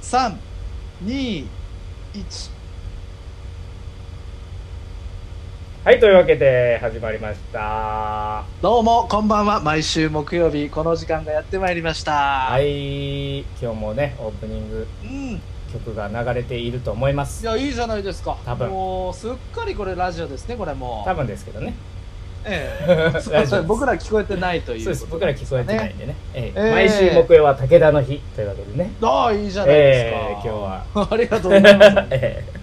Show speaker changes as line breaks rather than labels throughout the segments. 三、二、一。
はい、というわけで始まりました。
どうも、こんばんは。毎週木曜日、この時間がやってまいりました。。
はいい、今日もね、オープニング
うん。い
曲が流れていると思います。
や、いいじゃないですか。
多分
もう、すっかりこれラジオですね、これもう。
多分ですけどね。
ええ
大丈夫です
そう 僕ら聞こえてないという
そうです。僕ら聞こえてないんでね。ええ
ええ
毎週木曜は武田の日というわけでね。
ああ、いいじゃないですか。
ええ今日は。
は。 ありがとうございます。
ええ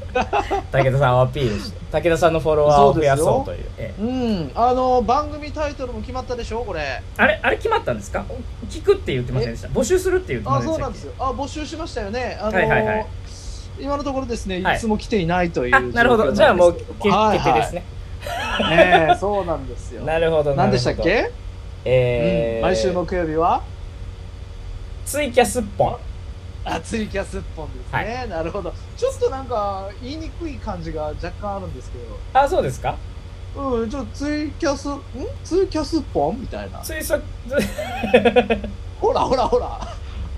武田さんをアピールして、武田さんのフォロワーを増やそうという。ええ
うん。あの、番組タイトルも決まったでしょ、これ。
あれ、あれ決まったんですか聞くって言ってませんでした。募集するって言ってま
あ、
せ
そ
んで
う
した
なん
っ
で
け
すよ。あ、募集しましたよね。あの
はいはいはい
今のところですね、い
はい
つも来ていないという、
あ、なるほど。じゃあもう決決定です
ね。
ね。
ねえ、そうなんですよ。
なるほど。な
何
るほど
でしたっけ、
え
う
え
ん毎週木曜日は
ツイキャスっぽん。
あツイキャスっぽんですね、なるほどちょっとなんか言いにくい感じが若干あるんですけ
あ、そうですか
どうんちょっとツイキャスんツイキャスっぽんみたいな
ツイソ
ほらほらほら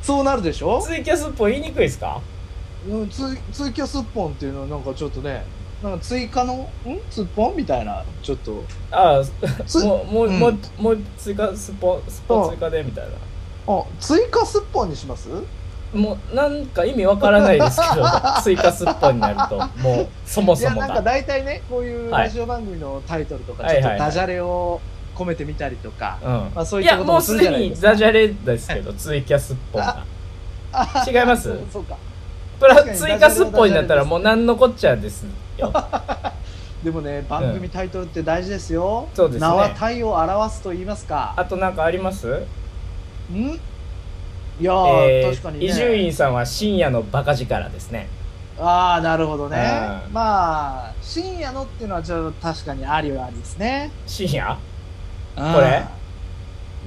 そうなるでしょ
ツイキャスっぽい言いにくいですか
うんツイツイキャスっぽんっていうのはなんかちょっとねなんか追加のんツッポンみたいなちょっと
ああ、
つ
もう、もう、
うん
もう、もう追加、スポ、スポ追加で、みたいな。
あ追加すっぽんにします
もう、なんか意味わからないで すけど、追加スポになると、もう、そも
い
そ
や
も
なんか
が。
大体ねこういう
はい
ラジオ番組のタイトルとか
はい
ちょ
は
っ
い
と
は
ダ
い
ジャレを込めてみたりとか
うん。
まあそうい
い
った
や、
こと
も
も
う
す
す
るじ
で
ゃない
に
ですか
ダジャレですけど、ツイキャスっぽが。違います
そうか
プラ
確かに
ス、追加スポになったら、もうなんのこっちゃですよ。
でもね番組タイトルって大事ですよ、
そうですね
名は体を表すと言いますか
あとなんかあり ます
んいやー、
え
確か
ー
に
伊集
ね
院さんは深夜のバカ力ですね。
ああなるほどね
うん
まあ深夜のっていうのはちょっと確かにありはありですね
深夜
こ
これ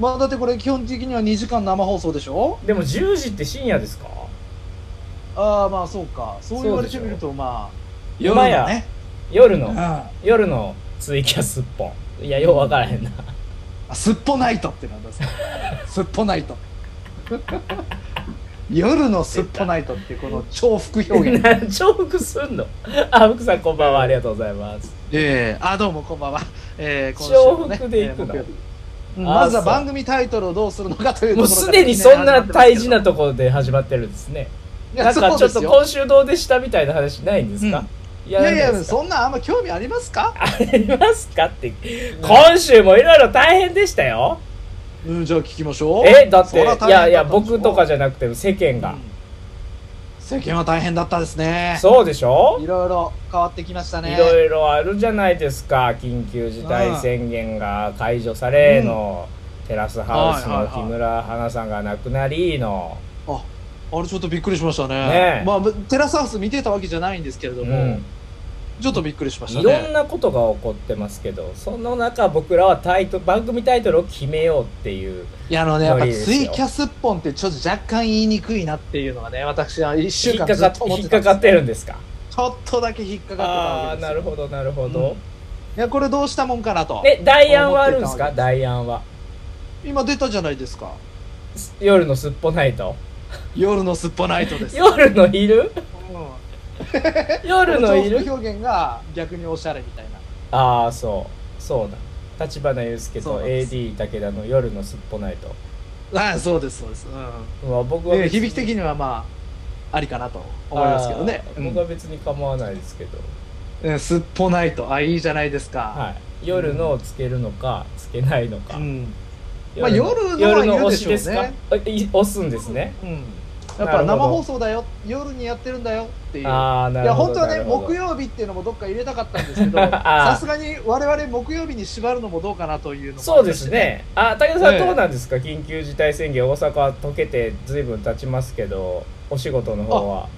まあだってこれ基本的には2時間生放送でしょ
でも10時って深夜ですか
ああまあそうかそう言われてみるとまあ夜
今
だ
や
ね
夜
う
の
んあ
夜のツイキャスっぽんいやよう分からへんな
すっぽナイトってなんだ すすっぽナイト夜のすっぽナイトっていうこの重複表現
重複すんのあ福さんこんばんはありがとうございます
ええあどうもこんばんは、ええ
重複で行くの
ええ木曜日うん
あー
まずは
そう
番組タイトルをどうするのかというとこ
も
ろ
う
から
すでにそんな大事なところで始まってるんですね
いや
なんかち
そ
ょ
う
っ
で
と
すよ
今週どうでしたみたいな話ないんですか、い
いやい
らな
や
です
そんなあんま興味ありますか
ありますかって今週もいろいろ大変でしたよ
うんじゃあ聞きましょう
えだって
そら大変
いやいや
だったんでしょ
僕とかじゃなくて世間
う
が
ん、世間は大変だったですね
そうでしょ
いろいろ変わってきましたね
いろいろあるじゃないですか緊急事態宣言が解除されの、テラスハウス
はい
の
はいはい
木村花さんが亡くなりの、
あれちょっとびっくりしましたね
ねえ
まあテラスハウス見てたわけじゃないんですけれども、ちょっとびっくりしました
い
ね
ろんなことが起こってますけどその中僕らはタイト番組タイトルを決めようっていう
いやあのねやっぱ
ノリです
ツ
よ
イキャスっぽんってちょっと若干言いにくいなっていうのはね私は一週
引
間
っか
ず
か
っ
っ
と思って
引ったか
んです
かってるんですか
ちょっとだけ引っかかってた
あ
わ
あ
け
ー
です
な
よ
るほどなるほど、
いやこれどうしたもんかなと
で代案はあるんで
思
す
っ
か
てたわ
代案は
今出たじゃないですか
す夜のすっぽないと
夜のすっぽナイトです、うん、
夜の 昼夜の
重
昼
複表現が逆におしゃれみたいな
ああそうそうだ立花祐介
そう
と
なんです
AD 武田の「夜のすっぽないと
ああそうですそうです、う」
うわ僕
ん
は
で
別に
響き的にはまあありかなと思いますけどね
あー僕は別に構わないですけど、
うん、すっぽナイトあいいじゃないですか、
はい、夜のをつけるのかつけないのか、
うんまあ
夜
夜のはいるでしょうね
夜の推しですかあい押すんですね、
うん、やっ
な
ぱ
るほ
生
ど
放送だよ夜にやってるんだよっていう
ああないる
や
ほ
本
ど
当はね
なるほど
木曜日っていうのもどっか入れたかったんですけ ど
あー
さすがに我々木曜日に縛るのもどうかなというのも
そうですねあ武田さ
ええ
んどうなんですか、緊急事態宣言大阪は解けてずいぶん経ちますけどお仕事の方は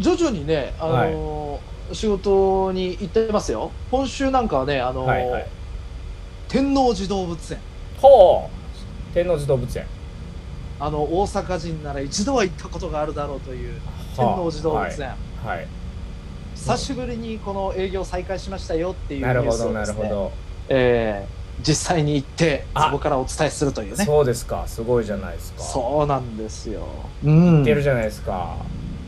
徐々にね、あのー仕事に行ってますよ今週なんかはね、あのー
はいはい
天王寺動物園
ほう天王寺動物園
あの大阪人なら一度は行ったことがあるだろうという天
はあ
王寺動物園、
はい、はい
久しぶりにこの営業再開しましたよっていうニ
なる
ュー
ほ
ス
ど
を
な
で
る
す
ほ
ね
ど
え実際に行って
あ
そこからお伝えするというね
そうですかすごいじゃないですか
そうなんですようん
行ってるじゃないですか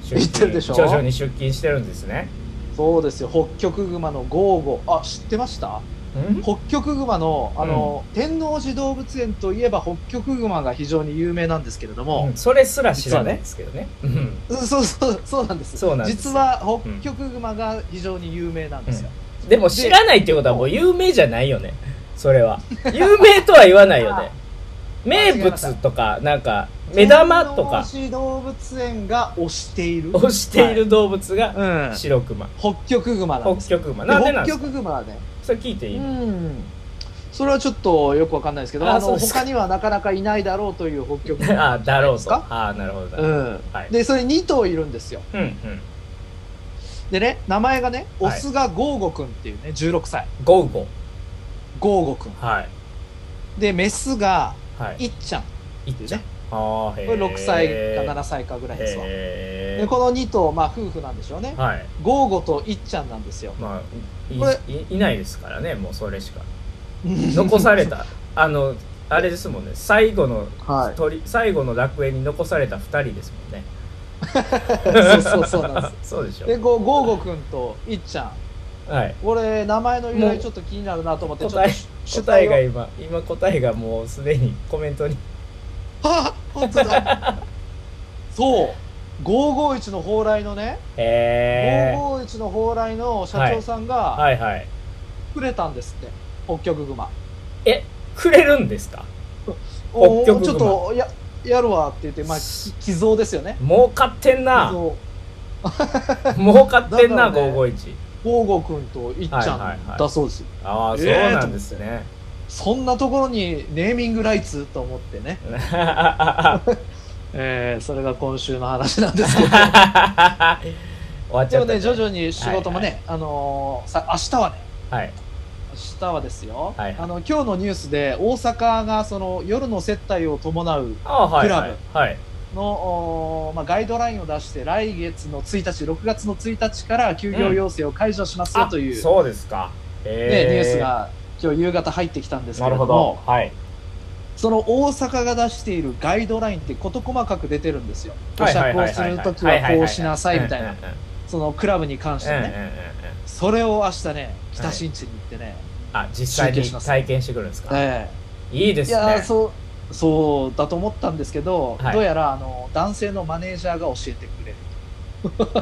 出勤
行ってるでしょ
徐々に出勤してるんですね
そうですよ北極熊のゴーゴーあ知ってました
ん
北極熊のあの、天王寺動物園といえば北極熊が非常に有名なんですけれども、
それすら知らないですけどねうん
うんそうそうそうなんです
そうなんです
実は北極熊が非常に有名なんですよ、
でも知らないってことはもう有名じゃないよねそれは有名とは言わない よね名物とかなんか目玉と
天
か
王寺動物園が推している
をしている動物が
うん、
白熊
北極熊なんです
北極熊
で
なんでなんです
北
か
極熊はね
それ聞いて
う
いい
んそれはちょっとよくわかんないですけど
あ
あ
そう
の
ですか
他にはなかなかいないだろうという北極熊、
ああだろう
です
と
か
ああなるほどなる
う
ほど
ん、
はい
でそれ2頭いるんですよ
うんうん
でね名前がねオ
はい
スがゴーゴくんっていうね16歳
ゴーゴ
ゴーゴくん
はい
でメスが
はい
いっちゃんこ
いっちゃんああへえ
れ6歳か7歳かぐらいですわ
へ
でこの2頭まあ夫婦なんでしょうね
えはい
ゴーゴといっちゃんなんですよ
まあい
これ
いいないですからねもうそれしか残さ れたあのあれですもんね最後の
はい
鳥最後の楽園に残された2人ですもんね
そうそうそうなんです
そうでしょ
でゴゴーゴくんといっちゃん
はい
俺名前の由来ちょっと気になるなと思ってちょっと
答え
主
答え
体
が今今答えがもうすでにコメントに
あ本当だそう551の蓬莱のね、
へえ
551の蓬莱の社長さんが
はいはい
くれたんですって、北極熊
くれるんですか
お
北極熊
ちょっとややるわって言ってまあき寄贈ですよね
儲かってん
寄
な
贈
儲かってんな、
だからね
551
ゴーゴくんといっち
はい
ゃ
はいはい
んだそうですよ、
ああ
え
そう
ー
なんですね、
そんなところにネーミングライツと思って ね、えー、それが今週の話なんですけど
終わっ ち
で
ゃ
も
った
ね徐々に仕事もね、あのーさ明日はね
はい
明日はですよ、
はい
あの今日のニュースで大阪がその夜の接待を伴う
ああはい
クラ
は
ブ
いはい
の、おーまあ、ガイドラインを出して来月の1日6月の1日から休業要請を解除しますよ
あ
という、
そうですか
ね
へ
ニュースが今日夕方入ってきたんですけ
な
れ
る
ど
ほ
も
どはい
その大阪が出しているガイドラインって事細かく出てるんですよ
は
保
いはい
釈
は
を
い
す
はい
るときはこうしなさいみたい
うん
な
うんうん
そのクラブに関してね、
うんうんうんうん
それを明日ね北新地に行ってね、
あ実際
集
に
計します
体験してくるんですか、
ええ
いいです
い
ね
やーそうそうだと思ったんですけど、
はい
どうやらあの男性のマネージャーが教えてく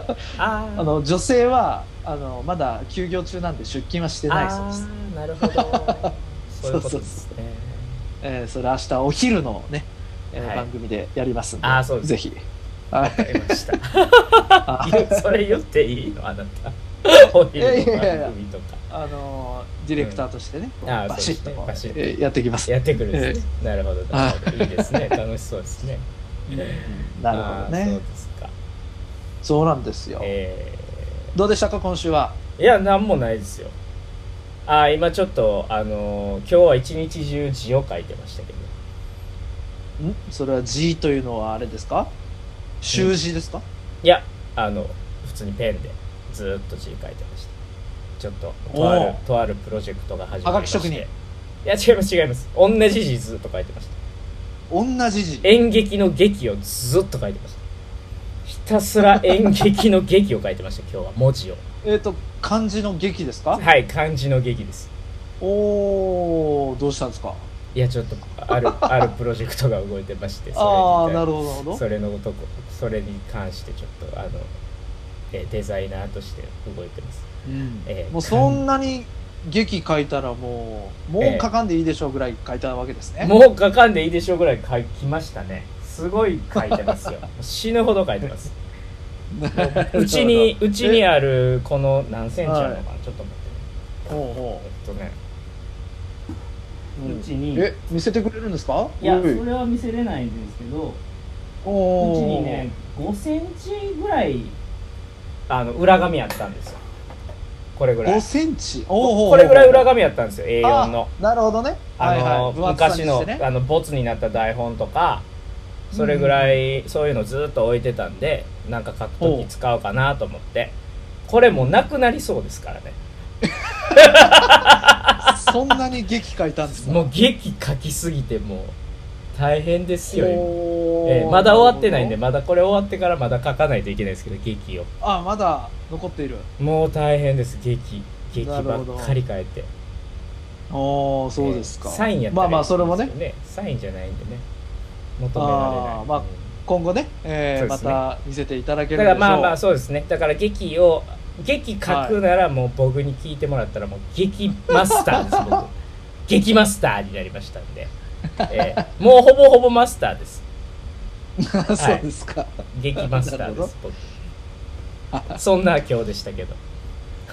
れる
あー
あの女性はあのまだ休業中なんで出勤はしてないそうです、
あーなる ほどそういうことですね
えーそれ明日お昼のね、えー
はい
番組でやりますんで
あーそうです
ぜひ はい
わかりました
あ
それ言っていいのあなたお昼
いやい
の
やいや
番組とか
あのーディレクターとしてね、
うんあー
バシッと
そうですねバシッ
えーやっていきます、
やってくるんですね、なるほどなるほどいいですね楽しそうですね
なるほど
あーそ
ね
うですか
そうなんですよ、
え
どうでしたか今週は
ーいやなんもないですよあー今ちょっとあのー今日は一日中字を書いてましたけど
んそれは G というのはあれですか習字ですか、
いやあの普通にペンでずーっと字書いてましたちょっととあ
お
る
う
とあるプロジェクトが始ま
は
り
が
ま
き
して
職人
いや違います違います同じ字ずーっと書いてました
同じ字
演劇の劇をずーっと書いてましたひたすら演劇の劇を書いてました今日は文字を
えっ、と漢字の劇ですか
はい漢字の劇です
おおどうしたんですか
いやちょっと あるあるプロジェクトが動いてましてそれに
ああなるほどなるほど
それのとこそれに関してちょっとあのえーデザイナーとして動いてます
うん
えー
もうそんなに劇書いたらもうもう書かんでいいでしょうぐらい書いたわけですね、
もう書かんでいいでしょうぐらい書きましたねすごい書いてます よ死ぬほど書いてますう ちにうちにあるこの何センチあるのかな、ちょっと待
ほう
っ
ほ
てね
う、
えっとね
うん
うちに
え見せてくれるんですか
いや
お
それは見せれないんですけどうち
おー
にね5センチぐらいあの裏紙あったんですよこれぐら
5
い
センチおーほうほうほう
これぐらい裏紙あったんですよ A4 の
あなるほどね
あの、
分厚さに
昔
し
の
てね
あのボツになった台本とかそれぐらい、そういうのずっと置いてたんでなんか書く
ほ
時
う
使うかなと思ってこれもうなくなりそうですからね
そんなに劇書いたんですか
もう劇書きすぎてもう大変ですよ今、
おー
えーまだ終わってないんで
る
まだこれ終わってからまだ書かないといけないですけど劇を
ほどあまだ残っている
もう大変です劇劇ばっかり書いて
おおそうですか、
えーサインやった
ま
ら
あまあそれもね
いいんですよサインじゃないんでね求められな
あ
い
ーまあ
うん
今後ね,、えー
そうで
ます
ね
た見せていただける
だ
で
か
しょ
ら
う
まあまあそうですねだから劇を劇書くならもう僕に聞いてもらったらもう劇マスターです 僕劇マスターになりましたんで、えーもうほぼほぼマスターです
そうですか、
劇マスターです
なる
僕そんな今日でしたけど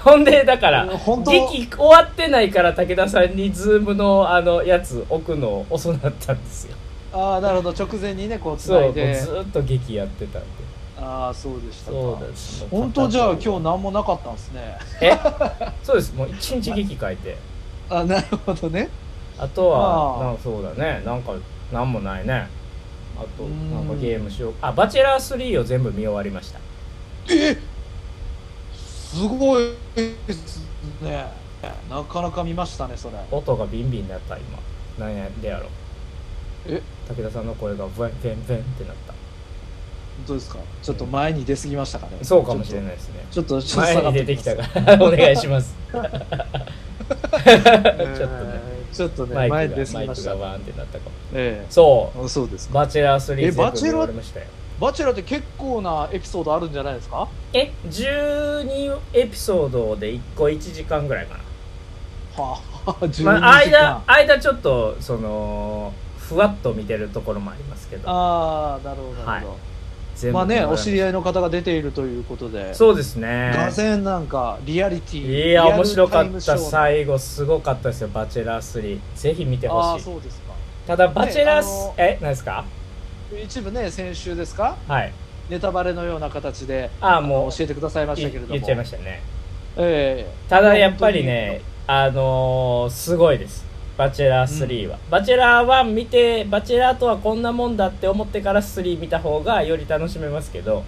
ほんでだから
うん本当
劇終わってないから武田さんにズームのあのやつ置くの遅なったんですよ
ああなるほど直前にねこうつ
そう
な
も
いう
ず
で
ーっと劇やってたんで
ああそうでしたか
そうです
本当じゃあ今日
な
何もなかったんですね
えそうですもう一日劇書いて
あなるほどね
あとは
ああ
なんそうだねなんかなんもないねあと
うん
なんかゲームしようあバチェラー3を全部見終わりました
えすごいですねなかなか見ましたねそれ
音がビンビンになった今なんやでやろ
え
武田さんの声がブンブンブンってなっ
本当ですかちょっと前に出過ぎましたかね
たそうかもしれないいですね
ちょっとちょっと
前に出てきたから お願いしますち ょっ
ら
とね
ちょっとね
マ
前
イ
に出
クが
過ぎ
マイ
ま
ク
し
が
た
ワーンってなったかも
え
そ
えあそうです
う
か
バチェラー3全
え
部
バチェラ
見終わりましたよ
バチェラーって結構なエピソードあるんじゃないですか
え12エピソードで1個1時間ぐらいかな
はあ12時
ま
間、
あ、間間ちょっとそのふわっと見てるところもありますけど
ああなるほどなるほど、
全部
まあね
見終わり
お
した
知り合いの方が出ているということで
そうですね
がぜんなんかリアリティ
いや面白か
リア
っ
ルタイ
た
ムショー
最後すごかったですよ「バチェラー3」ぜひ見て
あ
ほ
あ
しい
そうですか
ただ「バチェラ
ねあ
ー3
の」
え何ですか
一部ね先週ですか
はい
ネタバレのような形で
ああも
も
う
う教えてくださいましたけれども
言っちゃいましたね
え
ただやっぱりねあのーすごいですバチェラー3は、バチェラー1見てバチェラーとはこんなもんだって思ってから3見た方がより楽しめますけど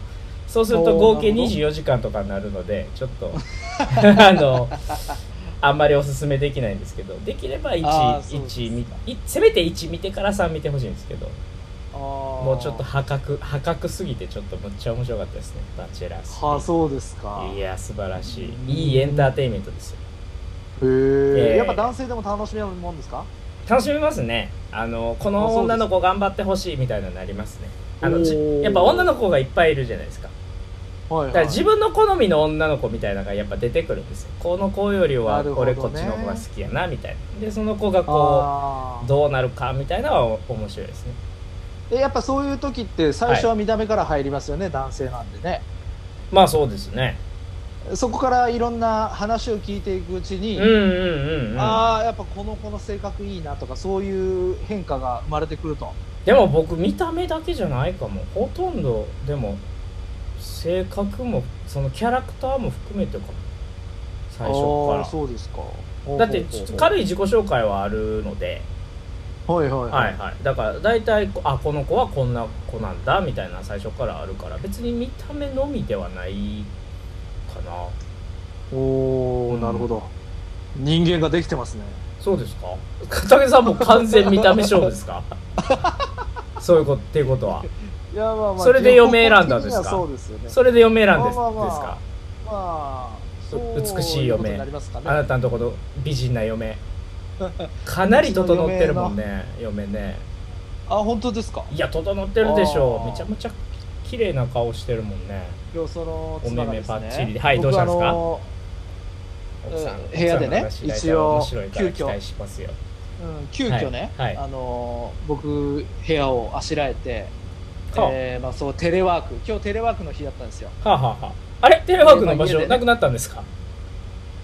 そうすると合計
おーなるほ
24時間とかになるのでちょっと あのあんまりおすすめできないんですけどできれば
あー
1,
そうですか
1みいせめて1見てから3見てほしいんですけど
も
もうちょっと破格破格すぎてちょっとむっちゃ面白かったですねバチェラー3
はあそうですか
いや素晴らしいいいエンターテインメントですよ
へ
ええ
えやっぱ男性でも楽しめるもんですか
楽しめますねあのこ
あ
の
そうです
女の子頑張ってほしいみたいなのになりますねあの
お
じ
ー
やっぱ女の子がいっぱいいるじゃないですか
はい
だ
はい
から自分の好みの女の子みたいなのがやっぱ出てくるんですよこの子より
な
は
るほど
俺
ね
こっちの子が好きやなみたいなでその子がこ
あ
う
ー
どうなるかみたいなのは面白いですね
えやっぱそういう時って最初は見た目から入りますよね、男性なんでね
まあそうですね
そこからいろんな話を聞いていくうち
う
に、
んうんうんうん
ああやっぱこの子の性格いいなとかそういう変化が生まれてくると
でも僕見た目だけじゃないかもほとんどでも性格もそのキャラクターも含めてかも最初か
あー
ら
そうですか
だってちょっと軽い自己紹介はあるので、
はいはいは、
はいいはい、だから大体こあこの子はこんな子なんだみたいな最初からあるから別に見た目のみではないかな
おお、
うん
なるほど人間ができてますね
そうですか片桐さんもう完全見た目勝負で すかそういうことっていうことはい
やまあ
それで嫁選んだんですか
基本的にはそうですよね
それで嫁選んです,、
まあまあまあ
ですか
まあそう
美しい
う
嫁
ことになりますかね
あなたのところ美人 な嫁かなり整ってるもんね嫁ね
あ本当ですか
いや整ってるでしょ
あ
う
ー
めちゃめちゃ綺麗な顔してるもんね
今日その妻がですね
お目目パッチリではいどうしたんです
僕あ
か
の
奥さん
うん部屋でね
奥さんの話大体
一応
面白いから
急遽
期待しますよ
うん、急遽ね、
はいはい
あのー僕部屋をあしらえて、
はあ
えーまあ、そうテレワーク今日テレワークの日だったんですよ、
はあ、はあはあ、あれテレワークの場
まあ家
所
でね
なくなったんですか、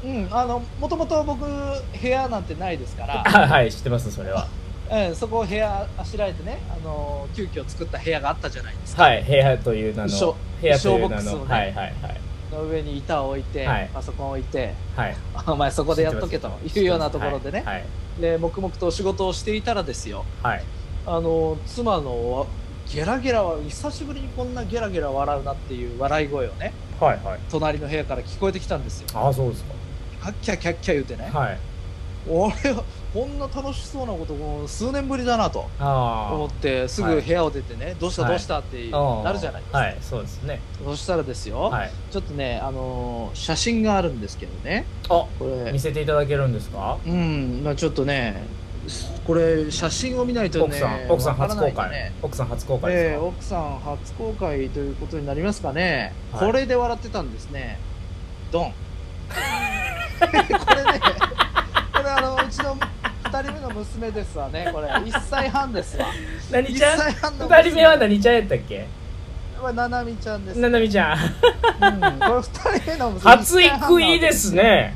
うん、あのもともと僕部屋なんてないですから
あはい知ってますそれは
うん、そこを部屋あしらえてね、あのー急遽作った部屋があったじゃないですか、
はい部屋という名
衣
の
装
部屋という
衣
名
装
の、
ボックスをね
はいはいはい
の上に板を置いて、
はい
パソコンを置いて
はい
「お前そこでやっとけ」というようなところでね、
はい
で黙々と仕事をしていたらですよ
はい、はい
あのー妻のゲラゲラは久しぶりにこんなゲラゲラ笑うなっていう笑い声をね
はいはい
隣の部屋から聞こえてきたんですよ
ああそうです
キャッキャキャッキャ言うてね、
かはい
俺こんな楽しそうなこともう数年ぶりだなと思
あ
ってすぐ部屋を出てね、どうしたどうしたって
あ
なるじゃないですか、
はいそうですね
そしたらですよ、
はい
ちょっとね、あのー写真があるんですけどね
あ
これ
見せていただけるんですか
うん、まあ、ちょっとねこれ写真を見ないとね
奥さん奥さん
わから
初
ない
公
んで
開、
ね
奥さん初公開
え
です
ー
か、
奥さん初公開ということになりますかね、
はい
これで笑ってたんですねド ンこれねこれあのうちの2人目の娘ですわねこれ1歳半ですわ
何ちゃん
1歳半の
二人目は
ね
何ちゃんやったっけ
ななみちゃんです、
ななみちゃ
う
ん
んこれ2人目の娘
初育いですね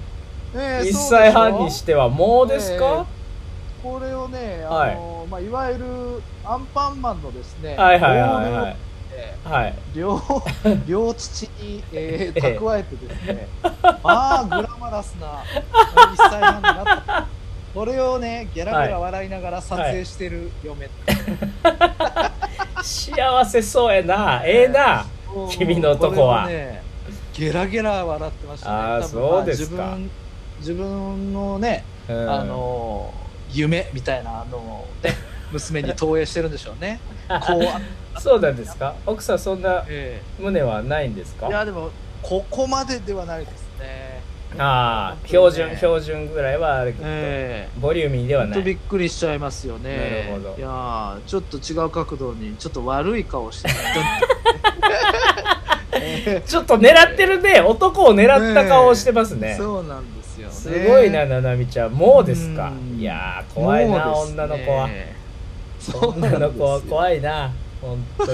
1
1歳半にしててはもうですか、
これをね、
は
あのまあ、いわゆるアンパンマンのですね、
はいはいはいはいはい
両両父に、えー
ええ
蓄えてです ね、まあグラマラスな1歳半になったこれをねゲラゲラ笑いながら撮影してる嫁、
幸せそうやなええな
もう
君のとこ
れ
は
をねゲラゲラ笑ってましたね
あー
多分ま
そうですか
自分自分のね、
うん
あの夢みたいなのを ね娘に投影してるんでしょうねこうあ
そうなんですか奥さんそんな
え
胸はないんです
えい
か
やでもここまでではないですね
あ
本当に
あ
ね
標準標準ぐらいはあるけど、
ええ
ボリューミーで
ち
は
ょっ
な
とび
い
っくりしちゃいますよね。
なるほど
いやーちょっと違う角度に、ちょっと悪い顔 して、ね
ちょっと狙ってるね男を狙った顔をしてますね
そうなんですよね。
すごいな、ななみちゃん。もうですか
う。ん
いやー、怖いな、
もうですね
女の子は。
そうなん
女
です
の子は
よ。
怖いな、本当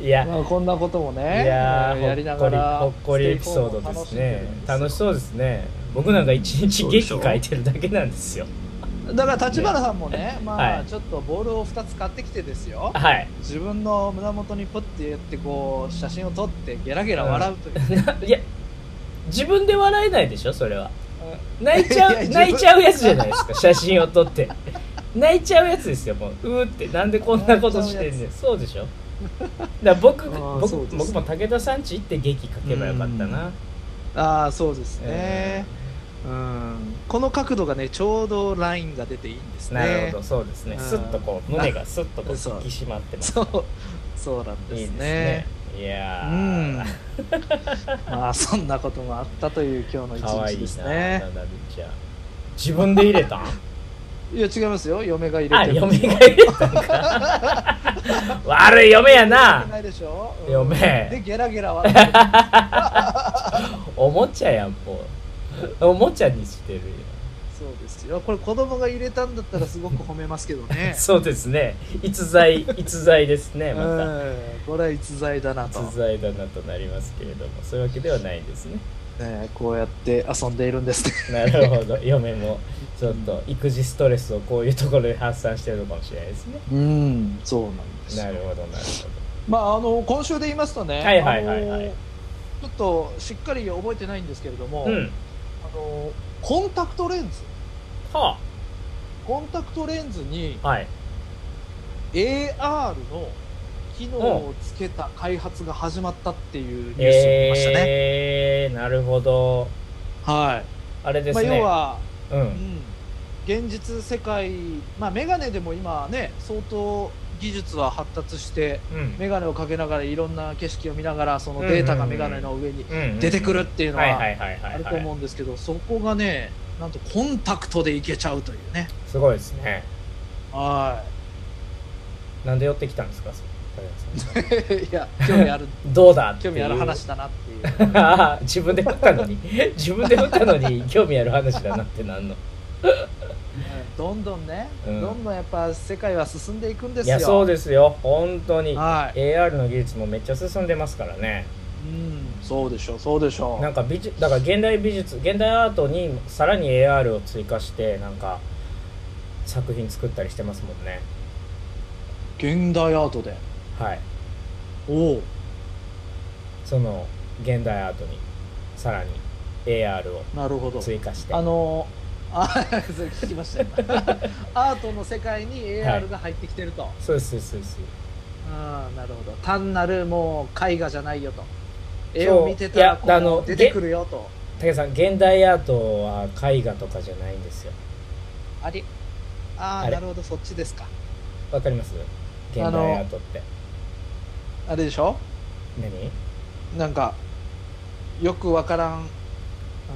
に。いや、
まあ、こんなこともね、
いや
うん
ー、
やりながら、
ほっこり、ほっこりエピソードですね。楽し
う。
そうですね。僕なんか一日
そうで
劇
しょ
書いてるだけなんで すよ。
だから、立花さんもね、ま
は
あ、
い
ちょっとボールを2つ買ってきてですよ。
はい。
自分の胸元にポッてやって、こう、写真を撮って、ゲラゲラ笑うという。
いや、自分で笑えないでしょ、それは。泣いちゃ
いや
う、
自分
泣いちゃうやつじゃないですか、写真を撮って。泣いちゃうやつですよ、もう。うーって、なんでこんなことしてんねん。そうでしょ。だから僕、
あー
僕
そうです
僕も武田さんち行って劇書けばよかったな。
ああそうですね、
え
うんこの角度がねちょうどラインが出ていいんですね
なるほど、そうですね。
うん
すっとこう、胸がすっとこう、
そう
引き締まってます。
そうそうなん
いい
で
ですす
ね
ね。いや
う
ー
ん、まあそんなこともあったという今日の一
かわい
日
い
です
な、
ね
ななみちゃん。自分で入れたん
いや違いますよ嫁 が入
あ、
れてる
嫁が入れたん か。悪い嫁やな。
ないでしょ、うん
嫁
でゲラゲラ笑 って
おもちゃやんもうおもちゃにしてるよ、
そうですよこれ子供が入れたんだったらすごく褒めますけどね
そうですね逸材逸材ですね
う
ま
んこれは逸材だな
た
と、
逸材だなとなりますけれどもそういうわけではないんですね
ね、こうやって遊んでいるんですね
なる ほど嫁もちょっと育児ストレスをこういうところで発散してるのかもしれないですね
うんそうなんですよ
なるほどなる
まあ、あの今週で言いますとね、
はいはいはいは
あの
い
ちょっとしっかり覚えてないんですけれども、
ほどうん
あのコンタクトレンズ
は
コンタクトレンズに
あはい
AR の機能をつけた開発が始まったっていうニュースを見ましたね。
えー、なるほど
は
あれ
い
で
ますあ、
ね、
要は、
う
うんん、現実世界、まあ、メガネでも今ね相当技術は発達して
うん
メガネをかけながらいろんな景色を見ながらそのデータがメガネの上に
うん
出てくるっていうの
はい
は
はいはいは
あ
い、
ると
は
思
い、
うんですけど、そこがねなんとコンタクトでいけちゃうというね
すごいですね
は
なんで寄ってきたんですか それ高山さ ん
いいや興味あ る
どうだってい
興
う
味ある話だなっていう
自分で振ったのに 自分で振ったのに興味ある話だなってなんの
どんどんね、
うん
どんどんやっぱ世界は進んでいくんです
い
よ
やそうですよ本当に
はい
AR の技術もめっちゃ進んでますからね
うんそうでしょうそうでしょう
なんか美術だから現代美術現代アートにさらに AR を追加してなんか作品作ったりしてますもんね
現代アートで
はい
おお
その現代アートにさらに AR を
なるほど
追加して
あのあ それ聞きました今 アートの世界に
は
AR
い
が入ってきてると、
そうですそうですそうです
うんなるほど単なるもう絵画じゃないよと
う
絵を見てたら
いやあの
こう出てくるよと
武井さん現代アートは絵画とかじゃないんですよ
ありあ
あ
あ
れ
なるほどそっちですか
わかります現代アートって
あれでしょ
何
なんかよくわからんあ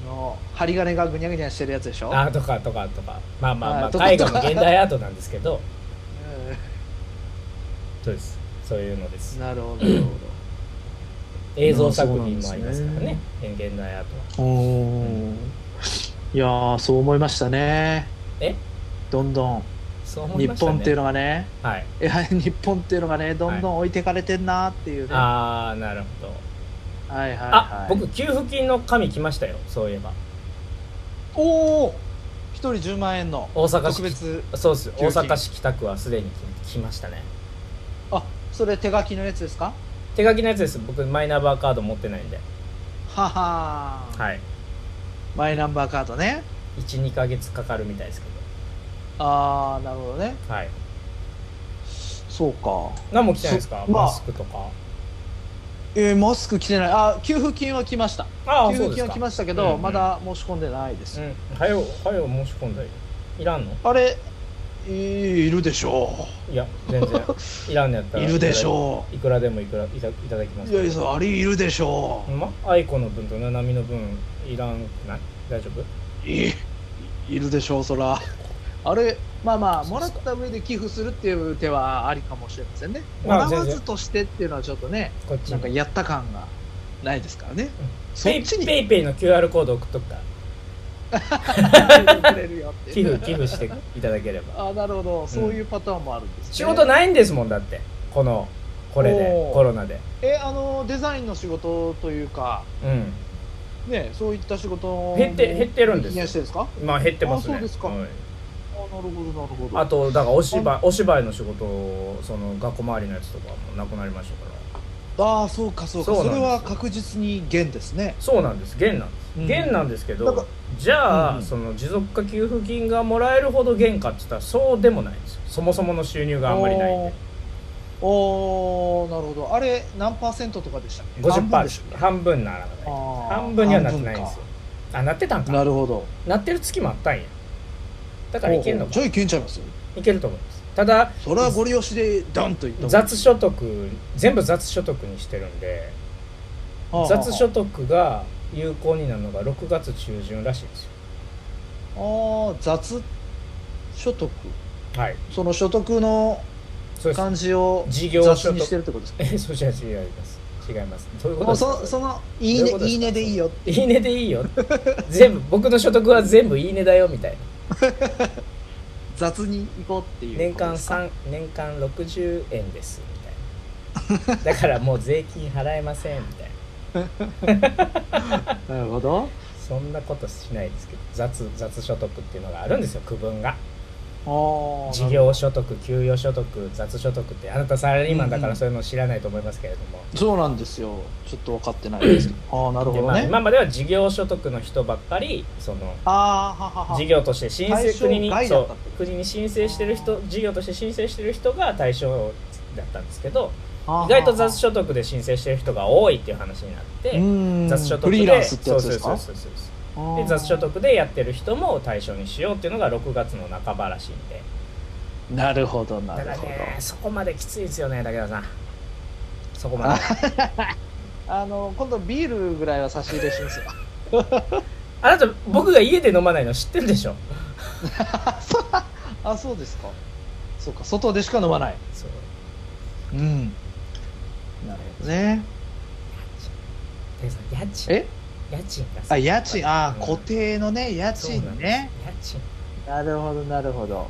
の針金がぐにゃぐにゃしてるやつでしょ
あーとかとかとかまあまあま
あーと
あ
か
絵画も
とか
現代アートなんですけど
う
そうですそういうのです
んなるほどなるほ
映像作品も
そうな
あ
ん
り
で
ますす
ね
からね現代アート
ど
は
おいやーそう思いましたね
え
どんどん
そう思い
日
ましたね
本っていうのがね
はい
いや 日本っていうのがねどんどん置いてかれてんなーっていうね、は
ああなるほど
い、はいはい
あ僕給付金の紙来ましたよそういえば
おお一人10万円の
大阪市
特別
そうっす
給
大
付金
阪市北区はすでに来来ましたね
あそれ手書きのやつですか
手書きのやつです僕マイナンバーカード持ってないんで
ははー、
はい
マイナンバーカードね
12ヶ月かかるみたいですけ
ああなるほどね
どはい
そうか
何も来てないですか
そまあ
マスクとか
えー、マスク着てないあ給付金は来ました
ああ
給
そう
付金は
ですか
来ましたけど、
うん
まだ申し込んでないです、
うんはよはよ申し込んだよいらんの
あれえーいるでしょ
いや全然 いらんのやった
う
ら
いるでしょ
いくらでもいくらいたいただきま
う
す
いやいやあれいるでしょ
ほんま愛子の分とななみの分いらんくない大丈夫
ういいるでしょうそらあれまあまあもらった上で寄付するっていう手はありかもしれませんねも
まあ
らわ
全然
ずとしてっていうのはちょっとね
こっち
なんかやった感がないですからね、 そ
ペ
っ
イ
ちに
ペイペイの QR コード送っとくから
くれるよって
寄
いう
付寄付していただければ
あなるほどそういうパターンもあるんです、ね
仕事ないんですもんだってこのこれで
おー
コロナで
えあのデザインの仕事というか
うん
ねそういった仕事も
減って減ってるんですよ
いらっしゃるですか
まあ減ってますね
あそうですか
はい
あなるほどなるほど
あとだからお芝居お芝居の仕事をその学校周りのやつとかもなくなりましたから
あーそうかそうかそ
そ
う
なんです
れ
よ
は確実に減ですね
そうなんです減なんです、
うん
減なんですけ
なんか
どじゃあ、
うん
その持続化給付金がもらえるほど減かって言ったらそうでもないんですよそもそもの収入があんまりないんで
おーおーなるほどあれ何パーセントとかでしたっけ半分
50%
で
で
し
したょ半分ならなかった
あー
半分にはなってないんですよ
半
あなってたん
分か
か
なるほど
なってる月もあったんやだからいけるの
おー
か
じゃあいけんちゃいますよ
いけると思いますただ
それはご利用しでダンといった方が
雑所得全部雑所得にしてるんで
はあはあ
雑所得が有効になるのが6月中旬らしいですよ
ああ雑所得
はい
その所得の
そうです
漢字を
事業所
雑
得
にしてるってことですか
えそうじゃ違います違いますどういうこ
も
と
う
です
そそ
かれ
の「いいね
ど」ういうことですか
いいねでいいよ
いいねでいいよ 全部僕の所得は全部いいねだよみたいな
雑に行こうっていう
年
こと
間
ですか
3年間60円ですみたいなだからもう税金払えませんみたいな
なるほど
そんなことしないですけど雑雑所得っていうのがあるんですよ区分が
ああ
事業所得給与所得雑所得ってあなたサラリーマンだか
うんう
ら
ん
そういうの知らないと思いますけれども、
そうなんですよちょっと分かってない ですけどああなるほ
で
ど
まあ、
ね、
今までは事業所得の人ばっかりその
ああははは
事業として申請
対象
国に
外だ
そ
っ
う
たってこと
国に申請してる
あ
人事業として申請してる人が対象だったんですけど
意
意外と雑所得で申請してる人が多いっていう話になって雑所得
フ
で
リーランスってやつです
そう
か
そうそうそうそう
あ
で
ー
雑所得でやってる人も対象にしようっていうのが6月の半ばらしいんで
なるほどな
た
る
だ
ほど
ねそこまできついですよね武田さんそこまで
あの今度ビールぐらいは差し入れしますよ
あなた僕が家で飲まないの知ってるでしょ
あそうですかそうか外でしか飲まない
そう
うんなるほどね
武田さん家賃
え
家賃が
あ家賃あー固
っ
定のね家賃ね
家
なるほどなるほど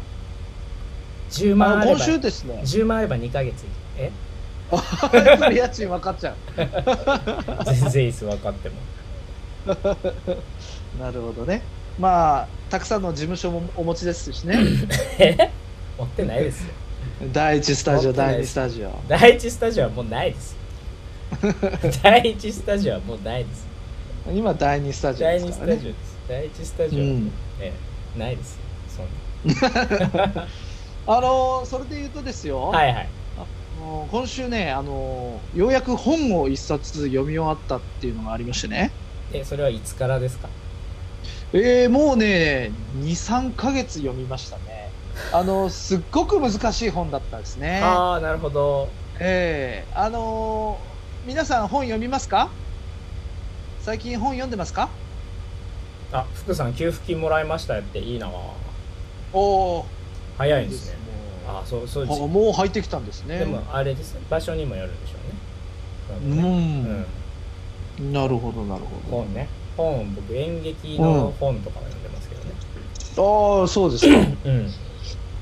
賃10万
ま
あ
あ、
れ
今
ば
週です ね
10万あれば2ヶ月 え
それ家賃分かっちゃう
全然いいです分かって も
なるほどねまあたくさんの事務所もお持ちですしね
え持ってないですよ
第一スタジ
持
オ
ってない
第
で
二
す
スタジオ
第一スタジオはもうないです 第一スタジオはもうないです
今第二スタジオで
第
す
二
か
ス
ら
タ
ね
ジオです第一スタジオ、
うん
ええないですそん
あのーそれで言うとですよ、
なはいはい
あのー今週ね、あのーようやく本を一冊読み終わったっていうのがありましてね
えそれはいつからですか
えー、もうね、2、3ヶ月読みましたね。あの、すっごく難しい本だったですね。
ああなるほど
ええあのー皆さん本読みますか最近本読んでますか
あ福さん給付金もらいましたっていいな
おお、
早
い
い
い
ん
で
です
す
ね
ね。
あそうそうです
あもう入ってきたんですね。
でもあれですね場所にもよるんでしょ
う
うねうん
ん、なるほど、なるほ
本ね本僕演劇の本とかも読んでますけどね
ど。ああ、そう ですか。
うん、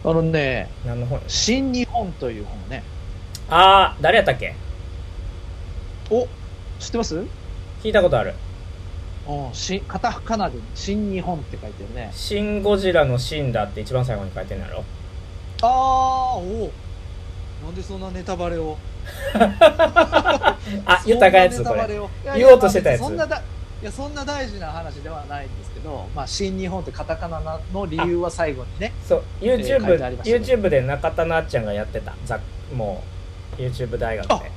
あのね、
何の本や
新日本という本ね。
ああ誰やったっけ
お、知ってます
聞いたことある
うん、し、カタカナで新日本って書いてるね。
「シン・ゴジラのシンだ」って一番最後に書いてんのやろ
ああ、おお。なんでそんなネタバレを。
あ
そん
言ったかやつ
なネ
こ
タバ
れ
レをいや
言おうとしてたやつ
いやそんなだいやそんな大事な話ではないんですけど、まあ、新日本ってカタカナの理由は最後にね
そう
えー書
YouTube,、
いてありました
YouTube で中田なっちゃんがやってたざもう YouTube 大学で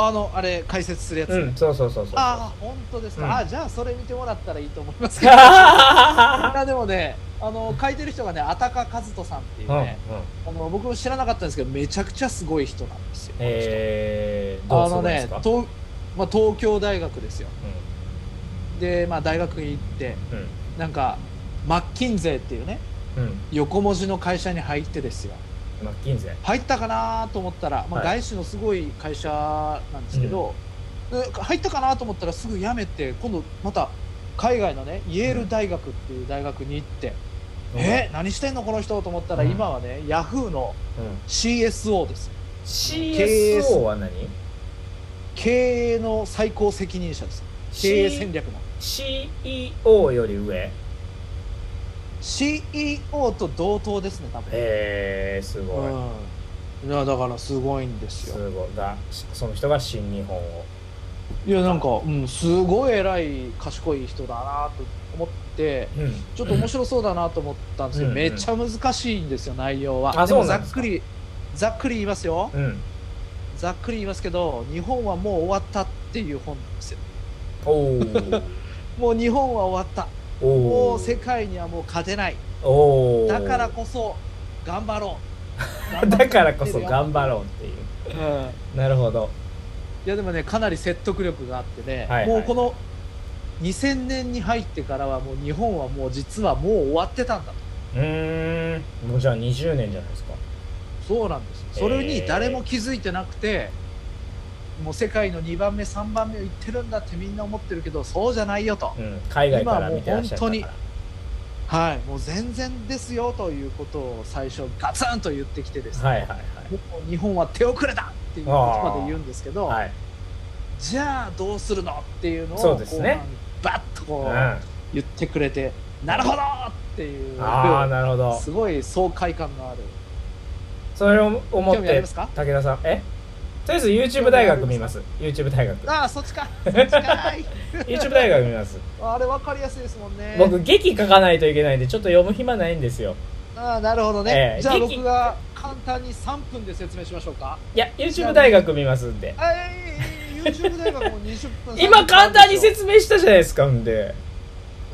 あのあれ解説するやつ、
うんそうそうそうそう
ああ本当ですか、
うん
あじゃあそれ見てもらったらいいと思いますけ どい
あ
やでもねあの書いてる人がねあたか和人さんっていう
うんうん
ね、あの僕も知らなかったんですけどめちゃくちゃすごい人なんですよ、
えー、どう
あ
する
の
んで
ね
すか
東,、まあ、東京大学ですよで、まあ、大学に行って
うん
なんかマッキンゼーっていうね
うんうん
横文字の会社に入ってですよ
マッキンゼ
入ったかなと思ったら、まあ、
は
外資のすごい会社なんですけど、で入ったかなと思ったらすぐ辞めて今度また海外のねイェール大学っていう大学に行って、え何してんのこの人と思ったら
うん
今はね、ヤフーの
うん
CSO ですよ
CSO は何
経営の最高責任者ですよ経営戦略の
CEO より上
CEO と同等ですね多分、
えー、すごい、
うんいやだからすごいんですよ
すごいだその人が新日本を
いやなんか、うん、すごい偉い賢い人だなと思って、
うん
ちょっと面白そうだなと思ったんですけど、
うんうん
めっちゃ難しいんですよ、内容は。
あ
でも
そう
ざ
なんで
っ
すか
くり、ざっくり言いますよ。
うん
ざっくり言いますけど、日本はもう終わったっていう本なんですよ。
おー
もう日本は終わった。 も
お
う世界にはもう勝てない。
おー
だからこそ、頑張ろ う。。
だからこそ頑張ろうっていう
うん
うなるほど
いや、でもね、かなり説得力があってね、
はいはい
もうこの2000年に入ってからは、もう日本はもう実はもう終わってたんだと。
うーんもうじゃあ20年じゃないですか
そうなんですよそれに誰も気づいてなくて、もう世界の2番目3番目を行ってるんだってみんな思ってるけどそうじゃないよと、
うん海外から見てらっしゃったか
今
ら
ははいもう全然ですよということを最初ガツンと言ってきてですね、
はいはいはい
もう日本は手遅れだっていう言葉で言うんですけど、
はい、
じゃあどうするのっていうのを
そうですね
後半バッと
う
こ
ん、
う
あ
言ってくれて、なるほどっていう
あなるほど
すごい爽快感のある
それを思っ
興味あり
て
ますか
武田さんえとりあえず YouTube 大学見ます YouTube 大学
ああそっち かそっちかい
YouTube 大学見 ます
あれ分かりやすいですもんね
僕劇書かないといけないんでちょっと読む暇ないんですよ
ああなるほどね、
ええ
じゃあ
劇
僕が簡単に3分で説明しましょうか
いや YouTube 大学見ますんで
あいえいえいえ YouTube 大学も20分
今簡単に
説
説明したじゃないですかんで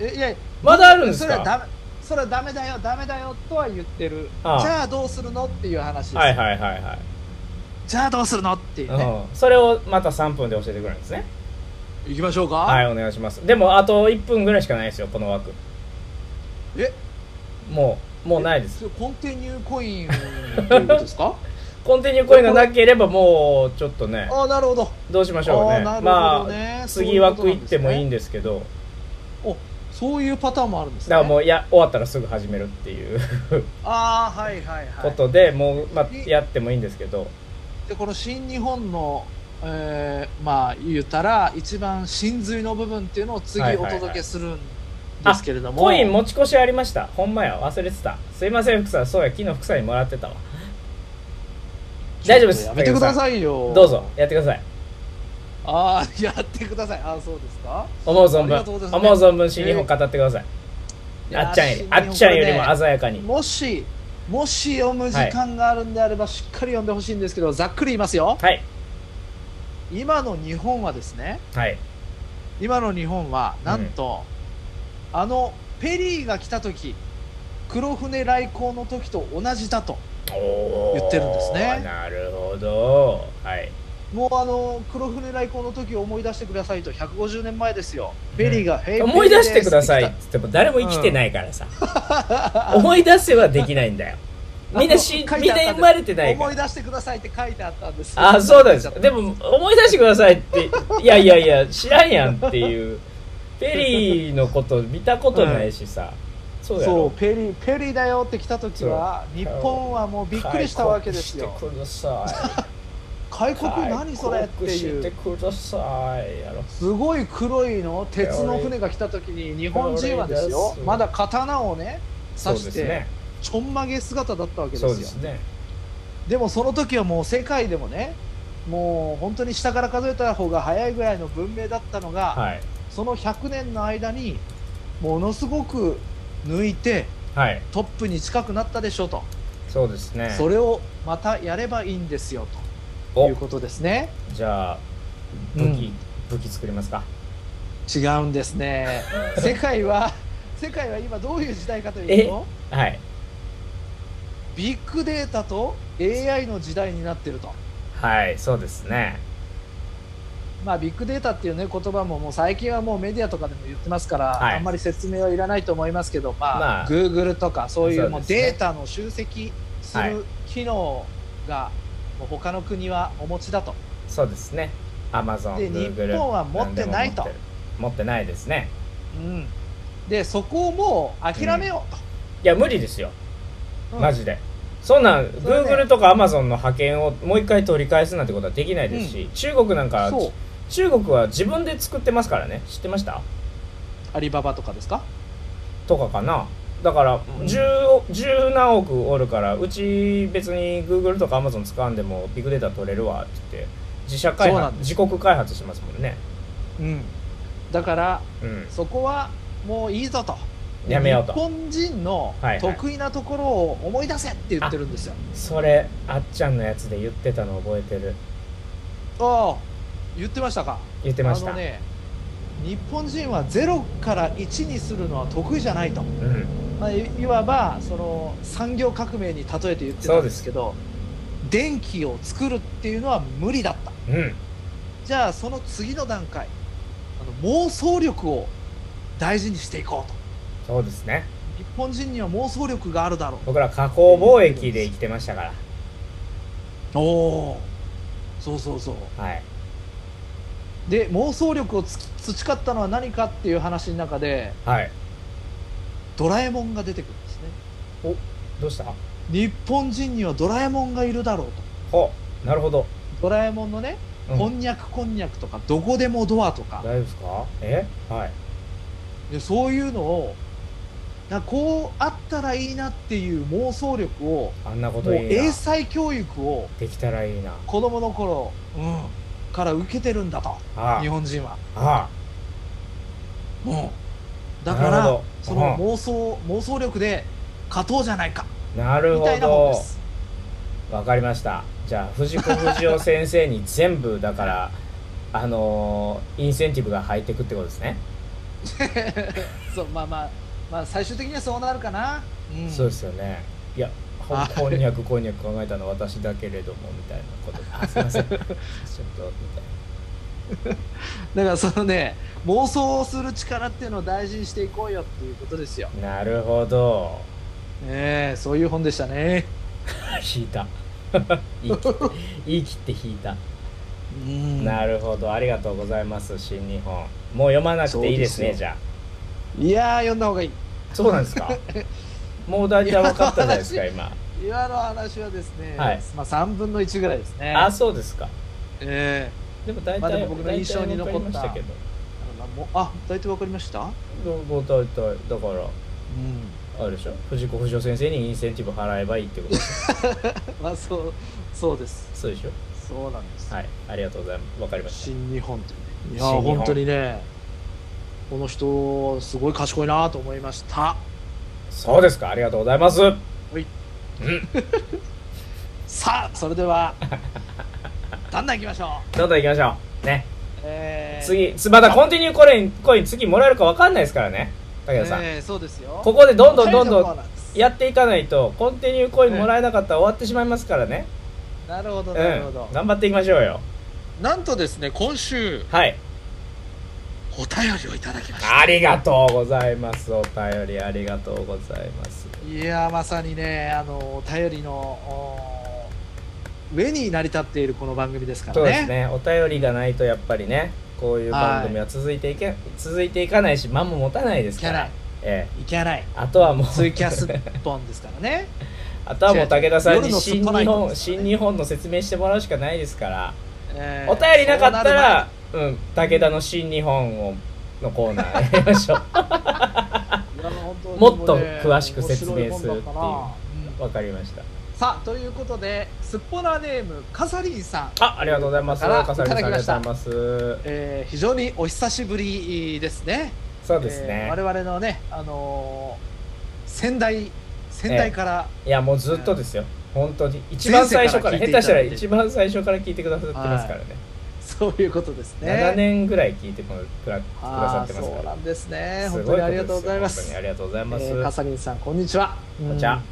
明いや
まだあるんです
それは
か
ダメそれはダメだよダメだよとは言ってる
ああ
じゃあどうするのっていう話です、
はいはいはいはい
じゃあどうするのっていうね、
うん、それをまた3分で教えてくれるんですね
行きましょうか、
はいお願いしますでもあと1分ぐらいしかないですよこの枠
え
もうもうないです
それコンティニューコインということです か
コンティニューコインがなければもうちょっとね
ああなるほど
どうしましょう
あ
ね
あなるほどね
まあ
そう
次
いうこと
枠
な
行
ん
っ
ですね
てもいいんですけど
そういうパターンもあるんですね
だからもういや終わったらすぐ始めるっていう
ああはいはいは
こ
い
とで、もう、まあ、
い
やってもいいんですけど
でこの新日本の、えーまあ言うたら一番真髄の部分っていうのを次
はい
お
はいはい
届けするんですけれども、
コイン持ち越しありましたほんまや忘れてたすいません福さんそうや昨日福さんにもらってたわ大丈夫です
やめてくださいよ
どうぞやってください
ああやってくださいああそうですか
思う存
あり
分
がとうございます
思う存分新日本語ってください、
いや
あっちゃんより
新日
あ
本
っちゃんより
これ
も
ね
鮮やかに
もしもし読む時間があるんであればしっかり読んでほしいんですけど、ざっくり言いますよ
はい
今の日本はですね
はい
今の日本はなんと、あのペリーが来た時黒船来航の時と同じだと
おー
言ってるんですね
なるほどはい
もうあの黒船来航の時を思い出してくださいと150年前ですよペリーがヘイペリー
思い出してください
で
っ
す
つっても誰も生きてないからさ、思い出せはできないんだよみんなし
あの書い
み
て
ん
あ
な
ったんです
生まれてないから
思い出してくださいって書いてあったんですよ
あそうなんですでも思い出してくださいっていやいやいや知らんやんっ ていうペリーのこと見たことないしさ、そうや
そう
ろ
ペリーペリーだよって来た時は
そ
日
う
本はもうびっくりしたわけですよ
開国してくださ
開
い
国何それって
開
い
国して
う
くださいやろ
すごい黒いの鉄の船が来た時に日本人はですよ
これです
まだ刀をね
そう
刺
で
し
す
て
ね
ちょんまげ姿だったわけです
そ
よ
うですね
でもその時はもう世界でもねもう本当に下から数えた方が早いぐらいの文明だったのが、
はい
その100年の間にものすごく抜いて
はい
トップに近くなったでしょうと、
そうですね
それをまたやればいいんですよと
お
いうことですね
じゃあ武器、武器作りますか
違うんです ね世界は世界は今どういう時代かというと
はい
ビッグデータと AI の時代になってると
はいそうですね
まあ、ビッグデータっていう、ね、言葉ももう最近はもうメディアとかでも言ってますから、
はい
あんまり説明はいらないと思いますけど、ま
ま
あ、
あ
Google とかそういう
そ
も
う
う
ですね
データの集積す
はい
る機能がもう他の国はお持ちだと、
そうですね。アマゾン、
で
Google
日本は持ってないと
何でも持ってる持ってないですね。
うん、でそこをもう諦めよう
いや、無理ですよ。
と、うん
マジで。そんなん、
それね
Google とか Amazon の派遣をもう一回取り返すなんてことはできないですし、中国なんか、
そう
中国は自分で作ってますからね。知ってました
アリババとかですか
とかかな。だから
うん
十十何億おるからうち別に Google とか Amazon 使わんでもビッグデータ取れるわって言って自社開
そうなん
発
です
自国開発しますもんね、
うん、だから
うん、
そこはもういいぞと
やめよう
日
と
本人の
はいはい
得意なところを思い出せって言ってるんですよ。
それあっちゃんのやつで言ってたの覚えてる
ああ言ってましたか
言ってました
あのね日本人は0から1にするのは得意じゃないと、
うん
まあ、いいわばその産業革命に例えて言ってたんですけど電気を作るっていうのは無理だった
うん、
じゃあその次の段階あの妄想力を大事にしていこうと
そうですね。
日本人には妄想力があるだろ
僕ら加工貿易で生きてましたから。
うおおそうそうそう
はい。
で妄想力をつ培ったのは何かっていう話の中で
はい。
ドラえもんが出てくるんですね
どうした
日本人にはドラえもんがいるだろうと
ほう、なるほど。
ドラえもんのね、
うん
こんにゃくこんにゃくとかどこでもドアとか
大丈夫ですかえはい。
でそういうのをなこうあったらいいなっていう妄想力を
あんなこ
も
と
う
いいな
英。才教育を
できたらいいな。
子供の頃、うんから受けてるんだと
あ
日本人は、
あ。あ
うん
あ。
だか
なる
ら
ほど
その妄想妄想力で勝とうじゃないか
うんなる
みた
ほ
いな本で
ど。
す
わかりました。じゃあ、藤子不二雄先生に全部、だから、あのーインセンティブが入ってくってことですね。
そうまあまあまあ最終的にはそうなるかな、うん
そうですよね。いや、ほ
はい
こんにゃくこんにゃく考えたの私だけれども、みたいなこと。あ、すい ません。ちょっと、みたいな。
だからそのね妄想をする力っていうのを大事にしていこうよっていうことですよ、
なるほど
ええそういう本でしたね
引い た言い切って言い切って引いた、
うん
なるほどありがとうございます新日本もう読まなくていいですね
そうですよ
じゃ
いやー読んだ方がいい
あそうなんで すかもう大体分かったじゃないですか今
今の話はですね、
はい
まあ、3分の1ぐらいですね
あそうですか
え
でも大体、
まあでも僕の印象に残った
大体分かりましたけど
えあのもうあ大体わかりました
どう大体だから
うん
あれでしょ藤子不二雄先生にインセンティブ払えばいいってこと
まあそうそうです
そうでしょ
そうなんです、
はいありがとうございます分かりました
新日本っていうねいや
新
ー
日本
本当にねこの人すごい賢いなと思いました
そうですかありがとうございますはいうん
さあそれで はだんだんいきましょ
どんどん行きましょうね
う、えー
次、つまだコンティニューコイン、コイン次もらえるか分かんないですからね。武田さん、
ええそうですよ
ここでどんどんどんどん
帰りのコーナーです
やっていかないとコンティニューコインもらえなかったら終わってしまいますからね、
なるほど
うん、
なるほど、
頑張っていきましょうよ
なんとですね今週
はい
お便りをいただきました
ありがとうございますお便りありがとうございます
いやーまさにねあのお便りのおー上に成り立っているこの番組ですか
そ
ら
う
ね
ですねお便りがないとやっぱりねこういう番組は続いていけ、続いていかないし間も持たないで
い
す
け
か
な
ら
い
ええ
いけない
あとはもう
ツイキャス一本ですから ね
あとはもう武田さん
違う違
に
う
新
夜のスポナ
日
イトですからね
本、新日本の説明してもらうしかないですから、
えー
お便りなかった
そうなる
ら、うん、武田の新日本をのコーナーやりましょ
前にいや本当に
もっと
うね
詳しく説明する
面白いもんだったな
うわかりました
うんさあということでスッポナーネームカサリンさん
あありがとうございます
から
笠原さんあ
い
り
ただ
がとう
きま
ご
した
ざいます
えー非常にお久しぶりですね。
そうですね
え、ー我々のね、あのー先代、先代から、
いやもうずっとですよ本当に一番最初から
前世から
下手した
聞いて
ら
いただいて
一番最初から聞いてくださってますからね、
そういうことですね。
7年ぐらい聞いてもくらくださ
あ
って
ー
ます
そ
か
うな
ら
んですね。
す
本
ご
当
い
に
ことですよ
ありがとうございま
本当
す
にあ。りがとうございます、
えーカサリンさん、こんにちは。
こんにちは
うん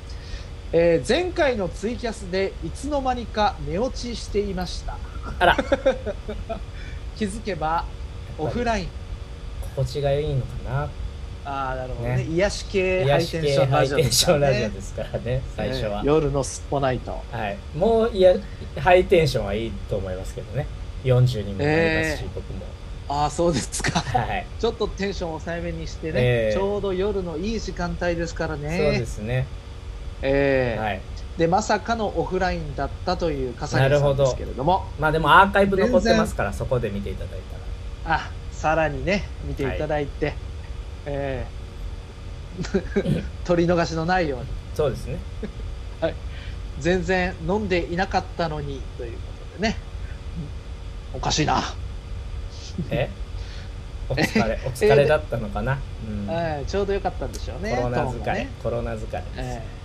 えー前回のツイキャスでいつの間にか寝落ちしていました。
あら
気づけばオフライン。
心地がいいのかな
ああ、なるほどね。
ね
癒し系ハ
癒
イ
し
テン
系
ション
ハ
ラ
イ
ジオ
テ
で
ンシ
す
ョ
か
ン
ら
ラジオ
ね。
ですからね最初は、
えー夜のすっぽナイト。
はい、もういやハイテンションはいいと思いますけどね40にもなりますし、
え
僕も
ああ、そうです か。
はい、
ちょっとテンション抑えめにしてね、
ええ
ちょうど夜のいい時間帯ですからね。
そうですね、
ええ
はい
で、まさかのオフラインだったという笠木さ
なるほ
ん
ど
ですけれども、
まあでもアーカイブ残ってますからそこで見ていただいたら
あ、さらにね、見ていただいて、ええ 取り逃しのないように、
そうです ね
全然飲んでいなかったのに、ということでね。おかしいな。
えお疲れお疲れだったのかな、うん
ええちょうどよかったんでしょうね。
コロナ
トーン
疲
が
れ、
ね
コロナ疲れです、
ええ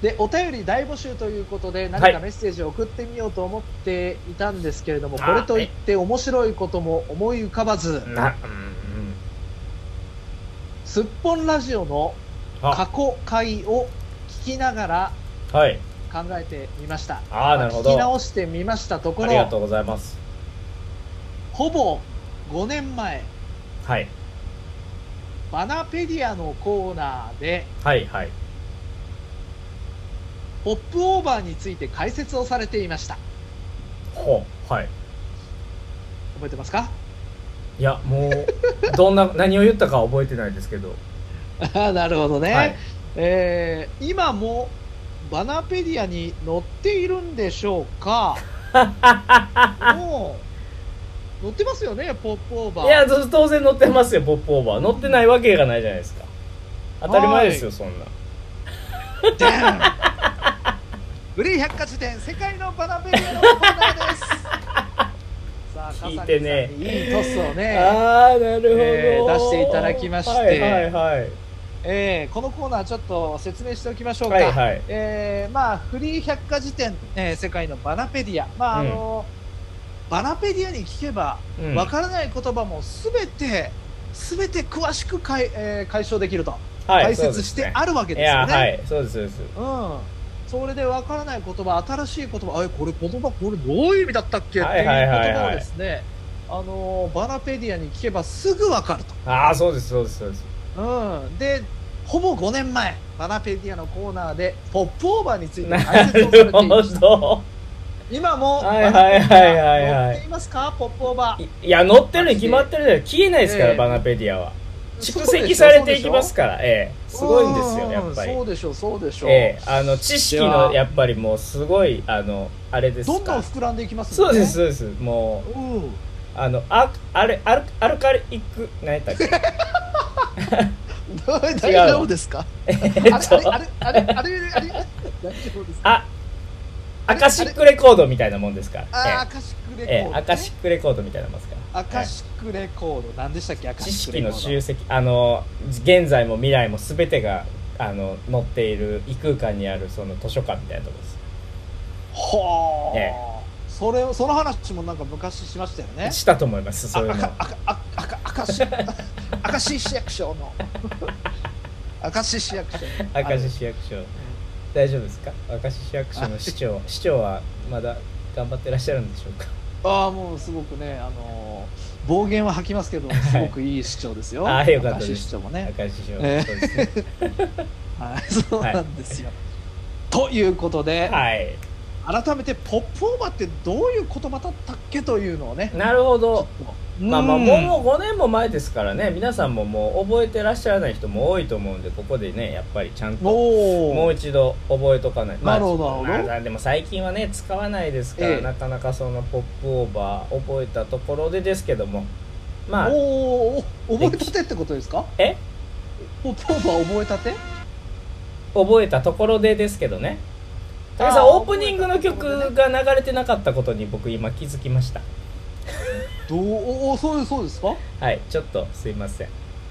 でお便り大募集ということで何
はい
かメッセージを送ってみようと思っていたんですけれども、
あ
これといって面白いことも思い浮かばず
なうんうん
「すっぽんラジオ」の過
あ
去回を聞きながら
はい
考えてみました
ああなるほ
聞き
どあ
直してみましたとこ
りがと
ろ
うございます
ほぼ5年前
はい
バナペディアのコーナーで
はいはい
ポップオーバーについて解説をされていました
ほうはい
覚えて ますか
いやもう どんな何を言ったかは覚えてないですけど、
ああなるほどね、
はい、
えー今もバナペディアに載っているんでしょう かもう載ってますよねポップオーバー
いやず当然乗ってますよポップオーバー乗ってないわけがないじゃないですか当たり前ですよそんな
でん グリー百科事典世界のバナペディアのコーナーです さあ
聞いてね
笠木さんにいいトスをね、
ああなるほど、
えー出していただきまして
はいはいはい
えーこのコーナーちょっと説明しておきましょうか、
はいはい
えーまあ、フリー百科事典、えー世界のバナペディア、まああのバナペディアに聞けば
うん
わからない言葉もすべて、すべて詳しく解,、えー解消できると、
はい
解
そうで
説
す
し
ね
てあるわけ
い
です
や
よね。
はいそうですそうです
うん、それでわからない言葉、新しい言葉、あれこれ言葉、これどういう意味だったっけ、
はいはいはいはい
っていう言葉をですね、あのーバナペディアに聞けばすぐわかると。
ああそうですそうですそうです
うん、でほぼ5年前、バナペディアのコーナーで、ポップオーバーについて解
な
説をさ
る
れていま
ほ
した。
ど
今も、
はいはいはいはいはい
バナペディア載っていますか、ポップオーバー。
いいや乗ってるに決まってるじゃない消えないですから、
ええ
バナペディアは蓄
そうで
積
しょ
されていき
そうでしょ
ますからええすごいんです
う
よ
う
やっぱり
そうでしょうそうでしょう、
ええあの知識
では
のやっぱりもうすごいあのあれですか
どんどん膨らんでいきます
そ
よ
う
ね
ですそうですもう
うん
あのああれアルアルカリック何やったっ け
大丈夫ですか
えっと
あれあれあれあれあれあれ大丈夫ですか
あアカシックレコードみたいなもんですから
あーア
え
カシックレ
え
コ
え
ード、ね、
えアカシックレコードみたいなもんですから
アカシックレコード何でしたっけアカ
知
シック
識
レコー
の
ド
集積あの現在も未来も全てがあの載っている異空間にあるその図書館みたいなところです、
ほー、
え
それをその話もなんか昔しましたよね
したと思いますそういうの
ああああああアカシッ明石市役所の明石市役所の
明石市役所大丈夫ですか明石市役所の 市長市長はまだ頑張ってらっしゃるんでしょうか
ああもうすごくねあのー暴言は吐きますけどすごくいい市長ですよ、
ああよかったです
明石市長もね
明石市長、
えー
そうですね
はいそうなんですよ、ということで、
はい
改めてポップオーバーってどういう言葉だったっけというのをね
なるほどまあまあ
うん
もうもう5年も前ですからね皆さんももう覚えてらっしゃらない人も多いと思うんでここでねやっぱりちゃんと
おー
もう一度覚えとかないまあ
なるほどなるほど
まあでも最近はね使わないですから、
ええ
なかなかそのポップオーバー覚えたところでですけどもまあ
おーお覚えたてってことですか
え
ポップオーバー覚えたて
覚えたところでですけどね武井さ
あ
ん
ー
オープニングの曲が流れてなかったことに僕今気づきました
どうおおそうですそうですか
はいちょっとすいません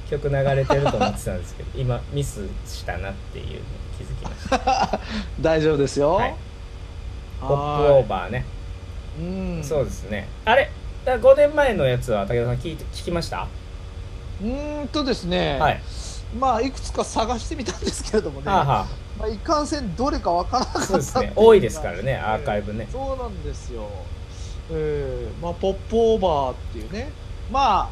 曲流れてると思ってたんです けど今ミスしたなっていうのに気づきました
大丈夫ですよ、
はいポップオーバーね
ーうん
そうですねあれだ5年前のやつは武田さん聞いて聞きました
うーんとですね、
はい
まあいくつか探してみたんですけれどもね、
はあ、は
まあ、いかんせんどれかわからなか
あ、
っ
そうです
たってい
ね
う
多いですからねアーカイブね
そうなんですよえー、まあポップオーバーっていうねまあ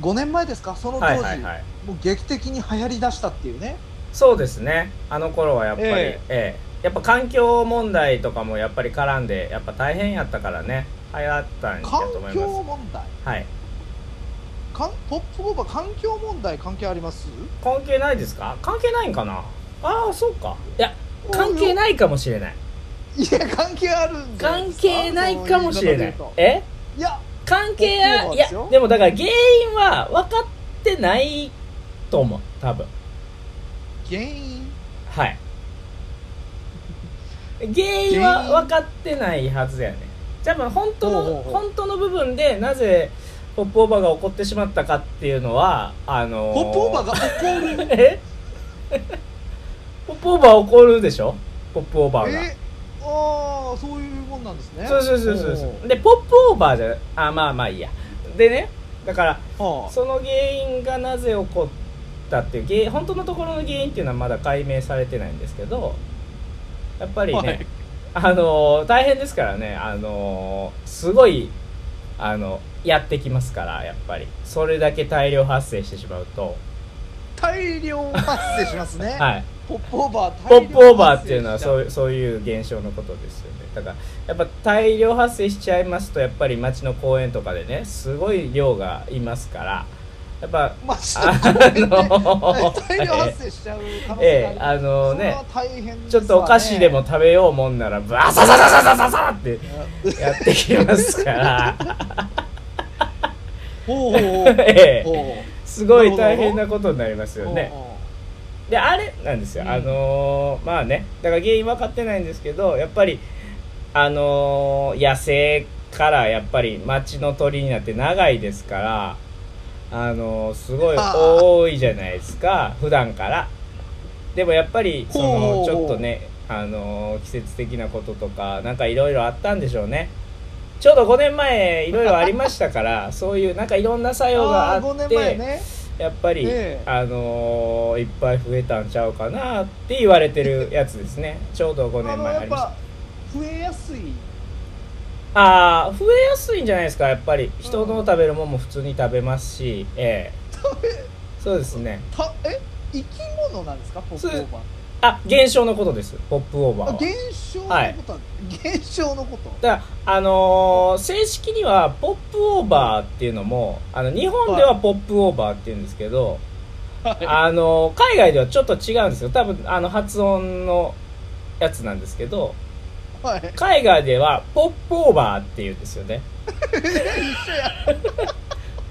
5年前ですかその当時、
はいはいはい
もう劇的に流行りだしたっていうね
そうですねあの頃はやっぱり、え
え
えやっぱ環境問題とかもやっぱり絡んでやっぱ大変やったからね流行ったんや
環
と思いま
境問題
すはい
かんポップオーバー環境問題関係あります
関係ないですか関係ないんかなああそうかいや関係ないかもしれない
いや関係あるんじゃない
関
ですか
係ないかもしれない
その言い方で言うと
え
いや
関係あ
大きい方
い
で
や
すよ
でもだから原因は分かってないと思う多分
原因
はい 原因
原
は
因
分かってないはずやね多分本当の
ほうほうほう
本当の部分でなぜポップオーバーが起こってしまったかっていうのはあの
ポップオーバー
が
が起こる
え ポップオーバー起こるでしょポップオーバーが
えああそういうもんなんですね
そうそうそうそうそ
お
うでポップオーバーじゃあまあまあいいやでねだから
ーはあ
その原因がなぜ起こったっていう原因本当のところの原因っていうのはまだ解明されてないんですけどやっぱりね、
はい
あのー大変ですからねあのーすごいあのやってきますからやっぱりそれだけ大量発生してしまうと、
大量発生しますね、
はい、
ポップオーバー
ポップオーバーっていうのはそううそういう現象のことですよねだからやっぱ大量発生しちゃいますとやっぱり街の公園とかでねすごい量がいますからやっぱ
まし
あ
たこれね
の
大量発生しちゃう可能性があ
え
る
え、あのね
それは大変ですわね
ちょっとお菓子でも食べようもんならバサササササササってやってきますから
ほうほうほう
ええ
ほう
すごい大変なことになりますよね
ほ
であれなんですよ、
うん
あのーまあねだから原因分かってないんですけどやっぱりあのー野生からやっぱり町の鳥になって長いですからあのーすごい
あー
多いじゃないですか普段からでもやっぱりそ
ほ
の
う
ちょっとねあのー季節的なこととかなんかいろいろあったんでしょうねちょうど5年前いろいろありましたからそういうなんかいろんな作
う
用があ
あー
って
5年前ね
やっぱり、
ええ
あのーいっぱい増えたんちゃうかなって言われてるやつですね ちょうど5
あ
年
の
前あ
やっ
りました
ぱ増えやすい
ああー増えやすいんじゃないですかやっぱり人の食べるもんも普通に食べますし、え
食べ
えそうですね
たえ生き物なんですかポップオーバーって
あ減少のことですポップオーバー
あ
は
減少のことは減少のこと
だからあのー正式にはポップオーバーっていうのもあの日本ではポップオーバーって言うんですけど、あの海外ではちょっと違うんですよ多分あの発音のやつなんですけど
はい
海外ではポップオーバーって言うんですよ ね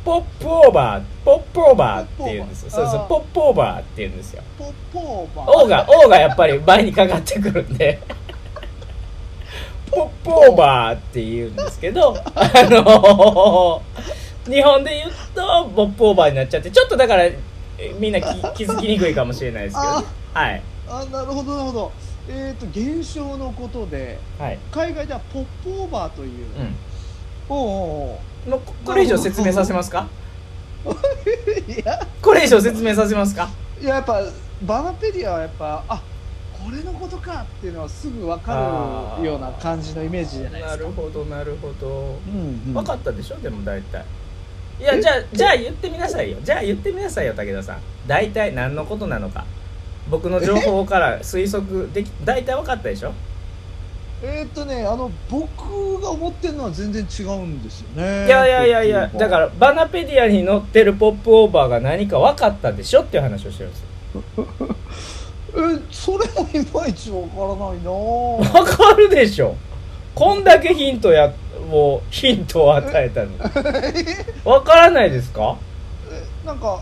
ポップオーバーポップオーバーって言うんですよ
ポ
そ
ップオーバーあー
うそうポップオーバーって言うんですよ
ポップオーバー
オーがオーがやっぱり前にかかってくるん でポップオーバーって言うんですけどあの日本で言うとポップオーバーになっちゃってちょっとだからえみんな気気づきにくいかもしれないですけど、ね、はい
あなるほどなるほどえっ、と減少のことで
はい、
海外ではポップオーバーという、
う、
おうおうおうん
もうここれ以上説明させますか
いや
これ以上説明させますか
いややっぱバナペディアはやっぱあこれのことかっていうのはすぐ分かるような感じのイメージじゃないで
な
すか
るほどなるほど
うんうん
分かったでしょでも大体いや
え
じゃあじゃあ言ってみなさいよじゃあ言ってみなさいよ武田さん大体何のことなのか僕の情報から推測でき大体分かったでしょ
えーっとねあの僕が思ってるのは全然違うんですよね
いやいやいやいやだかららバナペディアに載ってるポップオーバーが何か分かったでしょっていう話をしてるんですよ
えそれもいまいちわからないな
分かるでしょこんだけヒントやをヒントを与えた のに分からないですか
えなんか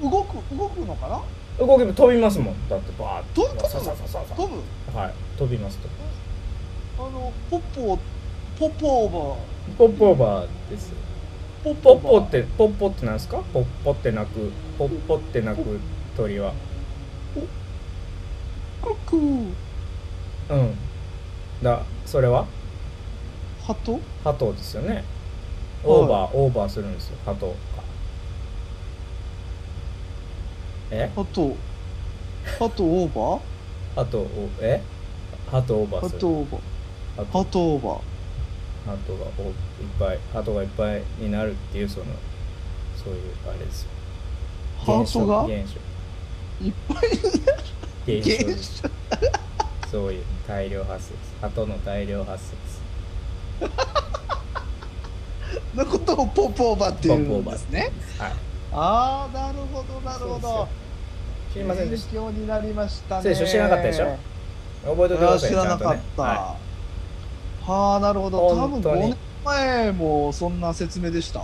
動く動くのかな
動けば飛びますもんだってバーッ
ど
と
ういうこと
さささささ
多分
はい飛びますと
あのポッポポッポオ
ポップオーバーです
ーバー
ポッ
オ
ポ
ーバー
ってポッポってなんですかポッポって鳴くポッポって鳴く鳥は
クルク
うんだそれは
ハト
ハトですよねオーバーオーバーするんですよハトがえ
ハトハトオーバー
ハトをえハトオーバー
ハ
する
トオーバ
ハ
ー
ト
ハトオーバー
ハトがおいっぱいハトがいっぱいになるっていうそのそういうあれですよ
ハートが
現象
いっぱい
現象現象で
現
す
象
そういう大量発生です。鳩の大量発生です。
のことをポッポオーバーってい
ポップ
う
オ
ん
ーバー
ですね
はい。
ああなるほどなるほど
知りませんでした。
勉強になりましたね
そうでしょ知らなかったでしょ覚えておいてください。
いや知らなかっ
ち
た、
ゃんとね
はあなるほど多分
本当
5
に
年前もそんな説明でした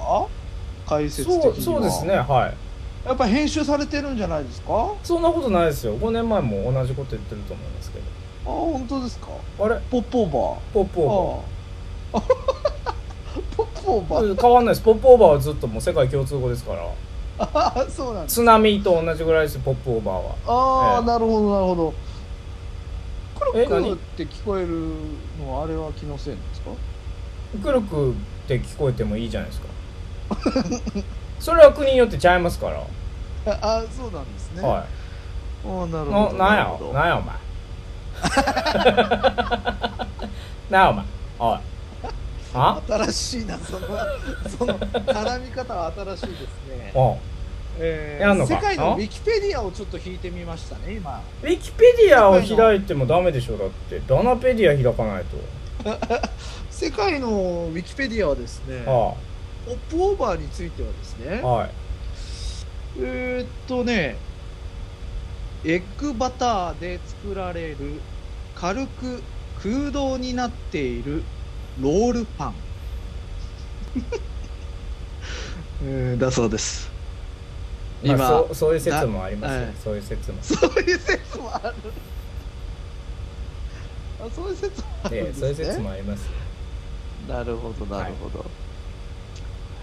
解説的に
そ
は
うそうですね。はい。
やっぱ編集されてるんじゃないですかあ
そんなことないですよ。5年前も同じこと言ってると思いますけ
本当ですか
ど。あれ
ポップオーバー
ポップオ
あ
ー
あポップオー
バ
バー
ー。変わんないです。ポップオーバーはずっともう世界共通語ですから。
ああそうなんです
津波と同じぐらいですよ。ポップオーバーは。
ああ、
ええ
なるほどなるほどクル
え
クル
何
って聞こえるのはあれは気のせいなんですか
くるくって聞こえてもいいじゃないで すか。それは国によってちゃいますから。
ああそうなんですね、
は
ああなるほ
い。な
ど
なん
る
や
ほど
なんやお 前。なんやお前。おい。は
新しいなそのその絡み方は新しいですね、
おウ
え
やんのか
世界の
あ
ウィキペディアをちょっと引いてみましたね今
ィキペディアを開いてもダメでしょだってダナペディア開かないと、
世界のウィキペディアはですね
は
ポップオーバーについてはですね
あはい
えーっとねエッグバターで作られる軽く空洞になっているロール パンえーだそうです
ま
今、
あ、そうそういう説もありますよ、
はい
そういう説も
そういう説もある。あ、そういう説もあるん
で
で
そういう
す
説
ね。
もありますよ
なるほど、なるほど。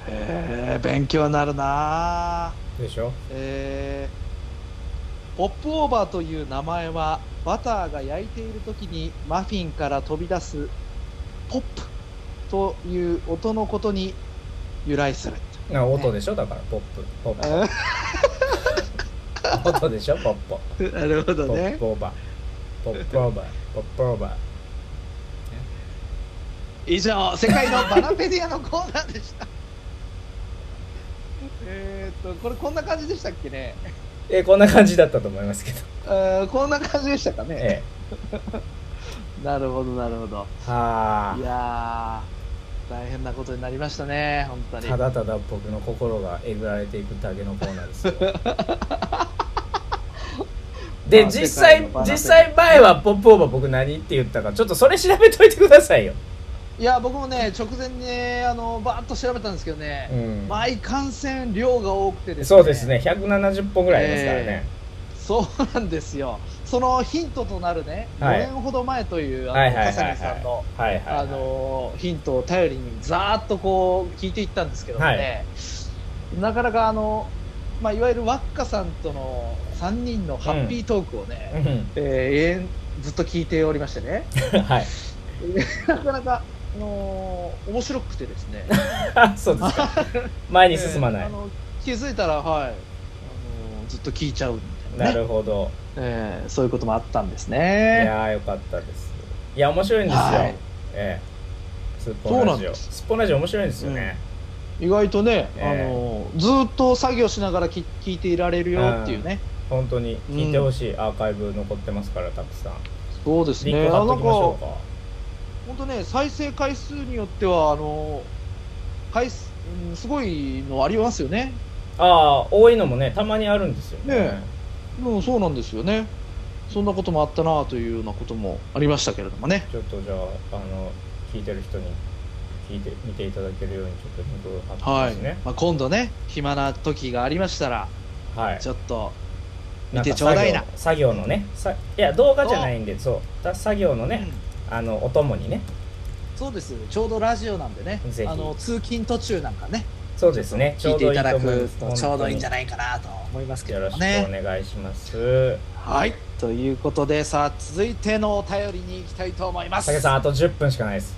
へえ、勉強になるなあ。
でしょ
えーポップオーバーという名前はバターが焼いている時にマフィンから飛び出すポップという音のことに由来する。
な音でしょだからポップポップ 音でしょポッポ
なるほど
ポップオーバーポップオーバーポップオーバー
以上世界のバナペディアのコーナーでしたえーっとこれこんな感じでしたっけね
えこんな感じだったと思いますけど
あーこんな感じでしたかね、
え
なるほどなるほど
えはいあ
やー大変なことになりましたね本当に
ただただ僕の心がえぐられていくだけのコーナ ーですよで、
まあ
実
世界
際
のバナナ
実際前は「ポップオーバー僕何?」って言ったからちょっとそれ調べといてくださいよ、
いや僕もね直前にねあのバーッと調べたんですけどね、
うん
まあいかんせん量が多くてですね
そうですね170本ぐらいありますからね、
そうなんですよそのヒントとなるね、
は
4
い
年ほど前という
は
あ
い
の
はいはい
笠
は
見
い
さんの
はいはいはい
あのヒントを頼りにざーっとこう聞いていったんですけどもね、なかなかあの、まあ、いわゆるワッカさんとの3人のハッピートークをね、 えー永遠ずっと聞いておりましてね
うんはい
なかなか、あのー面白くてですね
あそうですか前に進まな
えーあ
い、
の気づいたらはいあのずっと聞いちゃうみたい
な
な,、ね
るほど、
えーそういうこともあったんです
い
ね。
やーよかったですいや面白いんですよ、
はい
ええスッポンラ
そうなん
ジオ
です
スッポンラジオ面白いんですよね、
意外とね、
え
あのずっと作業しながらき聞いていられるよっていうね、
本当に聞いてほしい、アーカイブ残ってますからたくさん
そうです
リン
ね
ク
あ
貼っ
な
と
ん
き
か
ましょう
本
か
当ね再生回数によってはあの回数うんすごいのありますよね
ああ多いのもねたまにあるんですよね
ねうんそうなんですよねそんなこともあったなというようなこともありましたけれどもね
ちょっとじゃああの聞いてる人に聞いて見ていただけるようにちょっとリンク貼っ
は
て
い
ますね
まあ、今度ね暇な時がありましたら
はい、
ちょっと
なんか
見てちょうだいな
作業作業のねさいや動画じゃないんでそうた作業のね、あのお供にね
そうですよねちょうどラジオなんでね
ぜひ
あの通勤途中なんかね
そうですね
聞いていただくとち
ち
ょ
ょ
う
う
ど
ど
い
い
い
い
んじ
と
ゃないかなと思いますけれども
思いますよろ
ね
しくお願いします
はいということでさあ続いてのお便りに行きたいと思います
武さんあと10分しかないです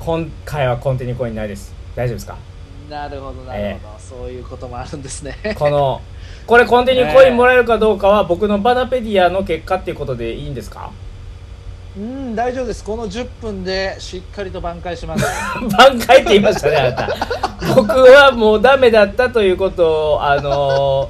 今回はコンティニューコインないです大丈夫ですか
なるほどなるほど、そういうこともあるんですね
このこれコンティニューコインもらえるかどうかは僕のバナペディアの結果っていうことでいいんですか
うん大丈夫ですこの10分でしっかりと挽回します
挽回って言いましたねあなた 僕はもうダメだったということをあのー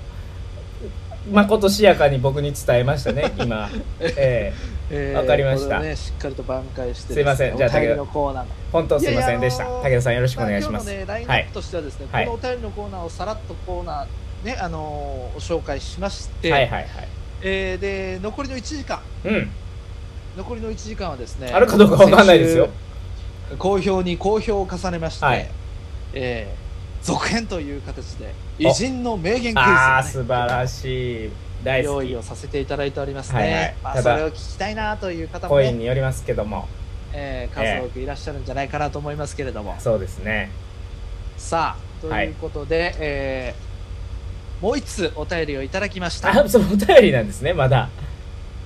まことしやかに僕に伝えましたね今ええ
えー
わかりました
これをねしっかりと挽回して
すいませんじゃあ
お便りのコーナー
本当すいませんでした
いやいやあのー
武田さんよろしくお願いします、
あ今日のねラインナ
は
ッ
い
プとしてはですね、
はい
このお便りのコーナーをさらっとコーナーねあのー紹介しまして、
はいはいはい
えーで残りの1時間
うん
残りの1時間はですね
あるかどうかわかんないですよ
先週好評に好評を重ねまして、
はい
えー続編という形で偉人の名言クイズをね、
ああ素晴らしい大
用
好き
意をさせていただいておりますね、
はいはい
まあ、
た
そ
だ
れを聞きたいなという方も
コイン
ね、
によりますけども
えー数多くいらっしゃるんじゃないかなと思いますけれども、
そうですね
さあということで、えーもう一つお便りをいただきました
あそのお便りなんですねまだ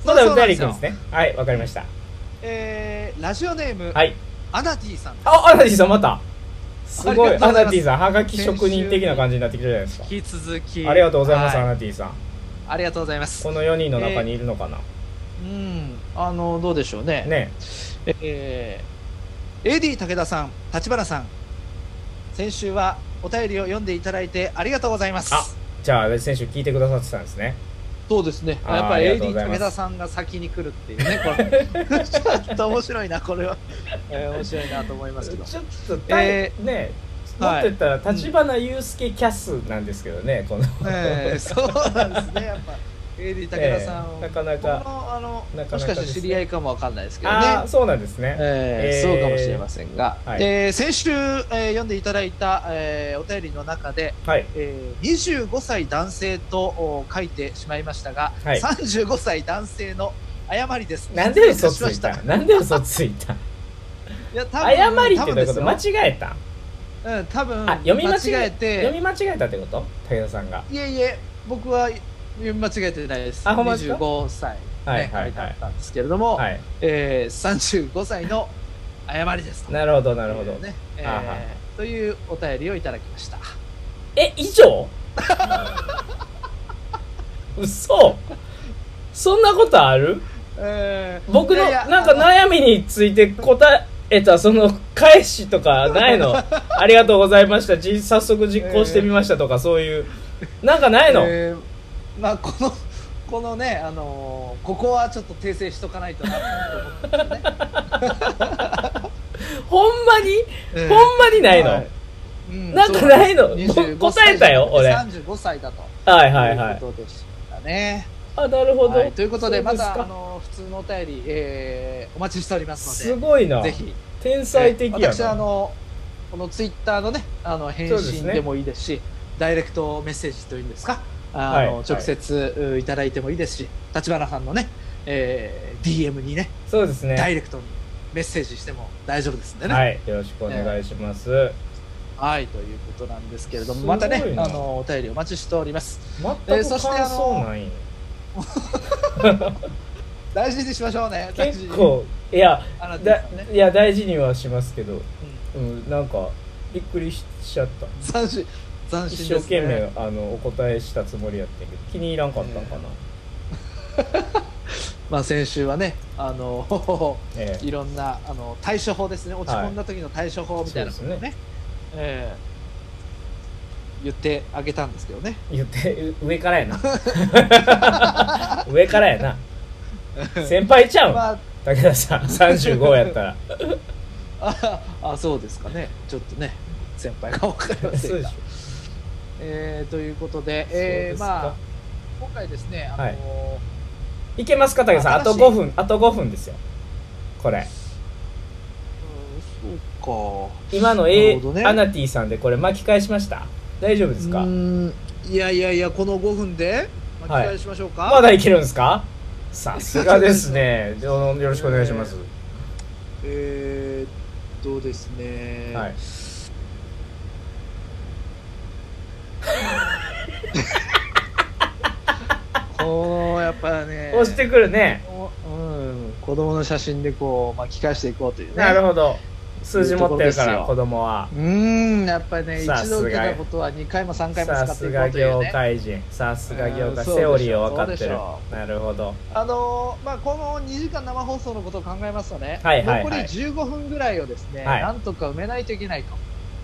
まだお便りいくんですねはいわかりました
えーラジオネーム、
はい
アナティさん
あアナティさんまたすごい
ありがとうご
ア
ざいます
ナティさんはがき職人的な感じになってきてるじゃないですか
引き続き
ありがとうございます、
は
アナティさん
ありがとうございます
この4人の中にいるのかな、
うんあのどうでしょうね
ね
えー、AD 武田さん立花さん先週はお便りを読んでいただいてありがとうございます
あじゃあ選手聞いてくださってたんですね
そうですね
あー
やっぱり
ありがとうござ
AD
います
武田さんが先に来るっていうねこれちょっと面白いなこ れは、えー面白いなと思いますけど
ちょっと、
え
えねもっ
はい
と言ったら橘祐介キャスなんですけどねこの、
えー、そうなんですねやっぱ AD 武田さん、
えーなかなか
僕のあの
なか
も
なか
しかしたら知り合いかもわかんないですけどね
ああそうなんですね、
えー
えー
そうかもしれませんが、
はい
えー先週、えー読んでいただいた、えーお便りの中で、
はい
えー25歳男性とお書いてしまいましたが、
はい
35歳男性の誤りです。
なんで嘘つ
失礼いたしま
い
した。い
たなんで嘘ついた
や、多
誤りってどういうこと
多
間
分で
違えた
すようん、多分
あ読み間違え
えて、
読み間違えたってこと武田さんが
いえいえ、僕は読み間違えてないです。
あほんまですか
25歳、ね
はいはいはい
書いてあったんですけれども、
はい
えー35歳の誤りですと。
なるほどなるほど、
ねえ
あーはい
ーというお便りをいただきました。
え以上 嘘そんなことある
えー
僕
い
の
やいや
なんか
あの
悩みについて答えたその返しとかな いのありがとうございましたじ早速実行してみましたとか、そういうなんかないの、
えーまあこのこのねあのーここはちょっと訂正しとかない となと思ってますね
ほんまに、
えー
ほんまにないの、
はいうん
なんかないの
そう25
僕答えたよ
歳じゃな
俺
くて35歳だと
はいはいはい
いうことでしたね、
あなるほど、
はいということで
そう
ま
すか
たあのー普通のお便り、えーお待ちしております
す
ので
ごいな
ぜひ
天才的や
え
な、
ー私はあのこのツイッターのねあの返
そうです
信
ね
でもいいですしダイレクトメッセージというんですかあの、
はい
直接ういただいてもいいですし立花さんのね、えー DM にね
そうですね
ダイレクトにメッセージしても大丈夫ですんでね。はい、
はいよろしくお願いします、
ということなんですけれども
すご
ま
いな
たねあのお便りお待ちしております。えー
全
そ
く
して
感想ないんよ
大事にしましょうね。大事
結
に
構いや
あなた
だ
ですね。
いや大事にはしますけどうんなんかびっくりしちゃった
三十斬
一
新
生
です
懸命、
ね。
あのお答えしたつもりやってんけど気に入らんかったんかな、
まあ先週はね、あの
ええ
いろんなあの対処法ですね。落ち込んだ時の対処法みたいなことをね、
そうで
ええ言ってあげたんですけどね。
言ってう上か らやな上からやな先輩ちゃうん、
まあ
武田さん35やっ たら
ああそうですかね。ちょっとね先輩がわかりませ
そうんで
が
しょ。
えーということで、
そうで
えー
すか
まあ今回ですね、あの
はいいけますか武田さんあと
新しい
5分あと5分ですよこれ
うんそうか。
今の
な
A、
るほどね
アナティさんでこれ巻き返しました大丈夫ですか
うーんいやいやいやこの5分で巻き返しましょうか、
まだいけるんですかさすがです ねよよろしくお願いします、
えー、っとですね、
はい
このやっぱね
押してくるね
このうん、子供の写真でこう巻き返していこうというね
なるほど数字持って
いいところで
るか
す
ら
よ
子供は
うーんやっぱりね
さすが
一度受けたことは2回も3回も使
さ
って
す
いこ
が
うという
業
ね
界人さすが業
うん
界
そうでしょ
セオリーを分かっ
そ
て
うで
る
しょ
なるほど
あのーまあ、この2時間生放送のことを考えますとね、
はいはいはい
残り15分ぐらいをですね、
はい
なんとか埋めないといけないと、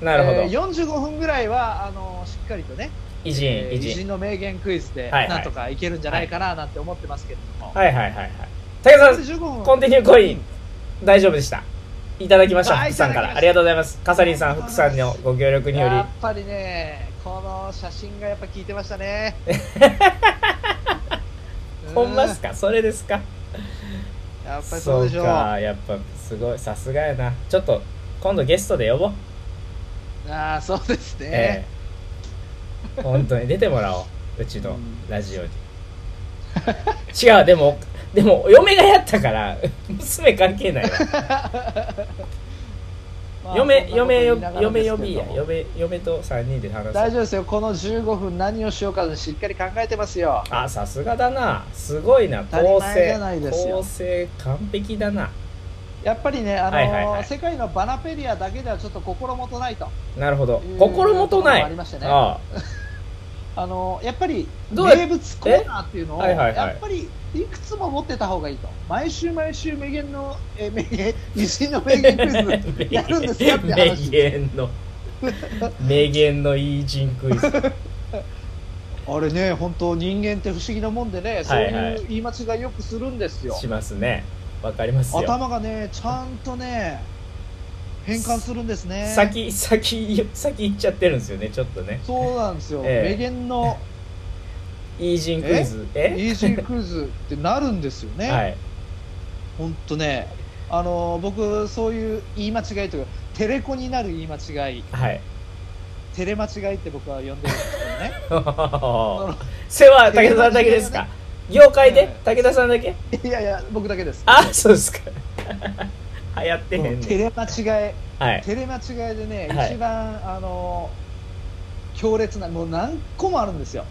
なるほど、
えー45分ぐらいはあのーしっかりとね、
偉人
えー
偉
偉
人
人の名言クイズで
はいはい
なんとかいけるんじゃないかななんて思ってますけれども、
はいはいはいはい武田
残
さ
り15分
んコンティニューコイン大丈夫でしたいただきました
はい
福さんか
いただきまし
ら
た
ありがとうございますカサリンさん福さんのご協力により
やっぱりね、この写真がやっぱ効いてましたね。
ほんまっす
う
かそれですか
んやっぱりそうでしょう。あ
かやっぱすごいさすがやなちょっと今度ゲストで呼ぼう
あー、そうですね
え。え本当に出て もらおううち
う
の
ん
ラジオに違うでもでも嫁がやったから娘関係ない
まあそんなこと言
わ嫁嫁
い
よ
ながらですけれど
嫁呼
も
びや嫁嫁と3人で話
大
す
丈夫ですよ、この15分、何をしようかしっかり考えてますよ。
あさすがだなすごいな
当たり
構
前じゃ
成
ないですよ
構成完璧だな
やっぱりね、あの
はいはいはい
世界のバナペリアだけではちょっと心もとないと、
なるほど
いう
心もとな
ところ
い
もありましたね
あ
あのやっぱり
どうや
名物コーナーっていうのを、
えはいはいはい
やっぱりいくつも持ってた方がいいと、毎週毎週名言の、えー名言、 西の名言クイ ズやるんですかって
名
話
言の名言の偉人クイズ
あれね、本当、人間って不思議なもんでね、そう
はい
い
は
う言い間違いよくするんですよ。
しますねわかりますよ
頭がね、ちゃんとね、変換するんですね。
先先先行っちゃってるんですよねちょっとね
そうなんですよ、
ええ
名言の
偉人クイズえ
イージークイズってなるんですよね、
はい
ほんとね、あの僕、そういう言い間違いというか、テレコになる言い間違い、
はい
テレ間違いって僕は呼んでるんですけどね、
世話武田さんだけですか業界で武田さんだけ
そ のいやいや、僕だけです、
あそうですか 流行ってへ
うん
ん
テ
ね
レ間違い、
はい
テレ間違いでね、
はい
一番、あの強烈な、もう何個もあるんですよ、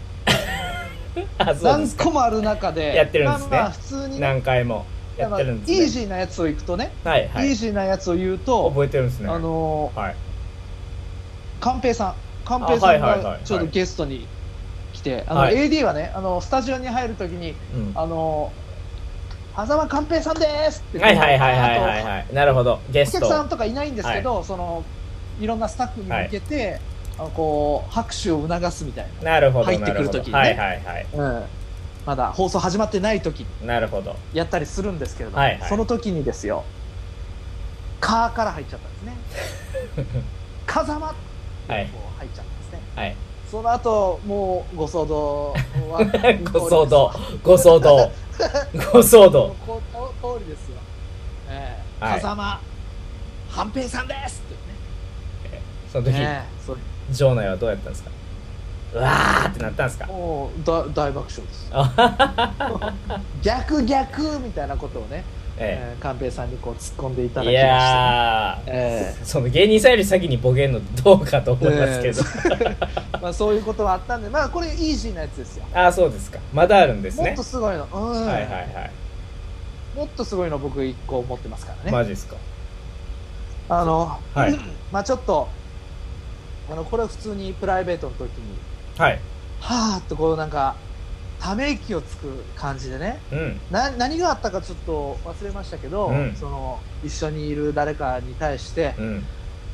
あそうで
何
すか
個もある中で、
やってるんですね
まあまあ、普通に、ね、
何回もやってるん
まあイー
ですね
ジーなやつをいくとね、
はいは
イー
い
ジーなやつを言うと、
覚えてるんですね
あの
はい
寛平さん寛平さん
あはいはいはいは
が
い
ちょうどゲストに来てあの、
はい
AD はねあのスタジオに入るときに
うん
あの狭間寛平さんですって
はいはいはいはいはい
あ
はいなるほどゲ
とお
ス
客
ト
さんとかいないんですけど、そのいろんなスタッフに向けて、あのこう拍手を促すみたい
なるほど
入っ
な
てく
る
る
ほど
時にね
はいはいはい
な、まだ放送始まってない時に
なるほど
やったりするんですけれども、
はいはい
その時にですよ「カー」から入っちゃったんですね 「風間」ってこう入っちゃったんですね、
はい
その後もうご騒動は
ご騒動、ご 騒動、ご騒動。
こう通りですよ、ええ
はい
風間半平さんですっていう
その
ね
時、
ねえそれ
場内はどうやったんですかうわーってなったんですか
もうだ大爆笑 です
あはは
逆逆みたいなことをね
え
ええ寛平さんにこう突っ込んでいただ
え
き
い
ましたね
やー、
え
その芸人さんより先にボケんのどうかと思いま すけど。
えまあ、そういうことはあったんでまあこれイージーなやつですよ
ああ、そうですか。まだあるんです
もっ
ね
と。すごいの、うん
はいはいはい。
もっとすごいの僕一個持ってますからね、
マジですか。
あの、
はい。
まあちょっとあのこれは普通にプライベートの時に
はい
はーっとこうなんかため息をつく感じでね
うん
な何があったかちょっと忘れましたけど、
うん
その一緒にいる誰かに対して「
うん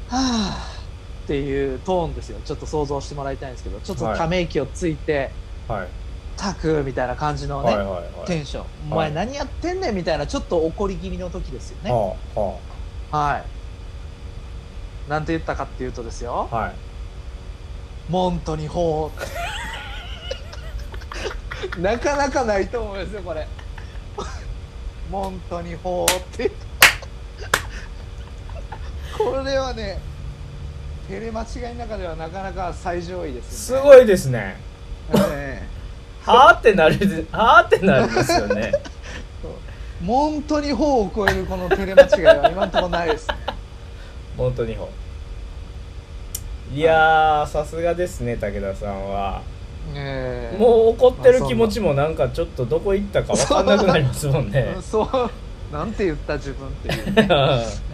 はーっていうトーンですよちょっと想像してもらいたいんですけどちょっと
はい
ため息をついて
はい
「たく」みたいな感じの
はい
ね、
はいはい
テンション「お
は
前
い
何やってんねん」みたいなちょっと怒り気味の時ですよね。
はあは
はい。なんて言ったかっていうとですよ
あ。はい
モントにほう。 なかなかないと思いますよ、これ。モントにほうって。これはね、テレ間違いの中ではなかなか最上位です
す
よ、ね。
ごいですね
ええ
はあってなるはあってなりますよね
モントにほうを超えるこのテレ間違いは今のところないですね。
本当にほいやーさすがですね武田さんは
ええ
もう怒ってる気持ちもなんかちょっとどこ行ったか分かんなくなりますも んね
うんそう、なんて言った自分って いう。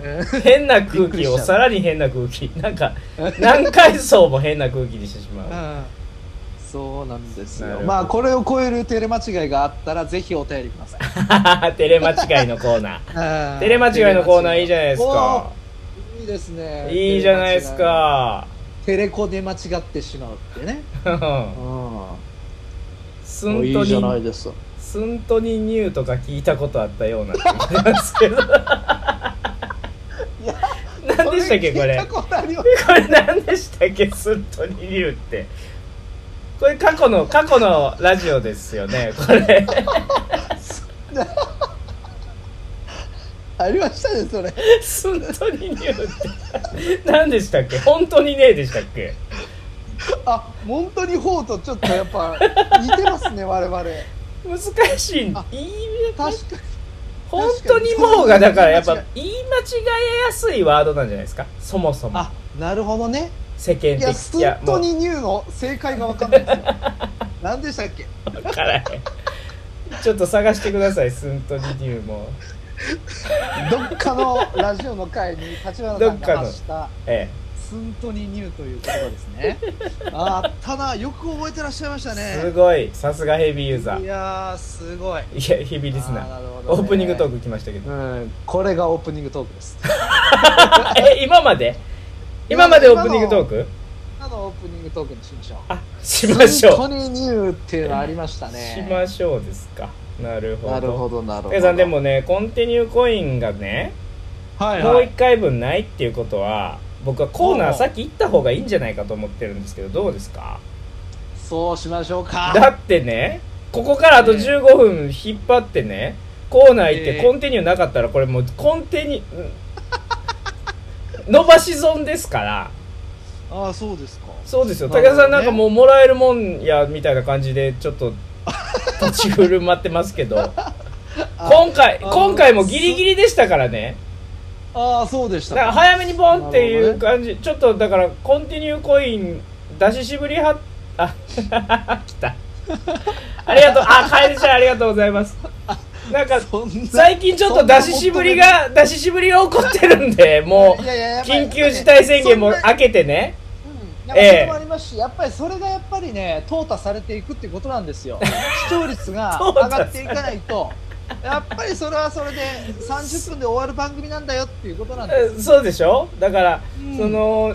ええ
変な
び
空
っくりし
気を
ちゃう
さらに変な空気なんか何回層も変な空気にしてしまう
そうなんです
なる
よ
ほ。ど
まあこれを超えるテレ間違いがあったらぜひお便りください。
テレ間違いのコーナ
うん
ー。テレ間違いのコーナーいいじゃないですか。
おーいいですね。
いいじゃないですか。
テレコで間違ってしまうってね。う
す
ん。
ん
い
と
いじゃない
に、
ですか。
すんとにニューとか聞いたことあったような気がしますけど。何でしたっけ、こ
聞い
れ
た。ことあるよ
これ何でしたっけ、すんとにニューって。これ過去の、過去のラジオですよね、これ。
ありましたねそれ。
すんとにニューって。何でしたっけ本当にねえでしたっけ
あ本当にほうとちょっとやっぱ似てますね我々。
難しい。言い
あ
間
確かに。
本当にもうがだからやっぱ
確
言い間違えやすいワードなんじゃないですかそもそも
あなるほどね。
世間
い
的
やス
いや
ント
も
にニューの正解がわかんないですよ。何でしたっけ。
う分からへんちょっと探してくださいスントニニューも
どっかのラジオの会に立花さんが発した
え
「スントニニュー」という言葉です ねああただよく覚えてらっしゃいました
え、す
ね
ごいさすがヘビーユーザー
い
い
やーすごい
やヘビーリスナ
あー
ー
なるほど
オ
ね
ープニングトーク来ましたけど
うんこれがオープニングトークです
え今まで今までオープニングトーク
あのオープニングトークにしましょう
あしましょう
スントニニューっていうのありましたね
しましょうですかなるほど
なるほどなるほ
え
ど
さんでもねコンティニューコインがね
はい
もう
はい
一回分ないっていうことは僕はコー
お
ナー
う
先行った方がいいんじゃないかと思ってるんですけどどうですか
そうしましょうか
だってねここからあと
ええ
15分引っ張ってねコーナー行っ
え
て
え
コンティニューなかったらこれもうコンティニュー伸ばし損ですから
ああそうですか
そうですよ
な
武
るほ
田
どね
さんなんかもうもらえるもんやみたいな感じでちょっ と立ち振る舞ってますけど今回
あの
今回もギリギリでしたからね
ああそうでし
だから
た
早めにボンってい
なる
う
ほ
感じ、ちょっとだからコンティニューコイン出ししぶりはあ 来たありがとうあ楓ちゃんありがとうございますなんか
そんな
最近ちょっと出ししぶりが出ししぶりが起こってるんでも
いやいやや
う
っぱり
緊急事態宣言も
そんな
開けてね
うん、なんかそ
ええ
れもありますし、やっぱりそれがやっぱりね、淘汰されていくっていうことなんです よ。視聴率が上
淘汰され
がっていかないと、やっぱりそれはそれで30分で終わる番組なんだよっていうことなんです。
うんそうでしょだから、
うん
その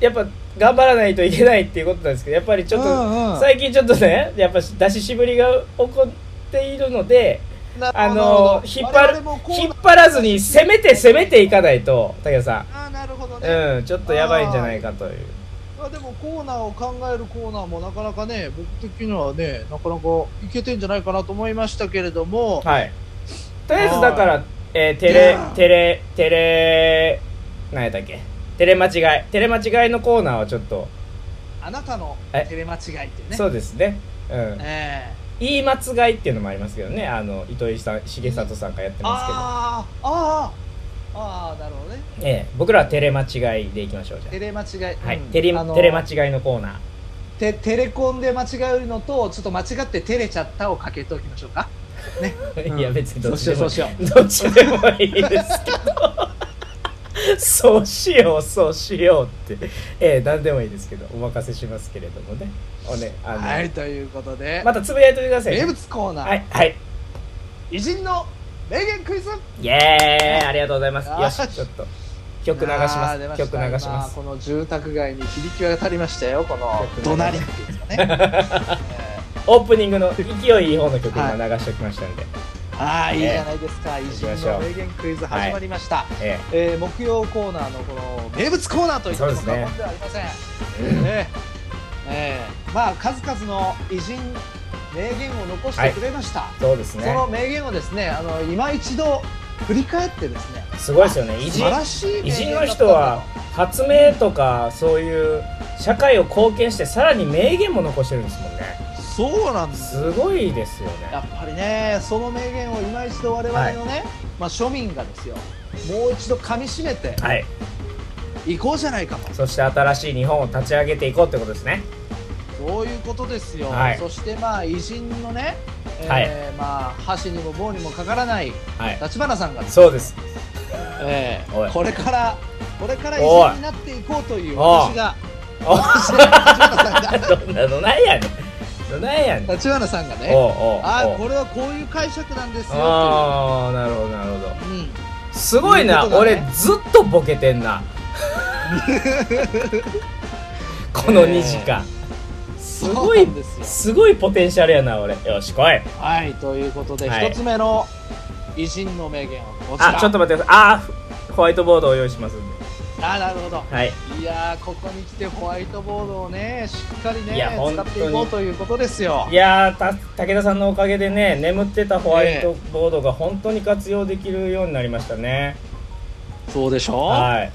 やっぱ頑張らないといけないっていうことなんですけどやっぱりちょっと、
うんうん
最近ちょっとねやっぱ出ししぶりが起こっているので
なる
あ
ほど
の引っ張
我々もこ
る
う
引っ張らずに攻めて攻めていかないと武田さ
あーなるほどね、
んうんちょっとやばいんじゃないかという
まあ、でもコーナーを考えるコーナーもなかなかね僕的にはねなかなかいけてんじゃないかなと思いましたけれども、
はいとりあえ
あ
ず
ー
だから、えーテレ
うん
テレテレ何やったっけテレ間違いテレ間違いのコーナーはちょっと、
あなたの
え
テレ間違いっていうね
そうですねうん
ええ
言い間違いっていうのもありますけどねあの糸井さん重里さんがやってま
あーあーあーなるほどね
すけど、ええ僕らはテレ間違いでいきましょうじゃ
テレ間違い、
あ、はい
うん
テレ
あの
テレ間違いのコーナー
テテレコンで間違えるのとちょっと間違って照れちゃったをかけておきましょうかね
いや別にどっ
そ
ちで
うしよ
も
うそうしよ
どっちでもいいですけどそうしようそうしようって、ええ何でもいいですけどお任せしますけれどもねおねあの、
はい、ということで、
またつぶやいてください、
名
ね、
物コーナー、
はいはい
偉人の名言クイズ
イエーイありがとうございます
よ
よ
し
しちょっと曲流し
あ
ま
ー出
す
た
曲流しま
今
す
この住宅街に響き渡りましたよこの
曲流します
怒鳴りっていうんですかね、 え
オープニングの勢いいい方の曲今流しておきましたんで、
ーああいいじゃないですか偉人
行きましょ
の
う
名言クイズ始まりました、
え
えー木曜コーナーのこの名物コーナーといっても過言ではありません、ええええまあ数々の偉人名言を残してくれました、
えそうです
そ
ね
の名言をですねあの今一度振り返ってですね
すごいですよね偉
素
人
晴らしい名
偉
言だったん
人の
だ
人は発明とかそういう社会を貢献してさらに名言も残してるんですもんね
そうなんです
すごいですよ
や
ね
っぱりねその名言を今一度我々のね、まあ、庶民がですよもう一度噛みしめて
はい
いこうじゃないかと
そして新しい日本を立ち上げていこうってことですね
そういうことですよ、
はい
そしてまあ偉人のね、えー
はい
まあ、箸にも棒にもかからない
はい
立花さんがですね
そうです
ええ
おい
これからこれから偉
おい
人になっていこうという
おい
私が
お
私が立花さんが
どんなのなんやねんどんなんやねん
立花さんがね
おうおう
あ
お
あ
う
これはこういう解釈なんですよ
あーなるほどなるほど
という、うん、
すごい
い
な
うことだ
俺
ね
ずっとボケて んなこの2時間、すご
そう
い
なんですよ
すごいポテンシャルやな俺よし来い
はいということで一、
はい
つ目の偉人の名言はこちら
あちょっと待ってくださいあーホワイトボードを用意しますんで
あなるほど
はい
いやーここに来てホワイトボードをねしっかりね
いや本
使
当
っ
に
ていこうということですよ
いやーた武田さんのおかげでね眠ってたホワイトボードが本当に活用できるようになりましたね、
そうでしょ
はい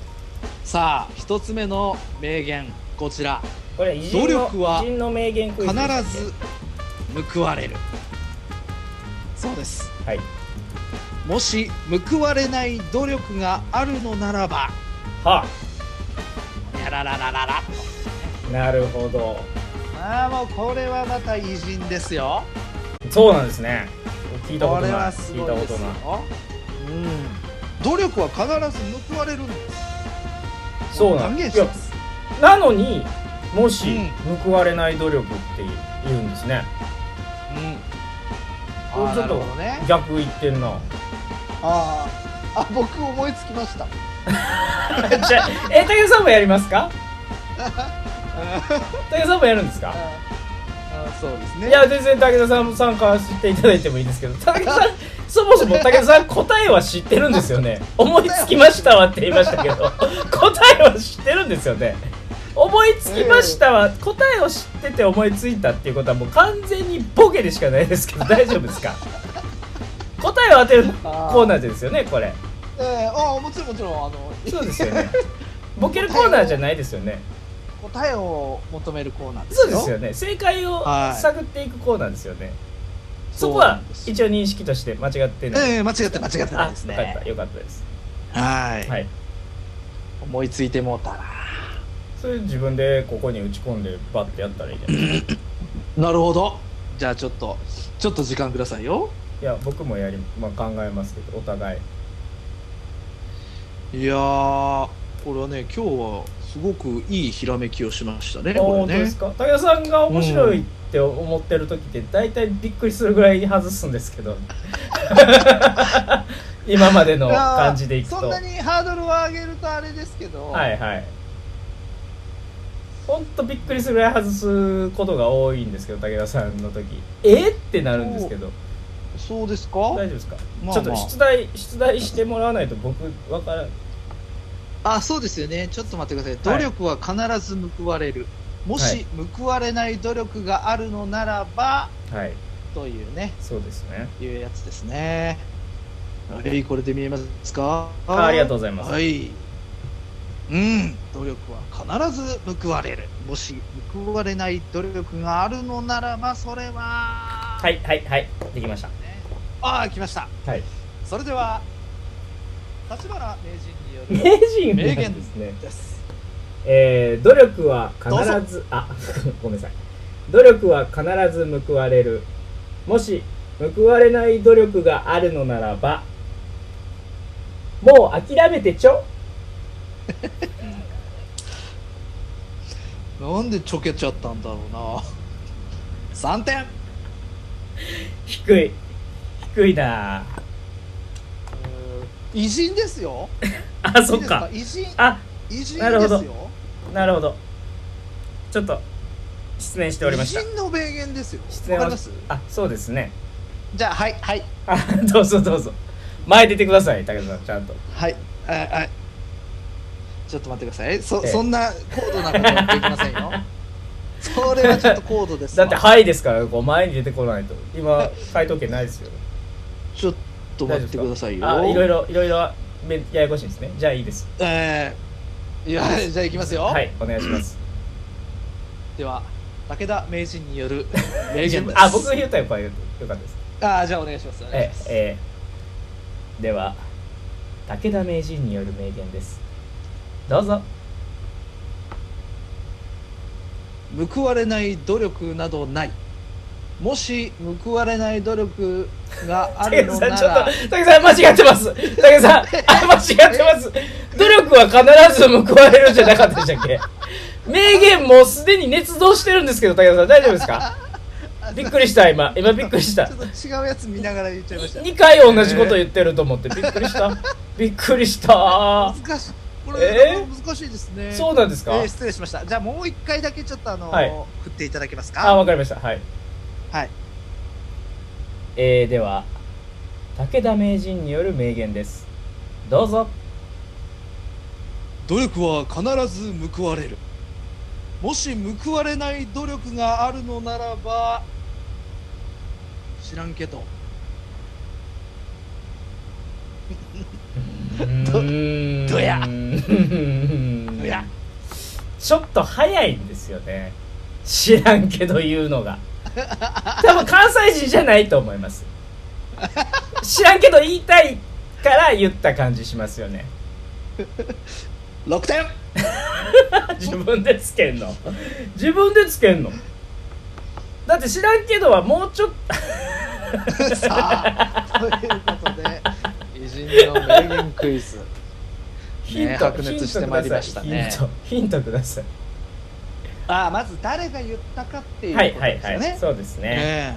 さあ一つ目の名言こちら
これ偉人の
努力は
偉人の名言クイ
必
ズでしたっけ
ず報われるそうです
はい
もし報われない努力があるのならば
は
やららららら
あなるほど
まあもうこれはまた偉人ですよ
そうなんですね聞いたこ
ことれ
ない
はす
聞い
ご
た
い
こ
です
と
よ
ない、
うん、努力は必ず報われるんです
そうなん
断
で
言
す
し
よ
ます
なのにもし
う
報われない努力って言うんですね、
うんあーな
ちょっ
る
と
ほどね
逆言ってんな
あーあ僕思いつきました
じゃあえ武田さんもやりま すか
あ
武田さんもやるんですか
ーそうですね
いや全然武田さんも参加していただいてもいいですけど武田さんそもそも武田さん答えは知ってるんですよね思いつきましたわって言いましたけど答えは知ってるんですよね思いつきましたわ答えを知ってて思いついたっていうことはもう完全にボケでしかないですけど大丈夫ですか答えを当てるコーナーですよねこれ
ええああもちろんもちろんあの
そうですよねボケるコーナーじゃないですよね
答えを求めるコーナーですよ
そうですよね正解を
はい
探っていくコーナーですよね、そこ
うな
は
んです
一応認識として間違ってない
ええ間違って間違ってないです
あよかっ
ね
たよかったです
はい、
はい
思いついてもうたな
それ自分でここに打ち込んでバッてやったらいいじゃないですか
なるほどじゃあちょっとちょっと時間くださいよ
いや僕もやり、まあ、考えますけどお互い
いやーこれはね今日はすごくいいひらめきをしましたね
あ
こ
本当
れ
で
ね
すか武田さんが面白いって思ってる時って大体びっくりするぐらい外すんです けど今までの感じでいくと
そんなにハードルを上げるとあれですけど、
はいはいほんとびっくりするぐらい外すことが多いんですけど武田さんの時えってなるんですけど
そうですか
大丈夫ですか、
まあまあ
ちょっと出題出題してもらわないと僕わから
あそうですよねちょっと待ってください
はい
努力は必ず報われる、もし報われない努力があるのならば
はい
というね
そうですね
いうやつですねはいこれで見えますか
あありがとうございます、
はいうん努力は必ず報われるもし報われない努力があるのならばそれはは、
はいいはいはいできました
ああ来ました
はい
それでは立花名人
名
による
人
名
な
言
んですね
です
えー、努力は
どう
必ずあ ごめんなさい努力は必ず報われるもし報われない努力があるのならばもう諦めてちょ
なんでちょけちゃったんだろうな3点
低い低いな
偉人ですよ
あ
い
そ
い
っ
です
か
偉人
あ
偉人
なる
で
ほど
すよ
なるほどちょっと失念しておりました
偉人の名言ですよ
失
わ
念
か
は
ります
あそうですね
じゃあはいはい
あどうぞどうぞ前出てください武田さんちゃんと
はいああちょっと待ってくださいそ
ええ
そんな高度なことやっていきません よそれはちょっと高度です
だっ
わ
て「はい」ですからこう前に出てこないと今回答権ないですよ
ちょっと待ってくださいよ
あいろいろいろいろめややこしいですねじゃあいいです
えーいやじゃあいきますよ、
はいお願いします
では武田名人によ る名言です
あ僕が言ったらこれよかったです
あじゃあお願いしますお願いし
え
ます
えーでは武田名人による名言ですどうぞ
報われない努力などないもし報われない努力がある
武
の
田さ
なん
ちょっと
ら
武田さん間違ってます武田さんあ間違ってます努力は必ず報われるんじゃなかったでしたっけ名言もうすでに捏造してるんですけど武田さん大丈夫ですかびっくりした今今びっくりした
ちょっと違うやつ見ながら言っちゃいま した
2回同じこと言ってると思ってびっくりしたびっくりした
難しいこ
え
れ、
ー
難しいですね
そうなんですか
えー失礼しましたじゃあもう一回だけちょっとあの、
はい
振っていただけます
あ
か
わかりましたはい
はい
えー、では武田名人による名言ですどうぞ
努力は必ず報われるもし報われない努力があるのならば知らんけどどや
ど
どや
ちょっと早いんですよね知らんけど言うのが多分関西人じゃないと思います知らんけど言いたいから言った感じしますよね
6点
自分でつけんの自分でつけんのだって知らんけどはもうちょっと
さあということで偉人の名言クイズ
ヒント、
白熱してまいりましたね
ヒントヒントください
ああまず誰が言ったかっていうこ
は
と
いは
で
い
すよ
は
ね、
いそうですね
え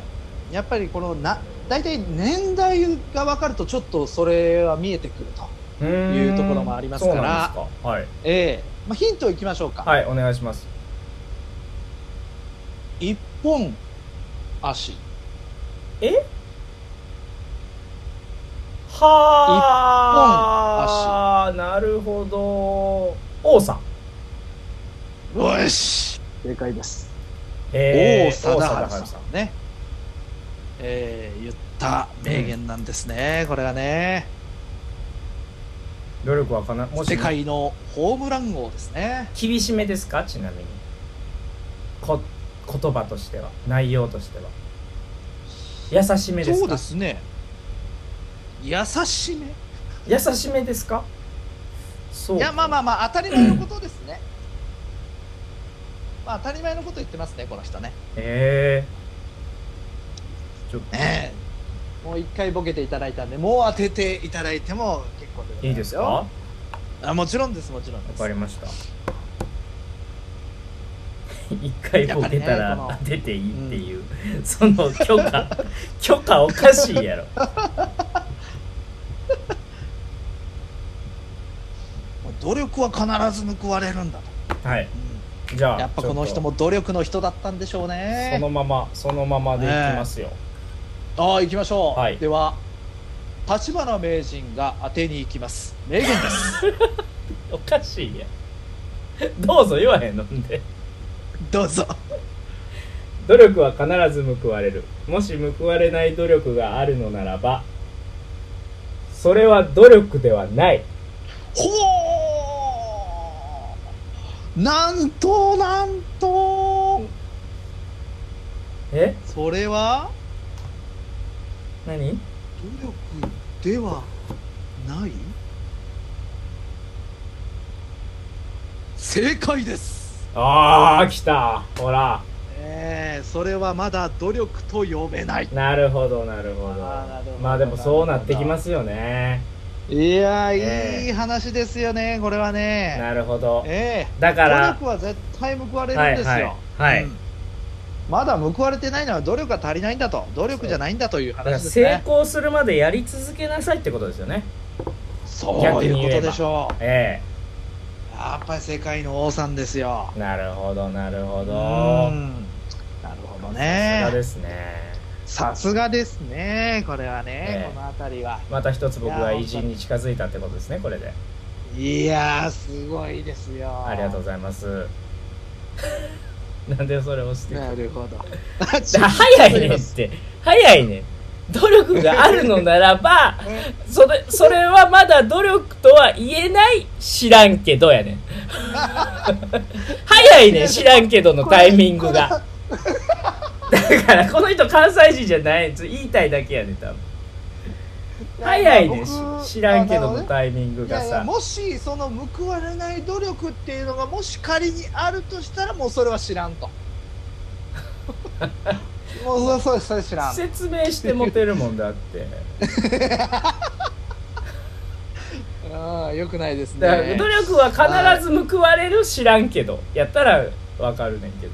えやっぱりこのな大体年代が分かるとちょっとそれは見えてくると、
うーん
いうところもありますから
そうなんですかはい
ええまあ、ヒントいきましょうか、
はいお願いします
一本足
えはあなるほど王さん
よし正解です、
え
王
ー
貞
王
治
貞治
さ
さん
んね、ええ言った名言なんですね、これはね
努力はかなも
世界のホームラン王ですね
厳しめですかちなみにこ言葉としては内容としては優しめですか
そうですね優しめ
優しめですかそう
いやまあまあまあ当たり前のことですねまあ当たり前のこと言ってますねこの人ね
ええちょっ
ねえもう一回ボケていただいたんでもう当てていただいても結構でござ
といいですか
ま
わ
すよあもちろんですもちろんです
かり ました一回
やっ
ボケた
ぱりねこの
ら出ていいっていう、その許 可許可おかしいやろ
もう努力は必ず報われるんだと、
はい
うん
じゃあ
やっぱこの人も努力の人だったんでしょう
ちょっとそ
ね
のままそのままでいきますよ、
ああ行きましょう、
はい
では立花名人が当てに行きます名言です
おかしいやんどうぞ言わへんのんで
どうぞ
努力は必ず報われるもし報われない努力があるのならばそれは努力ではない
ほうなんとなんと
え
それは
何
努力ではない正解です
ああ来たほら
ええそれはまだ努力と呼べない
なるほどなるほど
あーなるほど
まあでもそうなってきますよね
いやー、
ええ
いい話ですよね、これはね。
なるほど
ええ
だから
努力は絶対報われ
は
るん
い
ですよ。
はいはい、
うんまだ報われてないのは努力が足りないんだと、努力じゃないんだという
だから
話です
成
ね。
功するまでやり続けなさいってことですよね
そういう
逆に
こ
言え
と
ば
でしょう。
え
やっぱり世界の王さんですよ
え。なるほどなるほ
う
ど
んなるほど
さすが
ね。
ですね
さすがですね、これはね
え、え
この辺りは。
また一つ僕は偉人に近づいたってことですねこれで
いやー、すごいですよ。
ありがとうご
う
ざいます なんでそれをしてくる
なる ほど。
早いねんって早いねん努力があるのならばそれそれはまだ努力とは言えない知らんけどや ねん早いねん知らんけどのタイミングがだからこの人関西人じゃないんです言いたいだけやねん多分早いねんし
僕
知らんけど
あ
の
の
タイミング
い
が
やい
さ
やもしその報われない努力っていうのがもし仮にあるとしたらもうそれは知ら んともうそうそうそれ知らん
説明してモテるもん だって
うんよくないです
だから
ね
努力は必ず報われる知らんけどやったらわかるねんけど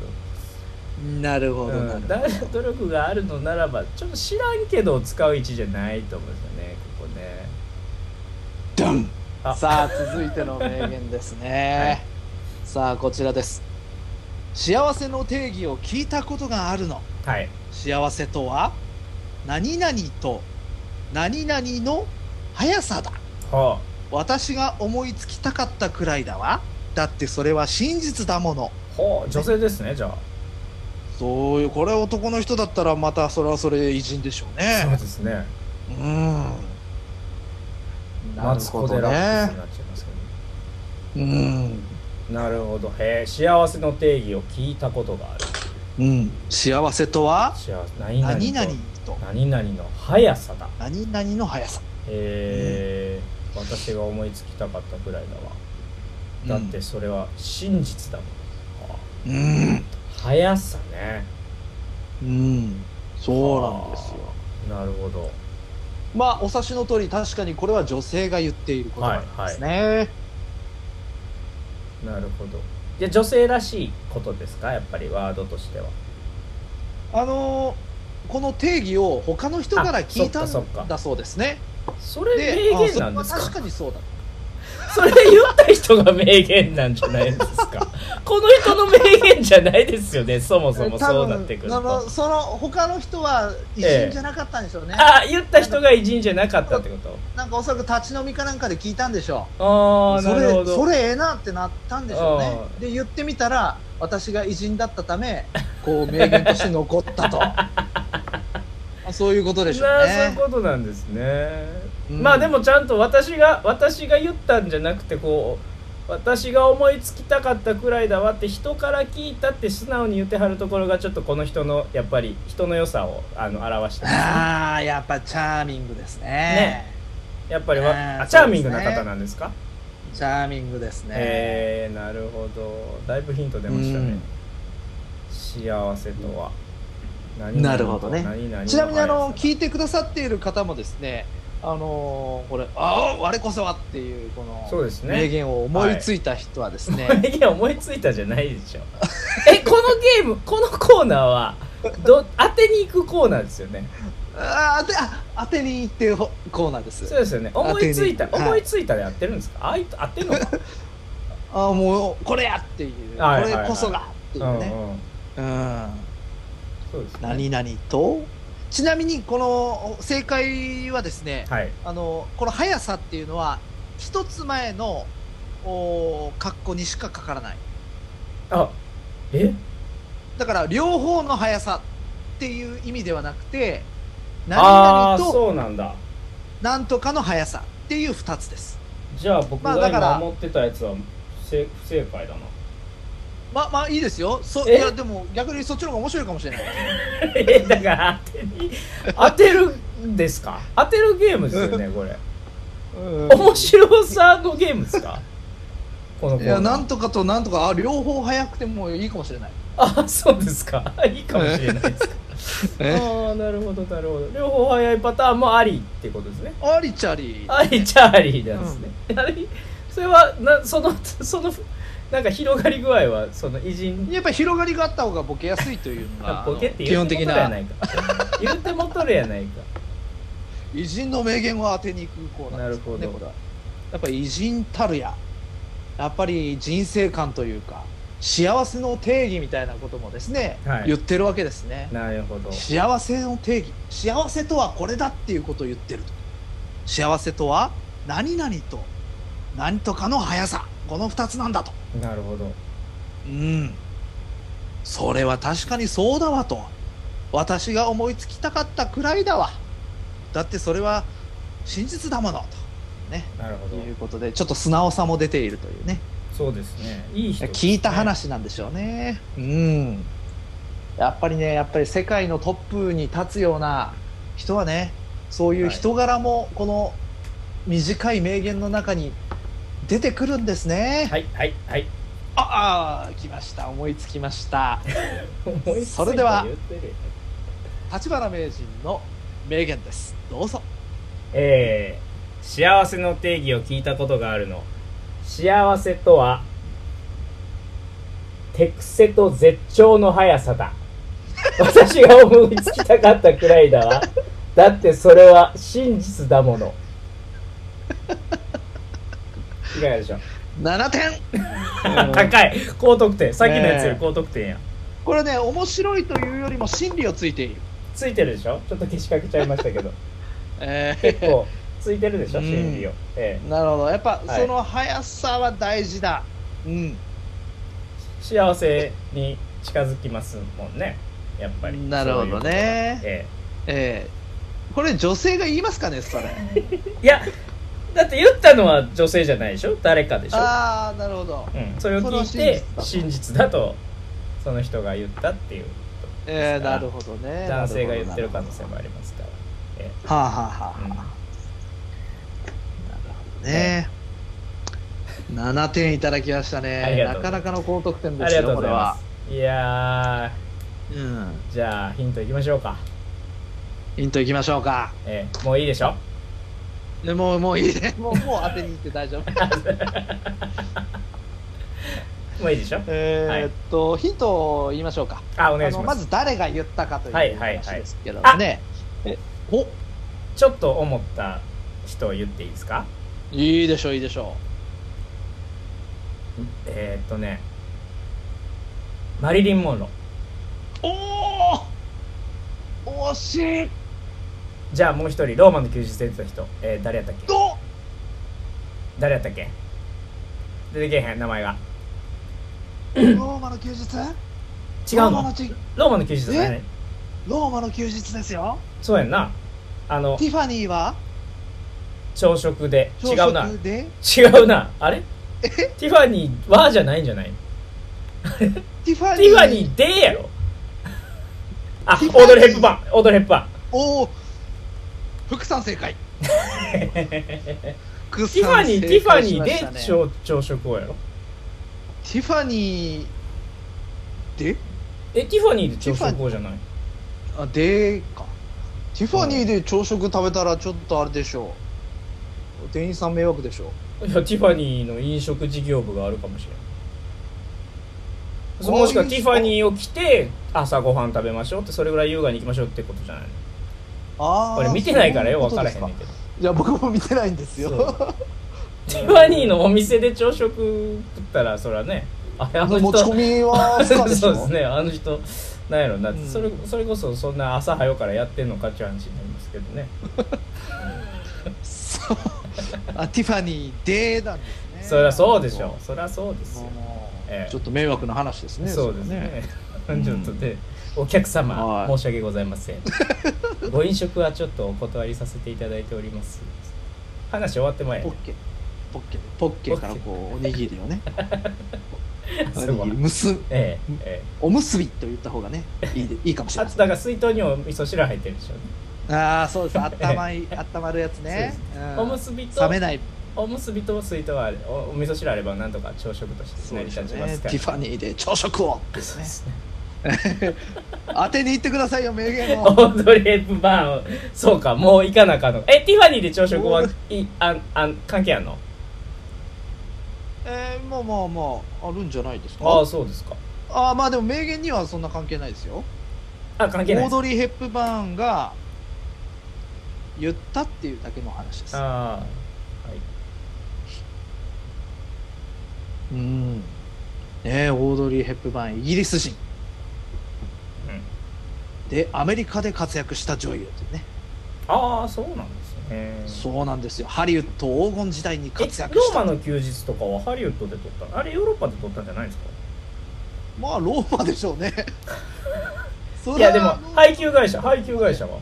なるほどなる
うん、
ほど、
だ努力があるのならばちょっと知らんけどを使う位置じゃないと思うんですよねここね
ドン
あ
さあ続いての名言ですね、さあこちらです幸せの定義を聞いたことがあるの
はい
幸せとは何々と何々の速さだ
ほ
私が思いつきたかったくらいだわだってそれは真実だもの
うほう女性ですねじゃあ
そういうこれ男の人だったらまたそれはそれで偉人でしょう
そう
ね
ですね
うんなる
マツ
ほ
コ・
ど
デラ
ね
ックスになっちゃいますけ
うん、
どなるほどへえ幸せの定義を聞いたことがある
うん、幸せとは
幸せ何々と
何々と
何々の速さだ
何々の速さ
へえ、私が思いつきたかったくらいだわだってそれは真実だもん、あ
うん、
速さね
うん、そうなんですよ
なるほど
まあお察しの通り確かにこれは女性が言っていることなんですね、
なるほどじゃあ女性らしいことですかやっぱりワードとしては
あのーこの定義を他の人から聞いた
あそっかそっか
んだそうですね。
それ名
あ
言
そ
な
れ
ん
は
です
確
か
かにそうだ。
それ言った人が名言なんじゃないです かこの人の名言じゃないですよねそもそもそうなってくる
多分あの
と
その他の人は偉人じゃなかったんでしょうね。
あ言った人が偉人じゃなかったってこと
なんかおそらく立ち飲みかなんかで聞いたんでしょ
あ
う。
あ
そ
な
れ
るほど
それええなってなったんでしょうね
う。
で言ってみたら私が偉人だったためこう名言として残ったと。 あそういうことでしょう
なあそうい
ね
う。ことなんですね、
うん
まあでもちゃんと私が私が言ったんじゃなくてこう私が思いつきたかったくらいだわって人から聞いたって素直に言ってはるところがちょっとこの人のやっぱり人の良さをあの表してます
ああやっぱチャーミングですね。
ねやっぱり
ね
わあチャ
そ
ー
うで
ミ
す
ン
ね
グな方なんですか
チャーミングですね。
えー、なるほどだいぶヒント出まし
う
たね、
ん
幸せとは何々
なるほどね
何々
ちなみにあの
速さ
聞いてくださっている方もですね、あのーこれ「ああ我こそは」っていうこ
そう
の
ですね
名言を思いついた人はですね、
いや思いついたじゃないでしょえこのゲームこのコーナーはど当てに行くコーナーですよね
ああ当てあ当てに行ってるコーナーで
そ
す
うですよね思いついた
当てにはい
思いついたでやってるんですかあい合ってんの か、
ああもうこれやっていう、
はいはいはい
これこそがっていううんね、
うん
うん
そうですね
何々とちなみにこの正解はですね、
はい
あのこの速さっていうのは一つ前のおー括弧にしかかからない
あえ
だから両方の速さっていう意味ではなくて何
あ
々
あー
と
そうなんだ
何とかの速さっていう2つです
じゃあ僕
まあ
が
だから
今思ってたやつはせ不正解だな
まあまあいいですよそい
え
やでも逆にそっちの方が面白いかもしれない
えだから当てに当てるんですか当てるゲームですよね これ面白さのゲームですかこのコーナー
いやなんとかとなんとかあ両方速くてもいいかもしれない
あそうですかいいかもしれないです
え
ああなるほどなるほど両方早いパターンもありってことですね
ありちゃり
ありチャーリーなんですね、あれそれはなそのそのなんか広がり具合はその偉人
やっぱり広がりがあった方がボケやすいというのが
ボケって
基
言う
本
ても
的
とるや
な
ないか言うてもとるやないか
偉人の名言を当てに行くコーナーですよ
な
ね
るほど
これはやっぱり偉人たるややっぱり人生観というか幸せの定義みたいなこともですね、
はい
言ってるわけですね
なるほど
幸せの定義幸せとはこれだっていうことを言ってると幸せとは何々と何とかの速さこの2つなんだと
なるほど
うんそれは確かにそうだわと私が思いつきたかったくらいだわだってそれは真実だものとね
なるほ
と
ど
いうことでちょっと素直さも出ているというね
そうですねいい人ですね
聞いた話なんでしょうね。うん。やっぱりね、やっぱり世界のトップに立つような人はね、そういう人柄もこの短い名言の中に出てくるんですね。
はいはいはい
ああ、来ました。思いつきました。
思いついた
それでは
言うてるやん
立花名人の名言です。どうぞ。
えー幸せの定義を聞いたことがあるの幸せとは手癖と絶頂の速さだ 私が思いつきたかったくらいだわだってそれは真実だものいかがでしょう
7点うん
高い高得点さっきのやつ
ね
より
え
高得点や
これね、面白いというよりも真理をついている。
ついてるでしょちょっと消しかけちゃいましたけど
えー
結構ついてるでしょ心理を、ええ
なるほど。やっぱ、
はい
その速さは大事だ。うん。
幸せに近づきますもんねやっぱり
なるほどね
そういう
ええこれ女性が言いますかねそれ
ことがええいやだって言ったのは女性じゃないでしょ誰かでしょ、
ああなるほど、
うん、それを聞い
それは
て真実だとその人が言ったっていう
え
です
ー、
か
なるほどね
男性が言ってる可能性もあ
る
りますから
ほどはあ、はあはあ
うん
はあ、ねえ7点いただきました
あり
ね
が
な
とうござ
かなか
います
の高得点で
あり
す
が
よ
とう
こ
ござ
れ
いま
は
すいや
うん
ーじゃあヒントいきましょうか、
ヒントいきましょうか
ええもういいでしょ
でもうもういいね もうもう当てにいって大丈 夫
もういいでしょ
えーっと、ヒントを言いましょうか
あお願い
あ
し
の
ま
ますず誰が言ったかという
はいはいはい
話ですけどもね、えお
ちょっと思った人を言っていいですか
いいでしょういいでしょ
えー、っとねマリリン・モンロー
うおお惜しい
じゃあもう一人ローマの休日で出てた人、えー誰やったっけ
ど
誰やったっけ出てけへん名前が
ローマの休日
違う
ローマ
の
のち
ローマの休日だね
ローマの休日ですよ
そうやんなあの
ティファニーは
朝食で
朝
違うな
食で
違うなあれティファニーはじゃないんじゃない
ティファ
ティファニーでやろあオードリー・ヘップバーンオードリー・ヘップバ
おお福さん正 解
ーン
福
ティフ
さ
ァ
ん
ニーティ
正
ファ
解し
ニー
ました
で
ね
朝朝食をやろ
ティファニーで
えティファニーで朝食をじゃない
あでかティファニーで朝食食べたらちょっとあれでしょう店員さん迷惑でしょう
いやティファニーの飲食事業部があるかもしれないそ
あ
もしくは
飲
テ
食
ィファニーを着て朝ごはん食べましょうってそれぐらい優雅に行きましょうってことじゃないの
ああ
これ見てないからよ
そううこと
分から
で
へ
す
んねんけど
いや僕も見てないんですよ
そうティファニーのお店で朝食食ったらそらねああの
持
人
ち込みは不可でし
そ
ょ
うですねあの人なんやろな、
うん
それそれこそそんな朝早うからやってんのかっていう話になりますけどね、
そうあティファニーでなんですね
そりゃそうでしょうそりゃそうですよ、
もう
ええ
ちょっと迷惑な話ですね
そうですね。
うん
ちょっとで、お客様、
はい
申し訳ござい ません。ご飲食はちょっとお断りさせていただいております。話終わって前
それねポ
ね
ッ。ケポッケポッケからこうおにぎりをねお
そう
に
は
ぎりむす
ええ、え
おむすびと言った方がねいいでいいかもしれ
え。あ
ない
とだから水筒にも味噌汁入ってるでしょうね。
ああそうですあったま いあったまるやつね
そう
うん
おむすび
冷
と
めない
おむすびと水筒はあれおお味噌汁あればなんとか朝食として成り
でしょ
立
う
ちます
ね
か
テ
ら。
ィファニーで朝食をっていう
そう
ね
ですね。
当てに行ってくださいよ名言
オ
を
ードリー・ヘップバーンそうかもう行かなあかんのえティファニーで朝食はいあんあん関係あんの
えー、まあまあまああるんじゃないですか
ああそうですか
あーまあでも名言にはそんな関係ないですよ
あ関
オ
係ない
ー
です
ドリー・ヘップバーンが言ったっていうだけの話です
ああはい
うんねえオードリー・ヘップバーンイギリス人
うん
でアメリカで活躍した女優ってね、
ああそうなんですね
そうなんですよハリウッド黄金時代に
え
活躍
ロ
し
ーマ
た
の休日とかはハリウッドで撮ったのあれヨーロッパで撮ったんじゃないんですか
まあローマでしょうねそ
い
れは
やでも
ローマ
配給会社配給会社は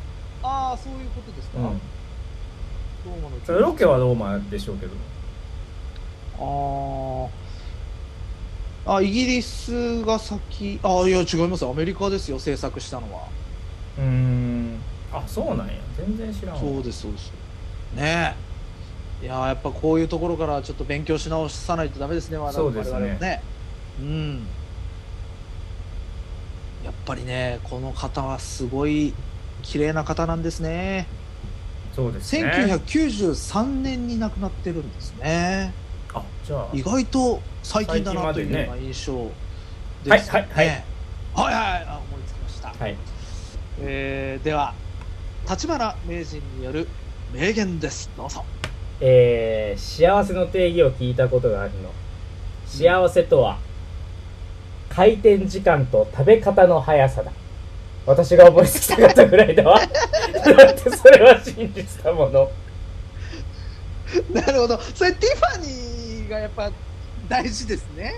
ああそういうことですか、
う
ロ
ん
ーマの
それロケはローマでしょうけど
あーあイギリスが先あいや違いますアメリカですよ制作したのは
うーんあそうなんや全然知らんわ
そうですそうですねえいやーやっぱこういうところからちょっと勉強し直さないとダメですね我々
そうですね
我々もねうんやっぱりねこの方はすごい綺麗な方なんですね
そうですね
1993年に亡くなってるんですね
あじゃあ
意外と最近だなというような印象です
はいはい
ねはいはいあ思いつきました、
はい
えーでは立花名人による名言ですどうぞ
えー、幸せの定義を聞いたことがあるの幸せとは回転時間と食べ方の速さだ私が思いつきたかったぐらいだわだってそれは真実だもの
なるほど。それティファニーがやっぱ大事ですね。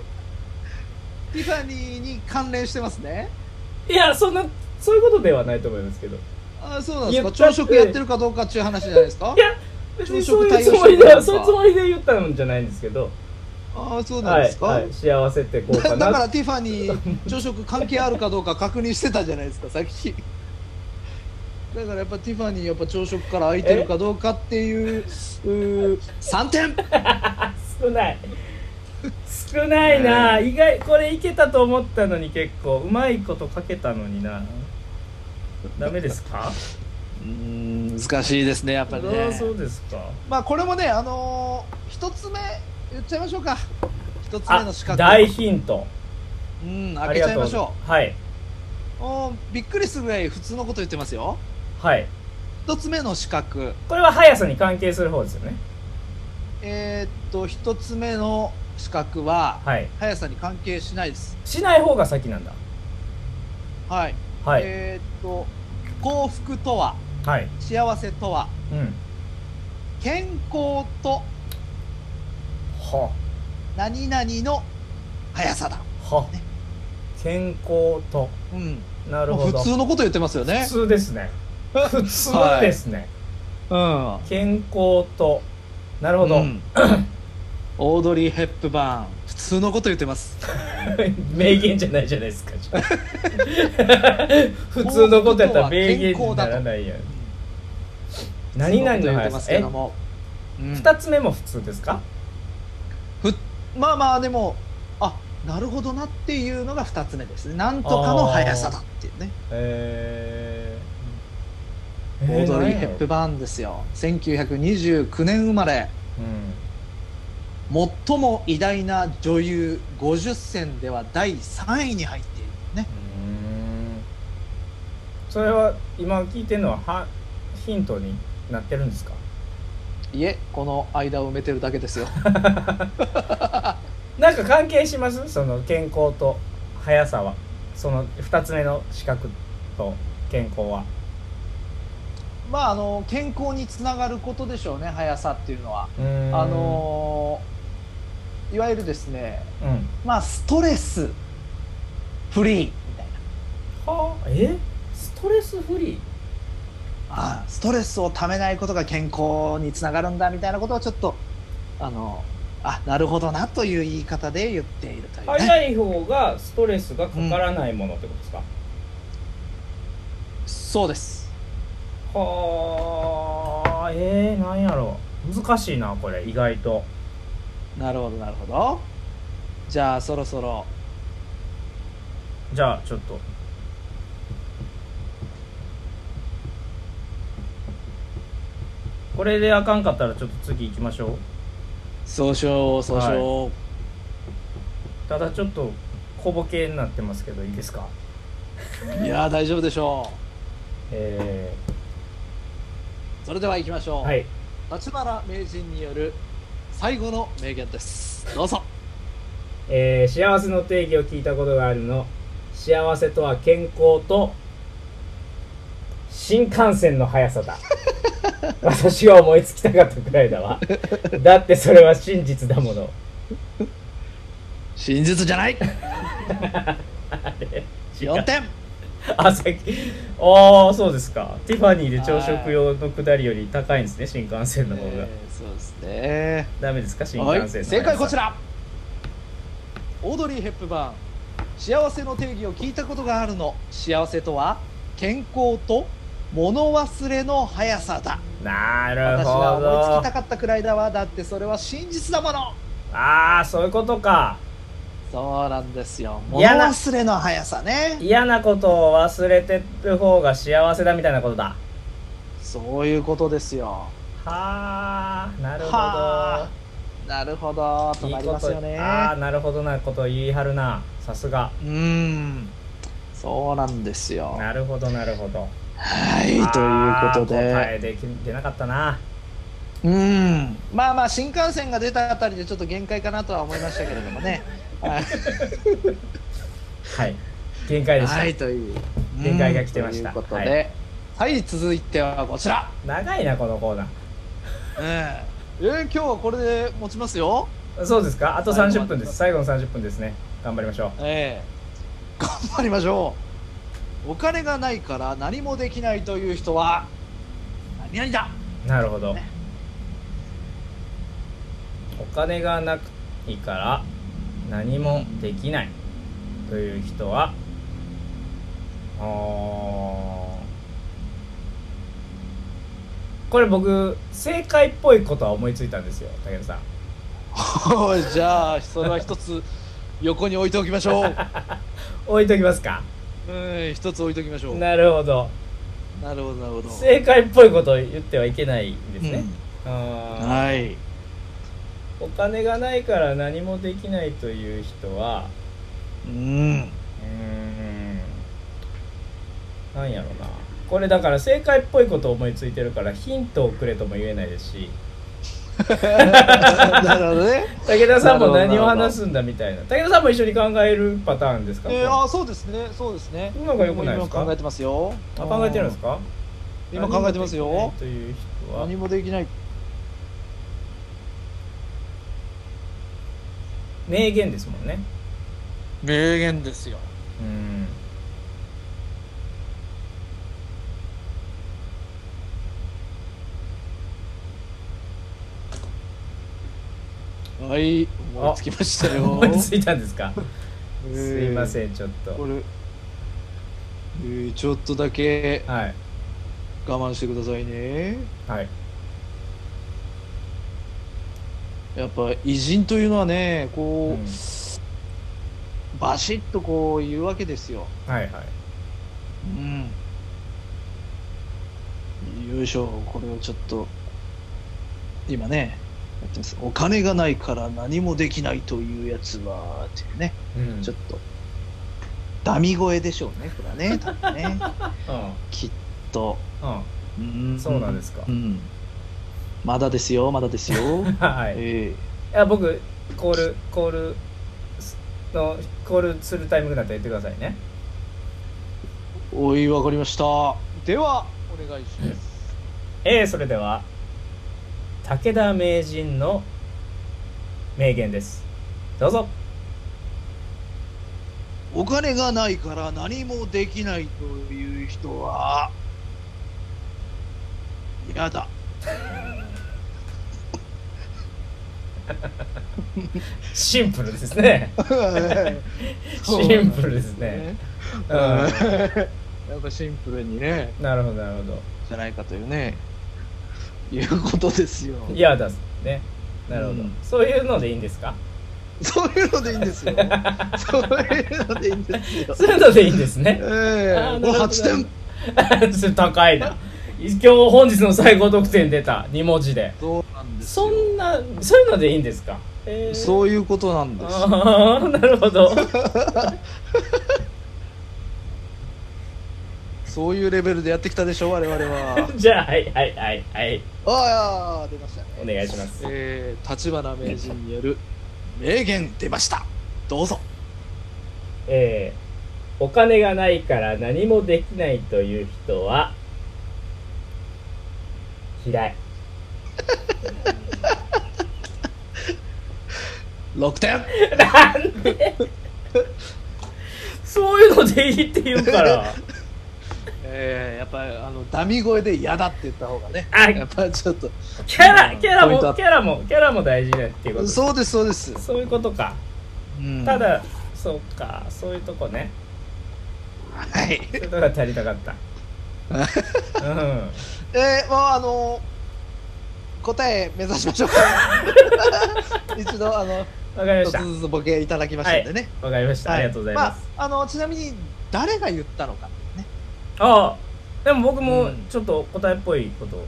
ティファニーに関連してますね。
いやそんなそういうことではないと思いますけど
あそうなんですか。
いやだ
朝
って
食やってるかどうかっていう話じゃないですか
い。や別にそういうつ
朝食
もり
対
で
応して
そういうつもりで言ったんじゃないんですけど
あそうなん
は
で
い
す、か。
はい、幸せってこう
だ
か
だか
な
らティファニー朝食関係あるかどうか確認してたじゃないですかさっきだからやっぱティファニーやっぱ朝食から空いてるかどうかっていううー3点
あ少ない少ないな、意外これいけたと思ったのに結構うまいことかけたのになダメですか
うん難しいですねやっぱり
あー
ね
そうですか
まあこれもねあのー、一つ目言っちゃいましょうか一つ目の
あ
資格
大ヒント
うん
あ
開け
り
ちゃ
が
い
とう
ましょ
はい、
うおーびっくりするぐらい普通のこと言ってますよ
はい、
一つ目の資格
これは速さに関係する方ですよね
えー、っと一つ目の資格は
はい
速さに関係しないです
しない方が先なんだ
はい
はい、
えーっと幸福とは
はい
幸せとは
うん
健康と
は
何々の速さだ、
は健康と
うん、
なる
もう
ほど
普通のこと言ってますよね
普通です ね普通ですね、
うん
健康となるほ
う
ど、
んオードリー・ヘップバーン普通のこと言ってます
名言じゃないじゃな いですかちょっと普通のことやったら名言にならないやん何々
普通こと言
の
ってま
速さ
すけ
え
ども、うん
二つ目も普通ですか
まあまあでもあなるほどなっていうのが2つ目ですねなんとかの速さだっていうね
え
オ
ー
ードリー・
何
ヘ
やろ
ップバーンですよ1929年生まれ
うん
最も偉大な女優50選では第3位に入っているね
うんそれは今聞いてるのははヒントになってるんですか
いえこの間を埋めてるだけですよ
なんか関係しますその健康と速さはその2つ目の資格と健康は
まああの健康につながることでしょうね速さっていうのは
うーん
あのーいわゆるですね
うん
まあストレスフリーみたいな
はあえストレスフリ
ああストレスをためないことが健康につながるんだみたいなことをちょっとあのあなるほどなという言い方で言っているという
ー
ね、
早い方がストレスがかからないものってことですか、
そうです
はあえー、なんやろう難しいなこれ意外と
なるほどなるほどじゃあそろそろ
じゃあちょっとこれであかんかったらちょっと次行きましょ
総称総称、
うただちょっと小ボケになってますけどいいですか
い、やー大丈夫でしょ
え
うそれでは行きましょ
ー
う、
はい
立花名人による最後の名言ですどうぞ
えー幸せの定義を聞いたことがあるの幸せとは健康と新幹線の速さだ 私が思いつきたかったくらいだわだってそれは真実だもの
真実じゃ ない4点
あさっきああそうですかティファニーで朝食用の下りより高いんですね新幹線の方が、
えーそうですね
ダメですか新幹
はい、
線の速さ
正解こちらオードリー・ヘップバーン幸せの定義を聞いたことがあるの幸せとは健康と物忘れの速さだ
なる
私
ほ
は思いつきたか
ど
ったくらいだわだってそれは真実だもの
ああそういうことか
そうなんですよ物
嫌な
忘れの速さね
嫌なことを忘れてる方が幸せだみたいなことだ
そういうことですよ
はあなる
は
ほ
あなるほどと
ど
なりますよね
ああなるほどなことを言い張るなさすが
うーんそうなんですよ
なるほどなるほど
はい
あー
ということで
答えでき出なかったな
うんまあまあ新幹線が出たあたりでちょっと限界かなとは思いましたけれどもねはい
はい限界でした、
はいという
限界が来てました
うんということで、
は
はい、続いてはこちら、
長いなこのコーナ
うんえー今日はこれで持ちますよ
ーそうですかあと
最後
30分です最後の30分ですね頑張りましょう
ええ頑張りましょうお金がないから何もできないという人は何々だ
なるほど、
ね
お金がなくいから何もできないという人はあーこれ僕正解っぽいことは思いついたんですよ武田さん
おいじゃあそれは一 つ横に置いておきましょう
置いときますか
うん一つ置いておきましょうな
なるほど
るほどなるほど
正解っぽいことを言ってはいけないんですね、
うん
あ
はい
ーお金がないから何もできないという人は
うん
うーんなんやろなこれだから正解っぽいことを思いついてるからヒントをくれとも言えないですし
なるほどね。
武田さんも
なるほ
何
ど
を話すんだみたいな武田さんも一緒に考えるパターンですか、
えー、あーそうですね、そうですね。
なんか良くないですか
今考えてますよ。
あ考えてるんです
か
か
今考えてますよ。
何もできないという人は
何もできない。
名言ですもんね
名言ですよ。
うん
はい、思いつきましたよ。
思いついたんですか
え
す
ー
いませんちょっ
ことれ、えーちょっとだけ
はい
我慢してくださいね。
はい
やっぱ偉人というのはね、こう、
うん
バシッとこう言うわけですよ。
はいはい
うん。よいしょ、これをちょっと、今ね、やってます。お金がないから何もできないというやつは、っていうね、
うん
ちょっと、ダミ声でしょうね、これはね、多分ね。
う
きっと。
んうん
うん
そうなんですか
うん。まだですよ、まだ ですよ。
はい
え
いや僕コールコールのコールするタイミングだったら言ってくださいね
えおい、わかりました。では、お願いします。
えー、それでは武田名人の名言ですどうぞ
お金がないから何もできないという人は嫌 だ
シンプルで すね
そう
シンプルですね
うんやっぱシンプルにね
なるほどなるほ
じゃないかというねいうことですよ
ど嫌だっすねなるほど、
うん
そういうのでいいんですか
そういうのでいいんですよ。そういうのでいいんですよ。
そういうのでいいんですね
え。え
あー
これ
なるほど
8点。
それ高いな。今日本日の最高得点出た2文字で。
そうなんですよ。
そんなそういうのでいいんですか。えー
そういうことなんですよ。
ああなるほど。
そういうレベルでやってきたでしょ、我々 は。
じゃあはいはいはいはい
ああ、出ましたね。
お願いします。
えー、立花名人による名言出ました。どうぞ。
えーお金がないから何もできないという人は嫌い。
6点。
なんでそういうのでいいって言うから。
えー、やっぱりあのダミ声で嫌だって言った方がね。
あ
やっぱりちょっと。
キャラ、キャラ
ポイントアッ
も、
プ
キャラも、キャラも大事だっていうこと。
そうです、そうです。
そういうことか。
うん
た。だ、そうか、そういうとこね。
はい。
そういうとこが足りなかった。うん。
えー、まああの答え目指しま しょうか一度あの
わかりま
一
した。
つずつボケいただきましたんでね、
わかりました。ありがとうございます。
まあ、あのちなみに誰が言ったのかね
ああ、でも僕も
うん
ちょっと答えっぽいことを。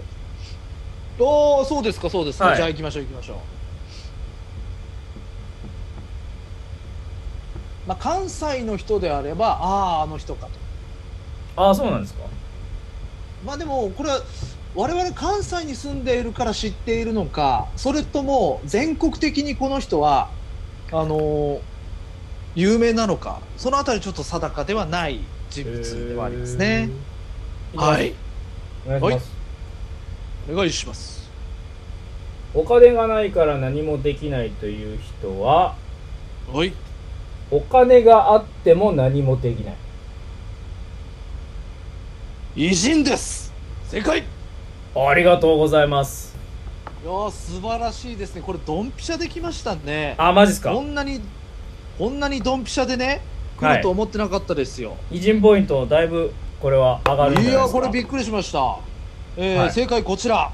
おおそうですかそうですか、
はい
じゃあ行きましょう行きましょうまあ関西の人であればあああの人かと
ああ、そうなんですか。
まあでもこれは我々関西に住んでいるから知っているのかそれとも全国的にこの人はあのー有名なのかそのあたりちょっと定かではない人物ではありますね。
へー
はい。
お願いします。
お願いします
お金がないから何もできないという人は、
はい
お金があっても何もできない。
偉人です正解い
ありがとうございます。
やー素晴らしいですねこれドンピシャできましたね
あ、マジっすか
こ。んなにこんなにドンピシャでね来ると思ってなかったですよ、
偉人ポイント、だいぶこれは上がるんじゃ
い
ないで
や
すか。
これびっくりしました、えー
はい
正解こちら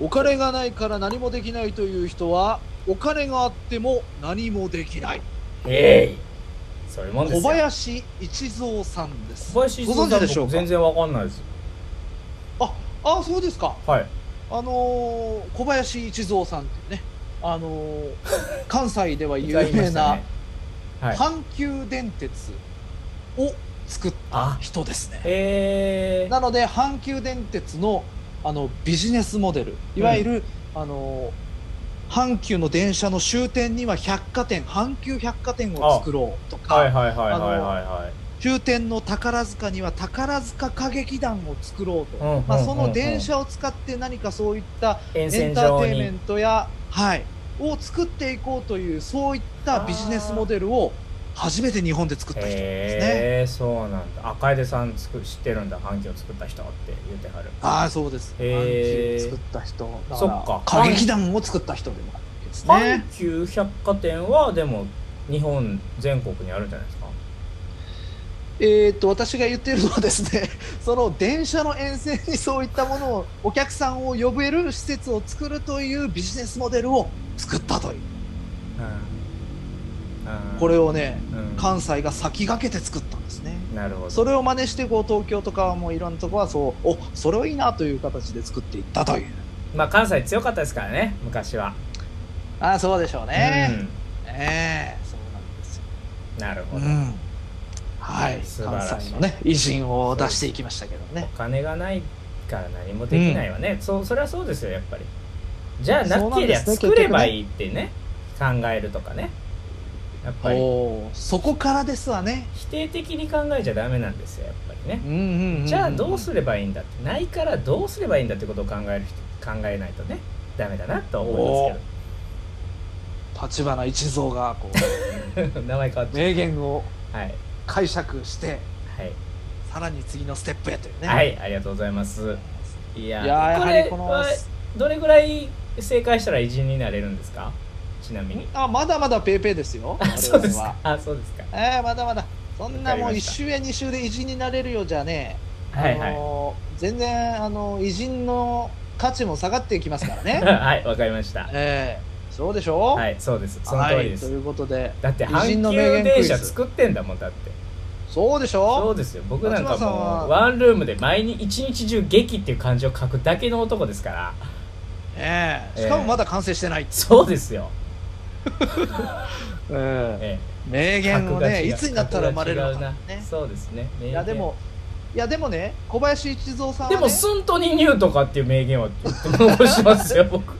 お金がないから何もできないという人はお金があっても何もできない
ええそういうもんです
小
よ。
林一三さんです
小林一
ご
三
存
さ
知
ん
でしょう
僕
か
全然わかんないです。
あそうですか
はい。
あのー小林一三さんっていうねあのー関西では有
意外
名
でした
な
ね。はい。
阪急電鉄を作った人ですね
ええ
なので阪急電鉄のあのビジネスモデルいわゆる、あの阪急の電車の終点には百貨店阪急百貨店を作ろうとか、
はいはいはいはいは
終点の宝塚には宝塚歌劇団を作ろうと、
うんうんうんうん
まあ、その電車を使って何かそういった
い。沿
エン
線
ター
上
テインメ
に
ン。トや、はい、を作っていこうというそういったビジネスモデルを初めて日本で作った人なんですね。
ええそうなんだ。赤出さんつく知ってるんだ。阪急を作った人って言ってはる。
ああそうです。
へー
阪急を作った人だ
そ
か
っ
ら
か
歌劇団を作った人でもあるんです
阪
ね。
急百貨店はでも日本全国にあるんじゃないですか。
えーっと私が言っているのはですね、 その電車の沿線にそういったものをお客さんを呼べる施設を作るというビジネスモデルを作ったという。
うん
これ、をね、
うん
関西が先駆けて作ったんですね。
なるほど。
それを真似してこう東京とかもいろんなとこはそうおそれはいいなという形で作っていったという
まあ関西強かったですからね昔は。
ああそうでしょうね、
うん
ええそうなんですよ
なるほ
う
ど、
ん、はい
素晴らしい
関西のね偉人を出していきましたけど
お
ね
金がないから何もできないわね、そうそれはそうですよやっぱりじゃあなけりゃ
そうなんですね
作ればいいってね考えるとかねやっぱり
おーそこからですわね
否定的に考えちゃダメなんですよやっぱりね
うんうん、うん、
じゃあどうすればいいんだってないからどうすればいいんだってことを考える人考えないとねダメだなと思いま
立花一蔵がこ
すけど名前変わっ
う
て
名言を
はい
解釈して
はい、
さらに次のステップへというね、、
はいいありがとうございますいや
やーや
こ
は
れ
りこの
はどれぐらい正解したら偉人になれるんですかちなみに
あまだまだペーペーですよ
あそうです
我々
か
は
あそうですか
ええまだまだそんなも
わか
う
り
1
ました
週や2週で偉人になれるようじゃね
はいは
あ
い
のー全 然あの偉人の価値も下がっていきますからね
はいわかりました
ええそうでしょう、
はいそうですその通りです、
はい、ということで
だって阪
偉人の名
急
言ク
電
イズ
車作ってんだもんだって
そうでし
そ
ょ
うですよ僕なんか
松村さんは
もうワンルームで毎日一日中「劇」っていう漢字を書くだけの男ですか
う、
ら
ええしかもまだ完成してない、
そうですよ、
え
え
え名
え、
言を
格が
ね
違う
いつになったら生まれるのか
格が違うな
ね
そうですね名言
いやでもいやでもね小林一三さんは、ね、
でも「スントニニュー」とかっていう名言は残しますよ 僕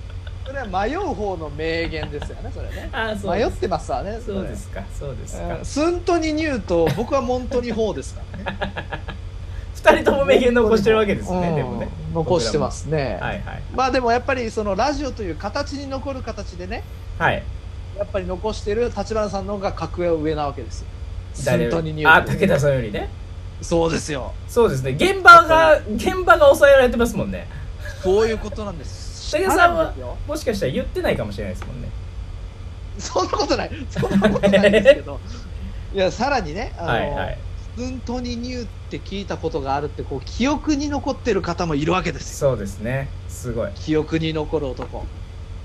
それは迷う方の名言ですよねそれね
ああそう
迷
で
っ
す
てますわね
そうですかそうです
それ
か、
うんスントニニューと僕はモントニホーですからね
二人とも名言残してるわけですね、
うん
でもね
残してますね、
僕らもはいはい
まあでもやっぱりそのラジオという形に残る形でね
はい
やっぱり残してる立花さんの方が格上上なわけですよ
誰
ス
よ
ント
り
ニニュー
あ武田さんよりね
そうですよ
そうですね現場が現場が抑えられてますもんね
そういうことなんです
武田さんは
知らないですよ
もしかしたら言ってないかもしれないですもんね
そんなことないそんなことないですけ どいやさらにねあの、
はいはい
スントニニューって聞いたことがあるってこう記憶に残ってる方もいるわけですよ
そうですねすごい
記憶に残る男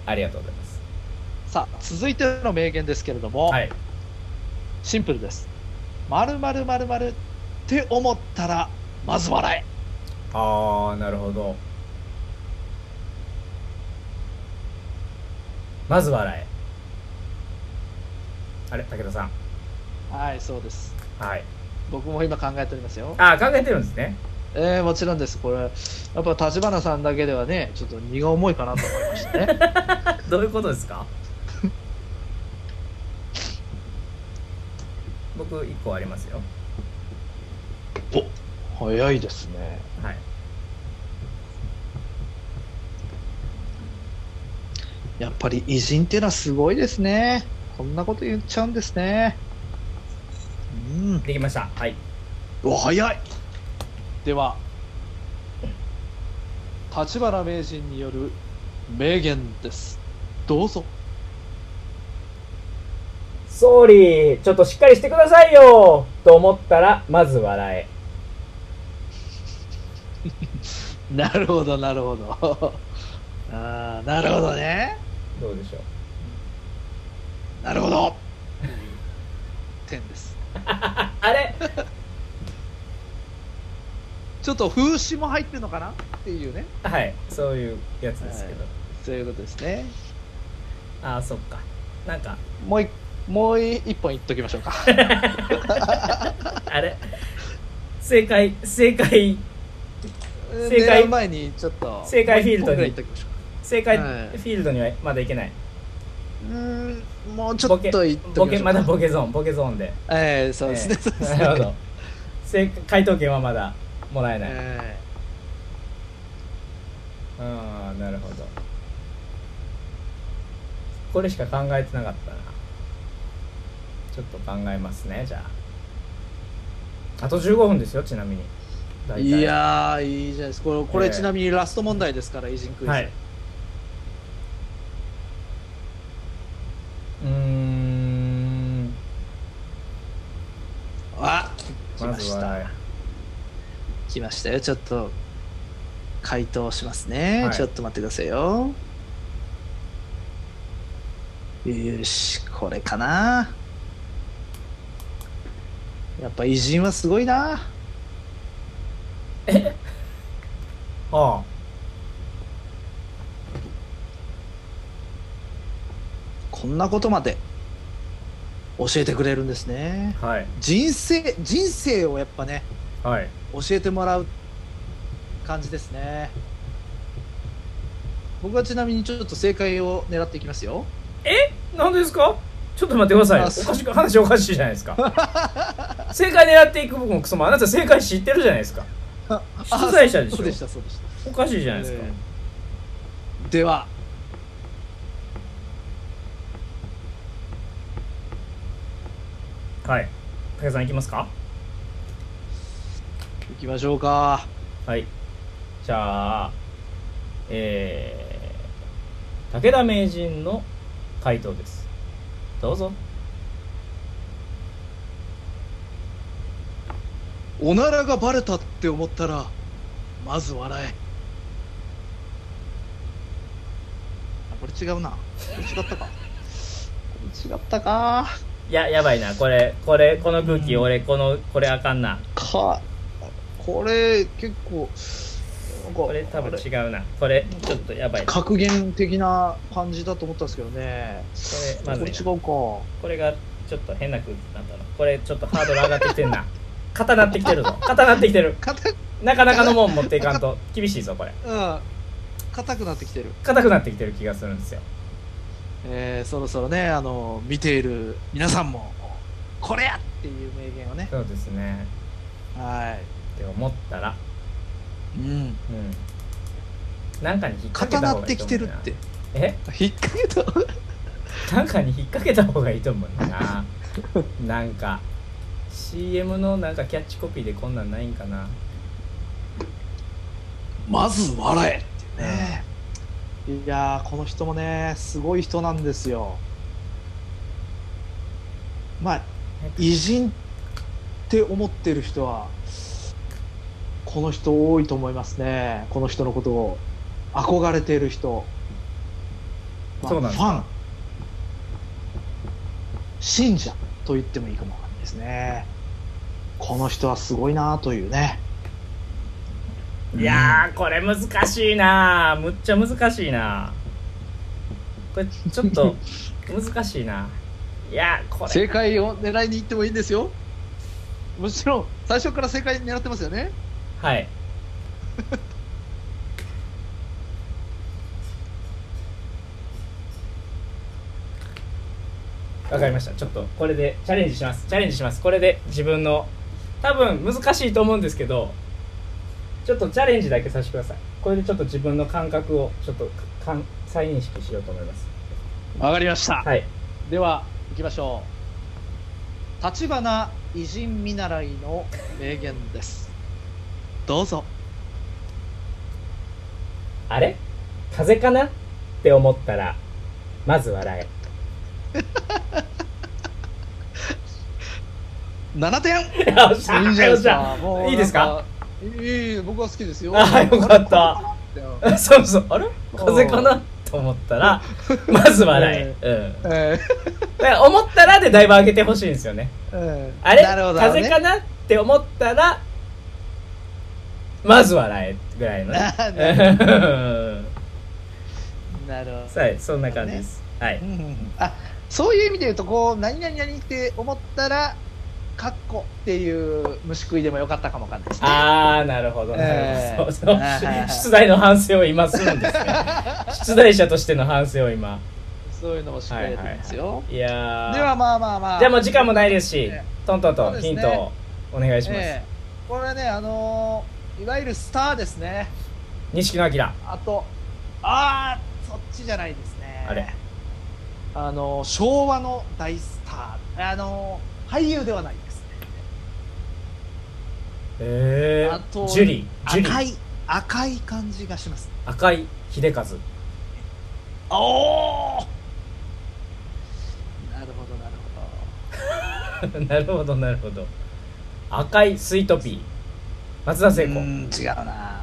ありがとうございます
さあ続いての名言ですけれども、
はい
シンプルです「まるまるまるまるって思ったらまず笑え
ああなるほどまず笑えあれ武田さん」
はいそうです
はい
僕も今考えておりますよ
ああ考えてるんですね
えー、もちろんですこれやっぱ立花さんだけではねちょっと荷が重いかなと思いました ね
どういうことですか 僕一個ありますよ
早いですね
はい
やっぱり偉人ってのはすごいですねこんなこと言っちゃうんですねうん
できましたはい
お早いでは立花名人による名言ですどうぞ
総理ちょっとしっかりしてくださいよと思ったらまず笑
なるほど なるほどあーなるほどね
えどうでしょう
なるほど点です
ああれ
ちょっと風刺も入ってるのかなっていうね
はいそういうやつですけど、
はそういうことですね
ああそっかなんか
もういもうい一本いっときましょ うか
あれ正解正解正解
狙う前にちょっと
正解フィールドに
もう一本ぐらいいっときましょう
正解フ
はい
ィールドにはまだいけない
かうーんもうちょ
ボ
っ
ケ
といっときましょ
ボ
うか
ケまだボケゾーンボケゾーンで
ええそうですね、
ええ
そうですね
なるほど正解回答権はまだもらえない、
え
ああなるほどこれしか考えてなかったなちょっと考えますねじゃああと15分ですよちなみに
え
大体
いやーいいじゃないですかこれこれ
ええ
ちなみにラスト問題ですから偉人クイズ、
はい、うーん
あ来
ま
ま
ず
し
は
た、来ましたよちょっと回答しますね、
はい
ちょっと待ってくださいよよしこれかなやっぱ偉人はすごいな
あ
こんなことまで教えてくれるんですね
あはい
人生人生をやっぱね
はい
教えてもらう感じですね僕はちなみにちょっと正解を狙っていきますよ
何ですかちょっと待ってくださいよ
ま
お
あ
かしく話おかしいじゃないですか正解狙っていく僕もクソもあなた正解知ってるじゃないですか
あ
出題者でしょ
そうでしたそうでした
おかしいじゃないですか、
えーでは
はい武井さんいきますか
行きましょうか
はいじゃあえー、武田名人の回答ですどうぞ
おならがバレたって思ったらまず笑えあこれ違違うなこれ違ったかこれ違ったか
いややばいなこれこれこの空気、俺このこれあかんな
かこれ結構なんか
これ多分
あ
違うなこれちょっとやばいなこ
格言的な感じだと思ったんですけどね
れま
こ
ず
れ
い
違
な
うかこ
これがちょっと変な空気になったなこれちょっとハードル上がってきてるな肩なってきてるぞ肩なってきてるなかなかのもん持っていかんと厳しいぞこれ
うん硬くなってきてる、
硬くなってきてる気がするんですよ
えーそろそろねあの見ている皆さんもこれやっていう名言をね
そうですね
は
って思ったら
い、うん、
うんなんかに引っ掛け
固
た
な
方
っ
がい
て
いと
き
思
て
う
る
な
って
え
引っ掛けた
なんかに引っ掛けた方がいいと思うななんか CM のなんかキャッチコピーでこんなんないんかな
まず笑えってね、 いやーこの人もねすごい人なんですよまあ偉人って思ってる人はこの人多いと思いますねこの人のことを憧れている人、まあ
そうなんです
ファン信者と言ってもいいかもわかんないですねこの人はすごいなというね
いやーこれ難しいなむっちゃ難しいなこれちょっと難しいないやこれ
正解を狙いに行ってもいいんですよもちろん最初から正解狙ってますよね
はいわかりましたちょっとこれでチャレンジしますチャレンジしますこれで自分の多分難しいと思うんですけどちょっとチャレンジだけさせてくださいこれでちょっと自分の感覚をちょっとかん再認識しようと思います
わかりました
はい
では行きましょう立花偉人見習いの名言ですどうぞ
あれ風邪かなって思ったらまず笑
7点
えよっしゃ
いいじゃない
よ
で
っ
す
しゃ
かもうなん
いいですか
いい僕は好きですよ
あよ かった
あれ
そうそうあれ風邪かなと思ったら まず笑え、うん
え
だから思ったらでだいぶ上げてほしいんですよね
ーえー
あれ、
なるほど
風邪か
ね
なって思ったらまず笑えぐらいのね
なるほど
はいそんな感じです、は
う
い
んうんうんあそういう意味で言うとこう何々何って思ったらカッコっていう虫食いでもよかったかもわかんないですね
ああなるほど、
えー
そうそ
は
う
いはいはい
出題の反省を今するんですね出題者としての反省を今
そういうのもしっかりやってますよ、
いやー
ではまあまあまあ
じゃあもう時間もないですし、
え
トントン
そ
と
うです
ヒ
ね
ントをお願いします
ええこれはねあのーいわゆるスターですね
錦野明
あとああそっちじゃないですね
あれ
あのー昭和の大スターあのー俳優ではないです
え
あと
ー、ジュリージュリ
赤
ー
い赤い感じがします
赤い秀和
おおなるほどなるほど
なるほどなるほど赤いスイートピー松田聖子
うーん違うな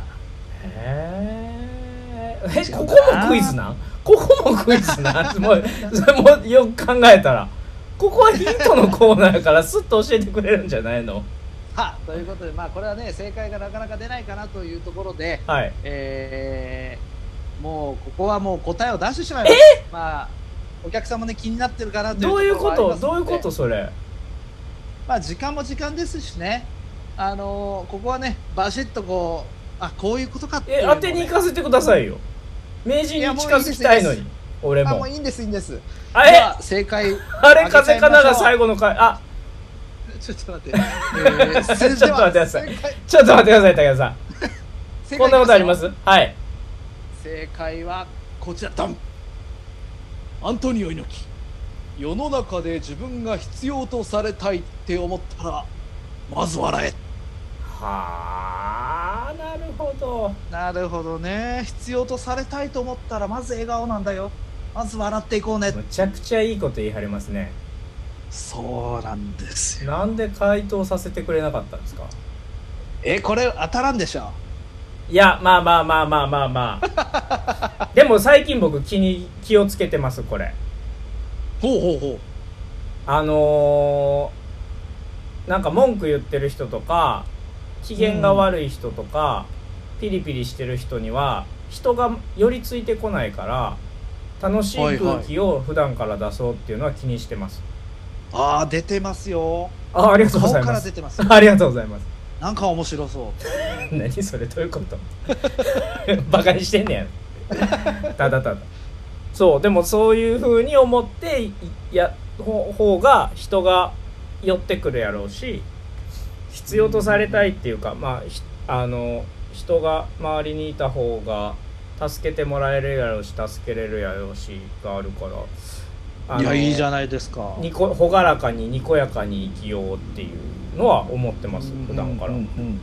えー、え
違うかな
ここもクイズなんここもクイズなん もうそれもよく考えたらここはヒントのコーナーやからスッと教えてくれるんじゃないの
はということでまあこれはね正解がなかなか出ないかなというところで
はい
えーもうここはもう答えを出してしまいますまあお客様ね気になってるかなという
どういうこ
ろはあ
と
りますの
どういう
で
ことそれ
まあ時間も時間ですしねあのーここはねバシッとこうあこういうことかっていう
え
のを
当
ね
てに行かせてくださいよ名人に近づきたいのに
いやもういいですいいで
俺
あ
も
もういいんですいいんです
あ
で
れ
は正解
あれ風かなが最
後
後の回あ
ちょっと待って、えーそれでは
ちょっと待ってください
正解
ちょっと待ってください武田さ
正解
んこんなことありますはい
正解はこちらだアントニオ猪木世の中で自分が必要とされたいって思ったらまず笑
はあなるほど
えなるほどね必要とされたいと思ったらまず笑顔なんだよまず笑っていこうね
むちゃくちゃいいこと言い張りますね
そうなんですよ
なんで回答させてくれなかったんですか
えこれ当たらんでしょ
いやまあまあまあまあまあま あでも最近僕気に気をつけてますこれ
ほうほうほ
あのーなんか文句言ってる人とか機嫌が悪い人とか、ピリピリしてる人には人が寄りついてこないから楽しい空気を普段から出そうっていうのは気にしてます、
うああ出てますよ
あありがとうご
顔
ざい
か
ま
ら
す
出てます
ありがとうございます
なんか面白そう
何それどういうこと バカにしてんね やただただそうでもそういうふうに思っていやほ方が人が寄ってくるやろうし必要とされたいっていうかまあひあの人が周りにいた方が助けてもらえるやろうし助けれるやろうしがあるからあの
いやいいじゃないですか
にこ朗らかににこやかに生きようっていうのは思ってます普段から。
うんうんうん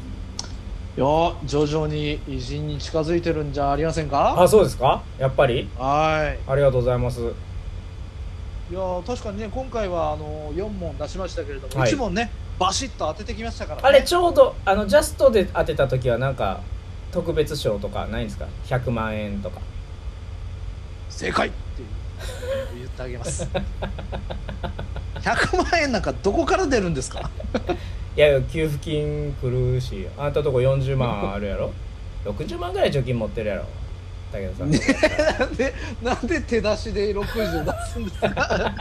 いや徐々に偉人に近づいてるんじゃありませんか
あそうですかやっぱり
は
ありがとうございます
いいや確かにね今回はあの4問出しましたけれども、
はい
1問ねバシッと当ててきましたから、ね、
あれちょうどあのジャストで当てた時はなんか特別賞とかないんですか100万円とか
正解っていう言ってあげます100万円なんかどこから出るんですか
いや給付金来るしあんたとこ40万あるやろ60万ぐらい貯金持ってるやろだけどさん
ねなんでなんで手出しで60出すんですか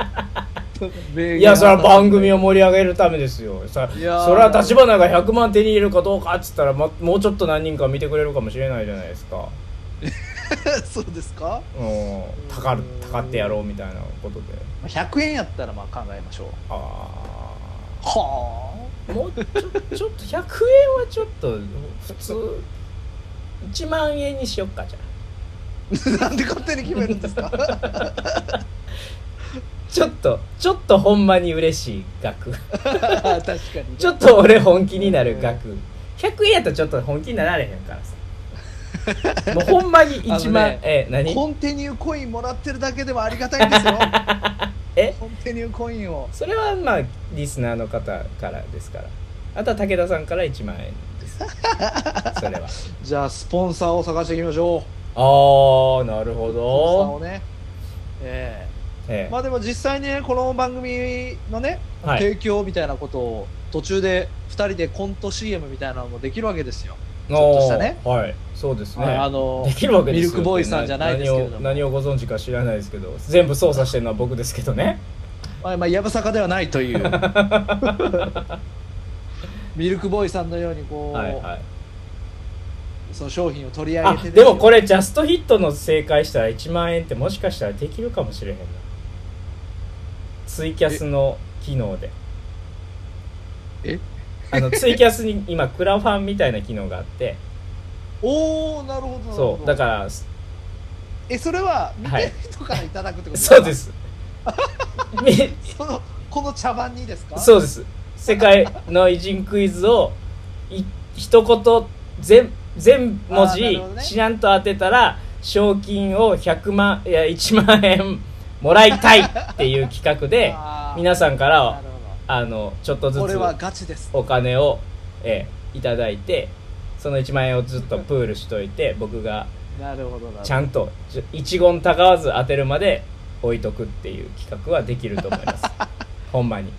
いやそれは番組を盛り上げるためですよさそ
い
れ
やー
は立花が100万手に入れるかどうかっつったら、ま、もうちょっと何人か見てくれるかもしれないじゃないですか
そうですか
うんたかるたかってやろうみたいなことで
まあ100円やったらまあ考えましょう
ああ
は
もうちょちょっと100円はちょっと普通1万円にしよっかじゃあ
あ なんで勝手に決めるんですか
ちょっとちょっとほんまに嬉しい額
確かに
ちょっと俺本気になる額100円やったらちょっと本気になられへんからさもうほんまに1
あの
万、
ね
え何
コンティニューコインもらってるだけでもありがたいんですよ
え
コンティニューコインを
それはまあリスナーの方からですからあとは武田さんから1万円です それは
じゃあスポンサーを探していきましょう
ああなるほ
スポン、
ど
サーをねえ
え
え
え
まあでも実際ねこの番組のね
はい
提供みたいなことを途中で2人でコント CM みたいなのもできるわけですよ、
ち
ょっとしたね
はいそうですね
あの
できるわけですよ
ミルクボーイさんじゃないですけれども
何を何をご存知か知らないですけど全部操作してるのは僕ですけどね
まあまあやぶさかではないと いうミルクボーイさんのようにこう、
はいはい
その商品を取り上げ
あ
てね
でもこれジャストヒットの正解したら1万円ってもしかしたらできるかもしれへんなツイキャスの機能で
え
あのツイキャスに今クラファンみたいな機能があって
おおなるほどなるほど
そうだから
えそれは見て
は
る
い
人からいただくってこと
そうです み
そのこの茶番にですか
そうです世界の偉人クイズをい一言全全文
あーな
字
るほどね
知らんと当てたら賞金を100万いや1万円もらいたいっていう企 画で
あー
皆さんか
な
ら
る
あのちょっとず
ほどこれは
つ
ガチです
お金を、ええいただいてその1万円をずっとプールしといて僕が
なるほどなるほど
ちゃんとじゅ一言たがわず当てるまで置いとくっていう企画はできると思 いますほんまに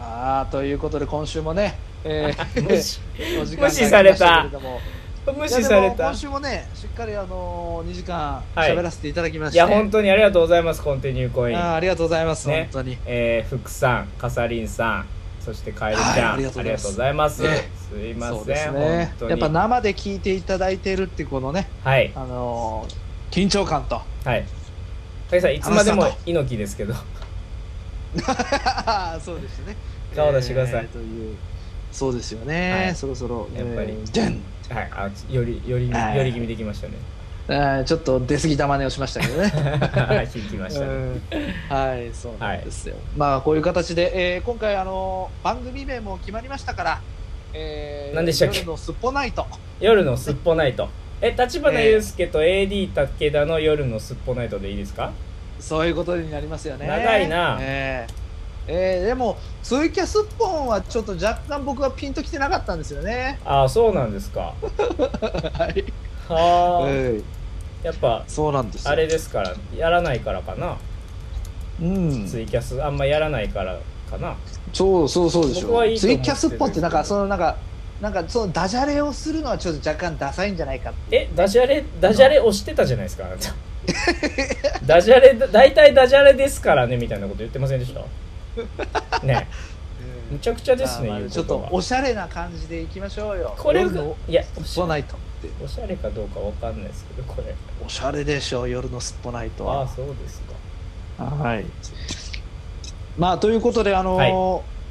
ああということで今週もね、 え
無視
ー、お時間
無視された
が来ましけれども
無
いや
視さ
で
れ
も
た
今週もねしっかりあのー、2時間
はい
喋らせていただきまし
い
て、
や本当にありがとうございますコンティニューコイン、
あーありがとうございます、
ね
本当に
えー、福さんかさりんさんそしてカエルち
はい
ゃん、
ありがと
あ
う
り
ござい
が
ます
とうございます、
ね
すいま
そう
せん、
ですね
本当に
やっぱ生で聞いていただいてるってこのね
はい
あのー、緊張感と
はい武さんいつまでも
話した
猪木ですけど
そうですね
顔出してくださ
え
い
ーというそうですよね、
はい
そろそろ
やっぱり
えーでん
はいあよりより
はい
より気味できまし たね
あーちょっと出過ぎた真似をしましたけどね
はい引きました
う
ね
んはい、そうなんですよ。まあこういう形で、えー、今回あの番組名も決まりましたから、えー、
何でしたっけ
夜のすっぽないと。
夜のすっぽないとえ立花祐介と AD 武田の夜のすっぽないとでいいですか
そういうことになりますよね。
長いな
ええーでもツイキャスっぽんはちょっと若干僕はピンときてなかったんですよね
ああそうなんですか
はい、
はあ、
えー
やっぱ
そうなんですよ
あれですからやらないからかな、
うん
ツイキャスあんまやらないからかな
そうそうそうでし
僕
ょ
はいいと
ツ
思っ
イ
てる
キャスっぽんってなんかそのなんかなんかそのダジャレをするのはちょっと若干ダサいんじゃないかって
えダジャレダジャレ押してたじゃないですかあな たダジャレ大体ダジャレですからねみたいなこと言ってませんでしたねむちゃくちゃですね
まあまあ
言う
ちょ
こ
っ
と
と
は
おしゃれな感じでいきましょうよ
これ
夜の
いやお
ス
し
ポ
ゃ
ナ
れ
イトって
おしゃれかどうかわかんないですけどこれ
おしゃれでしょう夜のスポナイト
ああ
は
そうですか
はいまあということであの
はい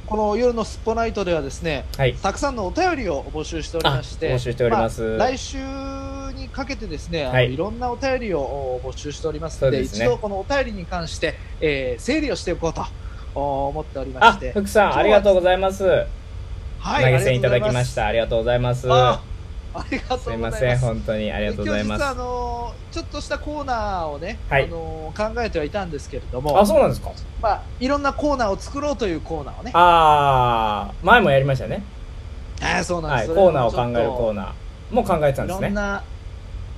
この夜のスポナイトではですね
はい
たくさんのお便りを募集しておりまして
あ募集しております
あ来週にかけてですねあの、
はい
い、ろんなお便りをお募集しております
そ
の
う
で
です
一
ね
度このお便りに関して、えー整理をしていこうとお思っておりま
あ
して
福さんありがとうございます投
は
げ銭いただきまし
あ
たありがとうございます
りがと
す
うござ
い
い
ま
ます
せん
あ
本当にありがとうございま
今日実はあ
す
のちょっとしたコーナーをね、
はい
あの考えてはいたんですけれども
あそうなんですか
まあ、いろんなコーナーを作ろうというコーナーをね
ああ前もやりましたね
あそうなん
は
で
い
す、
コーナーを考えるコー
ナ
ナーも考えてたん
い
で
ろ
す
ん
ね
な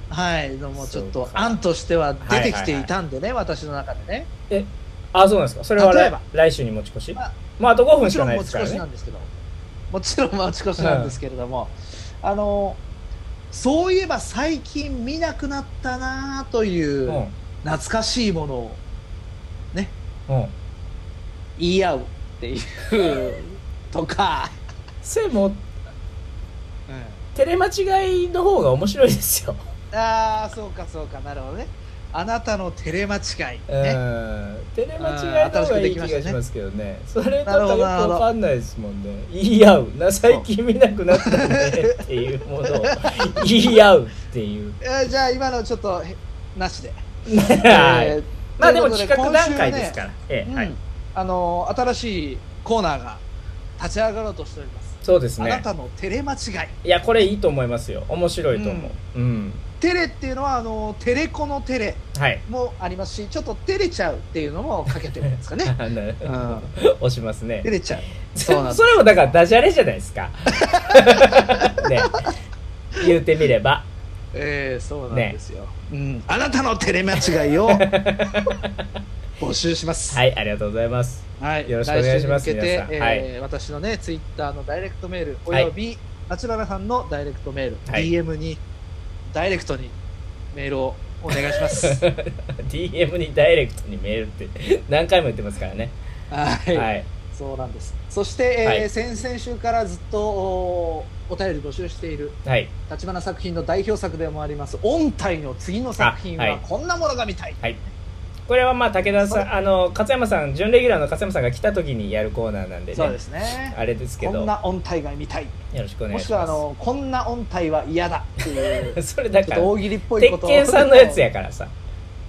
はいのもちょっ
そう
と
か
案としては出てきていたんでね、私の中でね
あそうなんですかそれは
例
来
えば
来週に持ち越し
まあ
まああと5
も
分
ち
し
ろ
か
ん
ない
持
で
ち
すから
越し
ね
なんですけどもちろん持ち越しなんですけれども、あのそういえば最近見なくなったなといううん懐かしいものを
うん
言い合うっていうとか、
それもうテレ間違いの方が面白いです よ
ああそうかそうかなるほどねあなたの照れ間違い、
う
ね
んテレ間違いの方がいい気がしますけどねそれだ
なる
と
ほ
よく
どなるほど
わかんないですもんね言い合うな最近見なくなったねっていうも のを言い合うっていう
えーじゃあ今のちょっとへなしで、
はい
ー
まあでも
という
企
こと
画段階ですか
今
らえ
週
え
はね
はい
うんあの新しいコーナーが立ち上がろうとしております
そうです
あな
ね
たの照れ間違い
いやこれいいと思いますよ面白いと思ううん
テレっていうのはあのテレコのテレ
はい
もありますしちょっと照れちゃうっていうのもかけてるんです かね、うん、
押しますね
照れちゃう
そ
そうなんです
れもだからダジャレじゃないで すかね言うてみれば
えー、そうなんですよ、うん、あなたの照れ間違いを募集します
はいありがとうございます
はい、
よろしくお願いします
来週に向けて、
皆さん
えー私のね、ツイッターのダイレクトメール、および、立花さんのダイレクトメール、
はい
DM に、ダイレクトにメールをお願いしま す。
DM にダイレクトにメールって何回も言ってますからね
はい、
はい
そうなんです。そして、えー
はい
先々週からずっとおお便り募集している、
はい
立花作品の代表作でもあります、音体の次の作品
あは
はいこんなものが見たい。
これはまあ武田
そ
さ
れ
んあの勝山さん準レギュラーの勝山さんが来た時にやるコーナーなんでね
そうですね。
あれですけ
こ
ど
ん
よ
な音体が見たい。
ろしくお願
も
い
し
し
くは、
ま
あの、こんな音体は嫌だって いう。
す それだ
ちょ
か
っと
ら
大喜利っぽいこと
鉄
を
拳さんのやつやからさ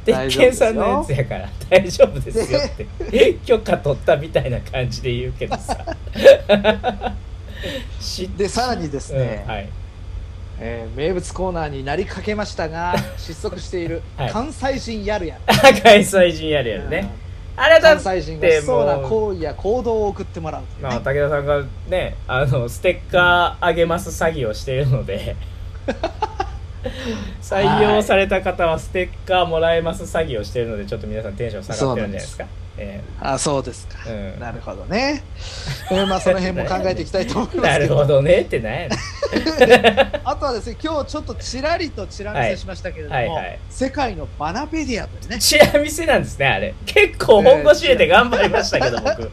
大
鉄
丈夫で
拳
すよ
さんのやつやから大丈夫ですよって 許可取ったみたいな感じで言うけどさ知って
でさらにですね、
うんはい
えー名物コーナーになりかけました が失速している
はい
関西人やるやる、
開催人やるやるねあれだ
関
っ
西人が
て
し
も
そうな
う
行為や行動を送ってもらうというね、
まあ、武田さんがねあのステッカーあげます詐欺をしているの で採用された方はステッカーもらえます詐欺をしているのでちょっと皆さんテンション下がってるんじゃないですかえ
あそうですか、
うん
なるほどね、えーまあその 辺も考えていきたいと思い
え
ま
な
すけ
る
ど
ほどねってなんやねん
あとはですね今日ちょっとちらりとちら見せしましたけれども、
はいはいはい
世界のバナペディアというね
チラ見せなんですねあれ結構本腰入れて頑張りましたけど、僕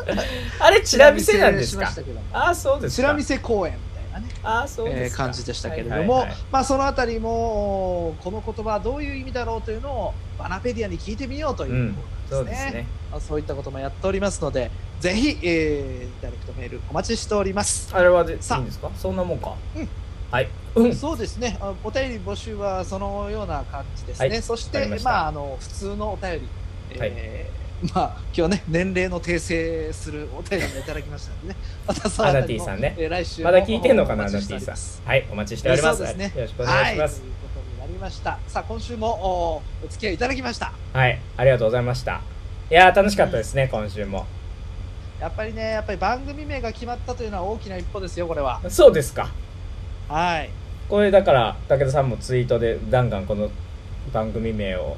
あれチラ見せなんです
チラ見せしま
か
したけども
ああそうです
チ
か
ラ見せ公演みたいなね
ああそうで
えー
すか、
感じでしたけれども、
はいはいはい
まあ、そのあたりもおーこの言葉はどういう意味だろうというのをバナペディアに聞いてみようというう,、
んそうですね
まあ、そういったこともやっておりますのでぜひ、えーダイレクトメールお待ちしております。
あれはでいい
さあ
んですかそんなもんか、
うん
はいうん
そうですねあお便り募集はそのような感じですね、
はい
そし
わか
て
りました
まあ、あの普通のお便り、えーまあ、今日ね年齢の訂正するお便りもいただきましたのでねまたそのあたりも
アナティさんね
えー来週も
まだ聞いてんのかな
お
アナ
待
テ
ちしてお
ィ
り
さ
ます
んはいお待ちしております
そうですね
よろしくお願いしま
はい、
す
ということになりました。さあ、今週もおお付き合いいただきました。
はい、ありがとうございましたいやー楽しかったですね今週も
やっぱりね、やっぱり番組名が決まったというのは大きな一歩ですよ、これは。
そうですか
はい。
これだから武田さんもツイートでガンガンこの番組名を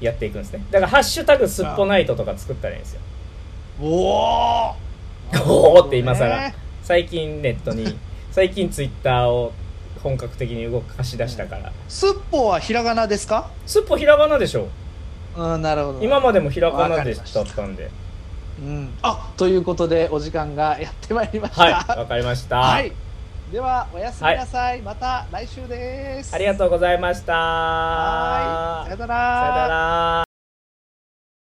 やっていくんですねだから「ハッシュタグすっぽナイト」とか作ったらいいんですよ
おお
おーって今更最近ネットに最近ツイッターを本格的に動かし出したから
すっぽはひらがなですか
すっぽひらがなでしょ
うん、なるほど。
今までもひらがなでしたったんで
うん。あということで、お時間がやってまいりました。
はいわかりました、
はい。では、おやすみなさい。また来週です。
ありがとうございました
はい。さよなら。
さよなら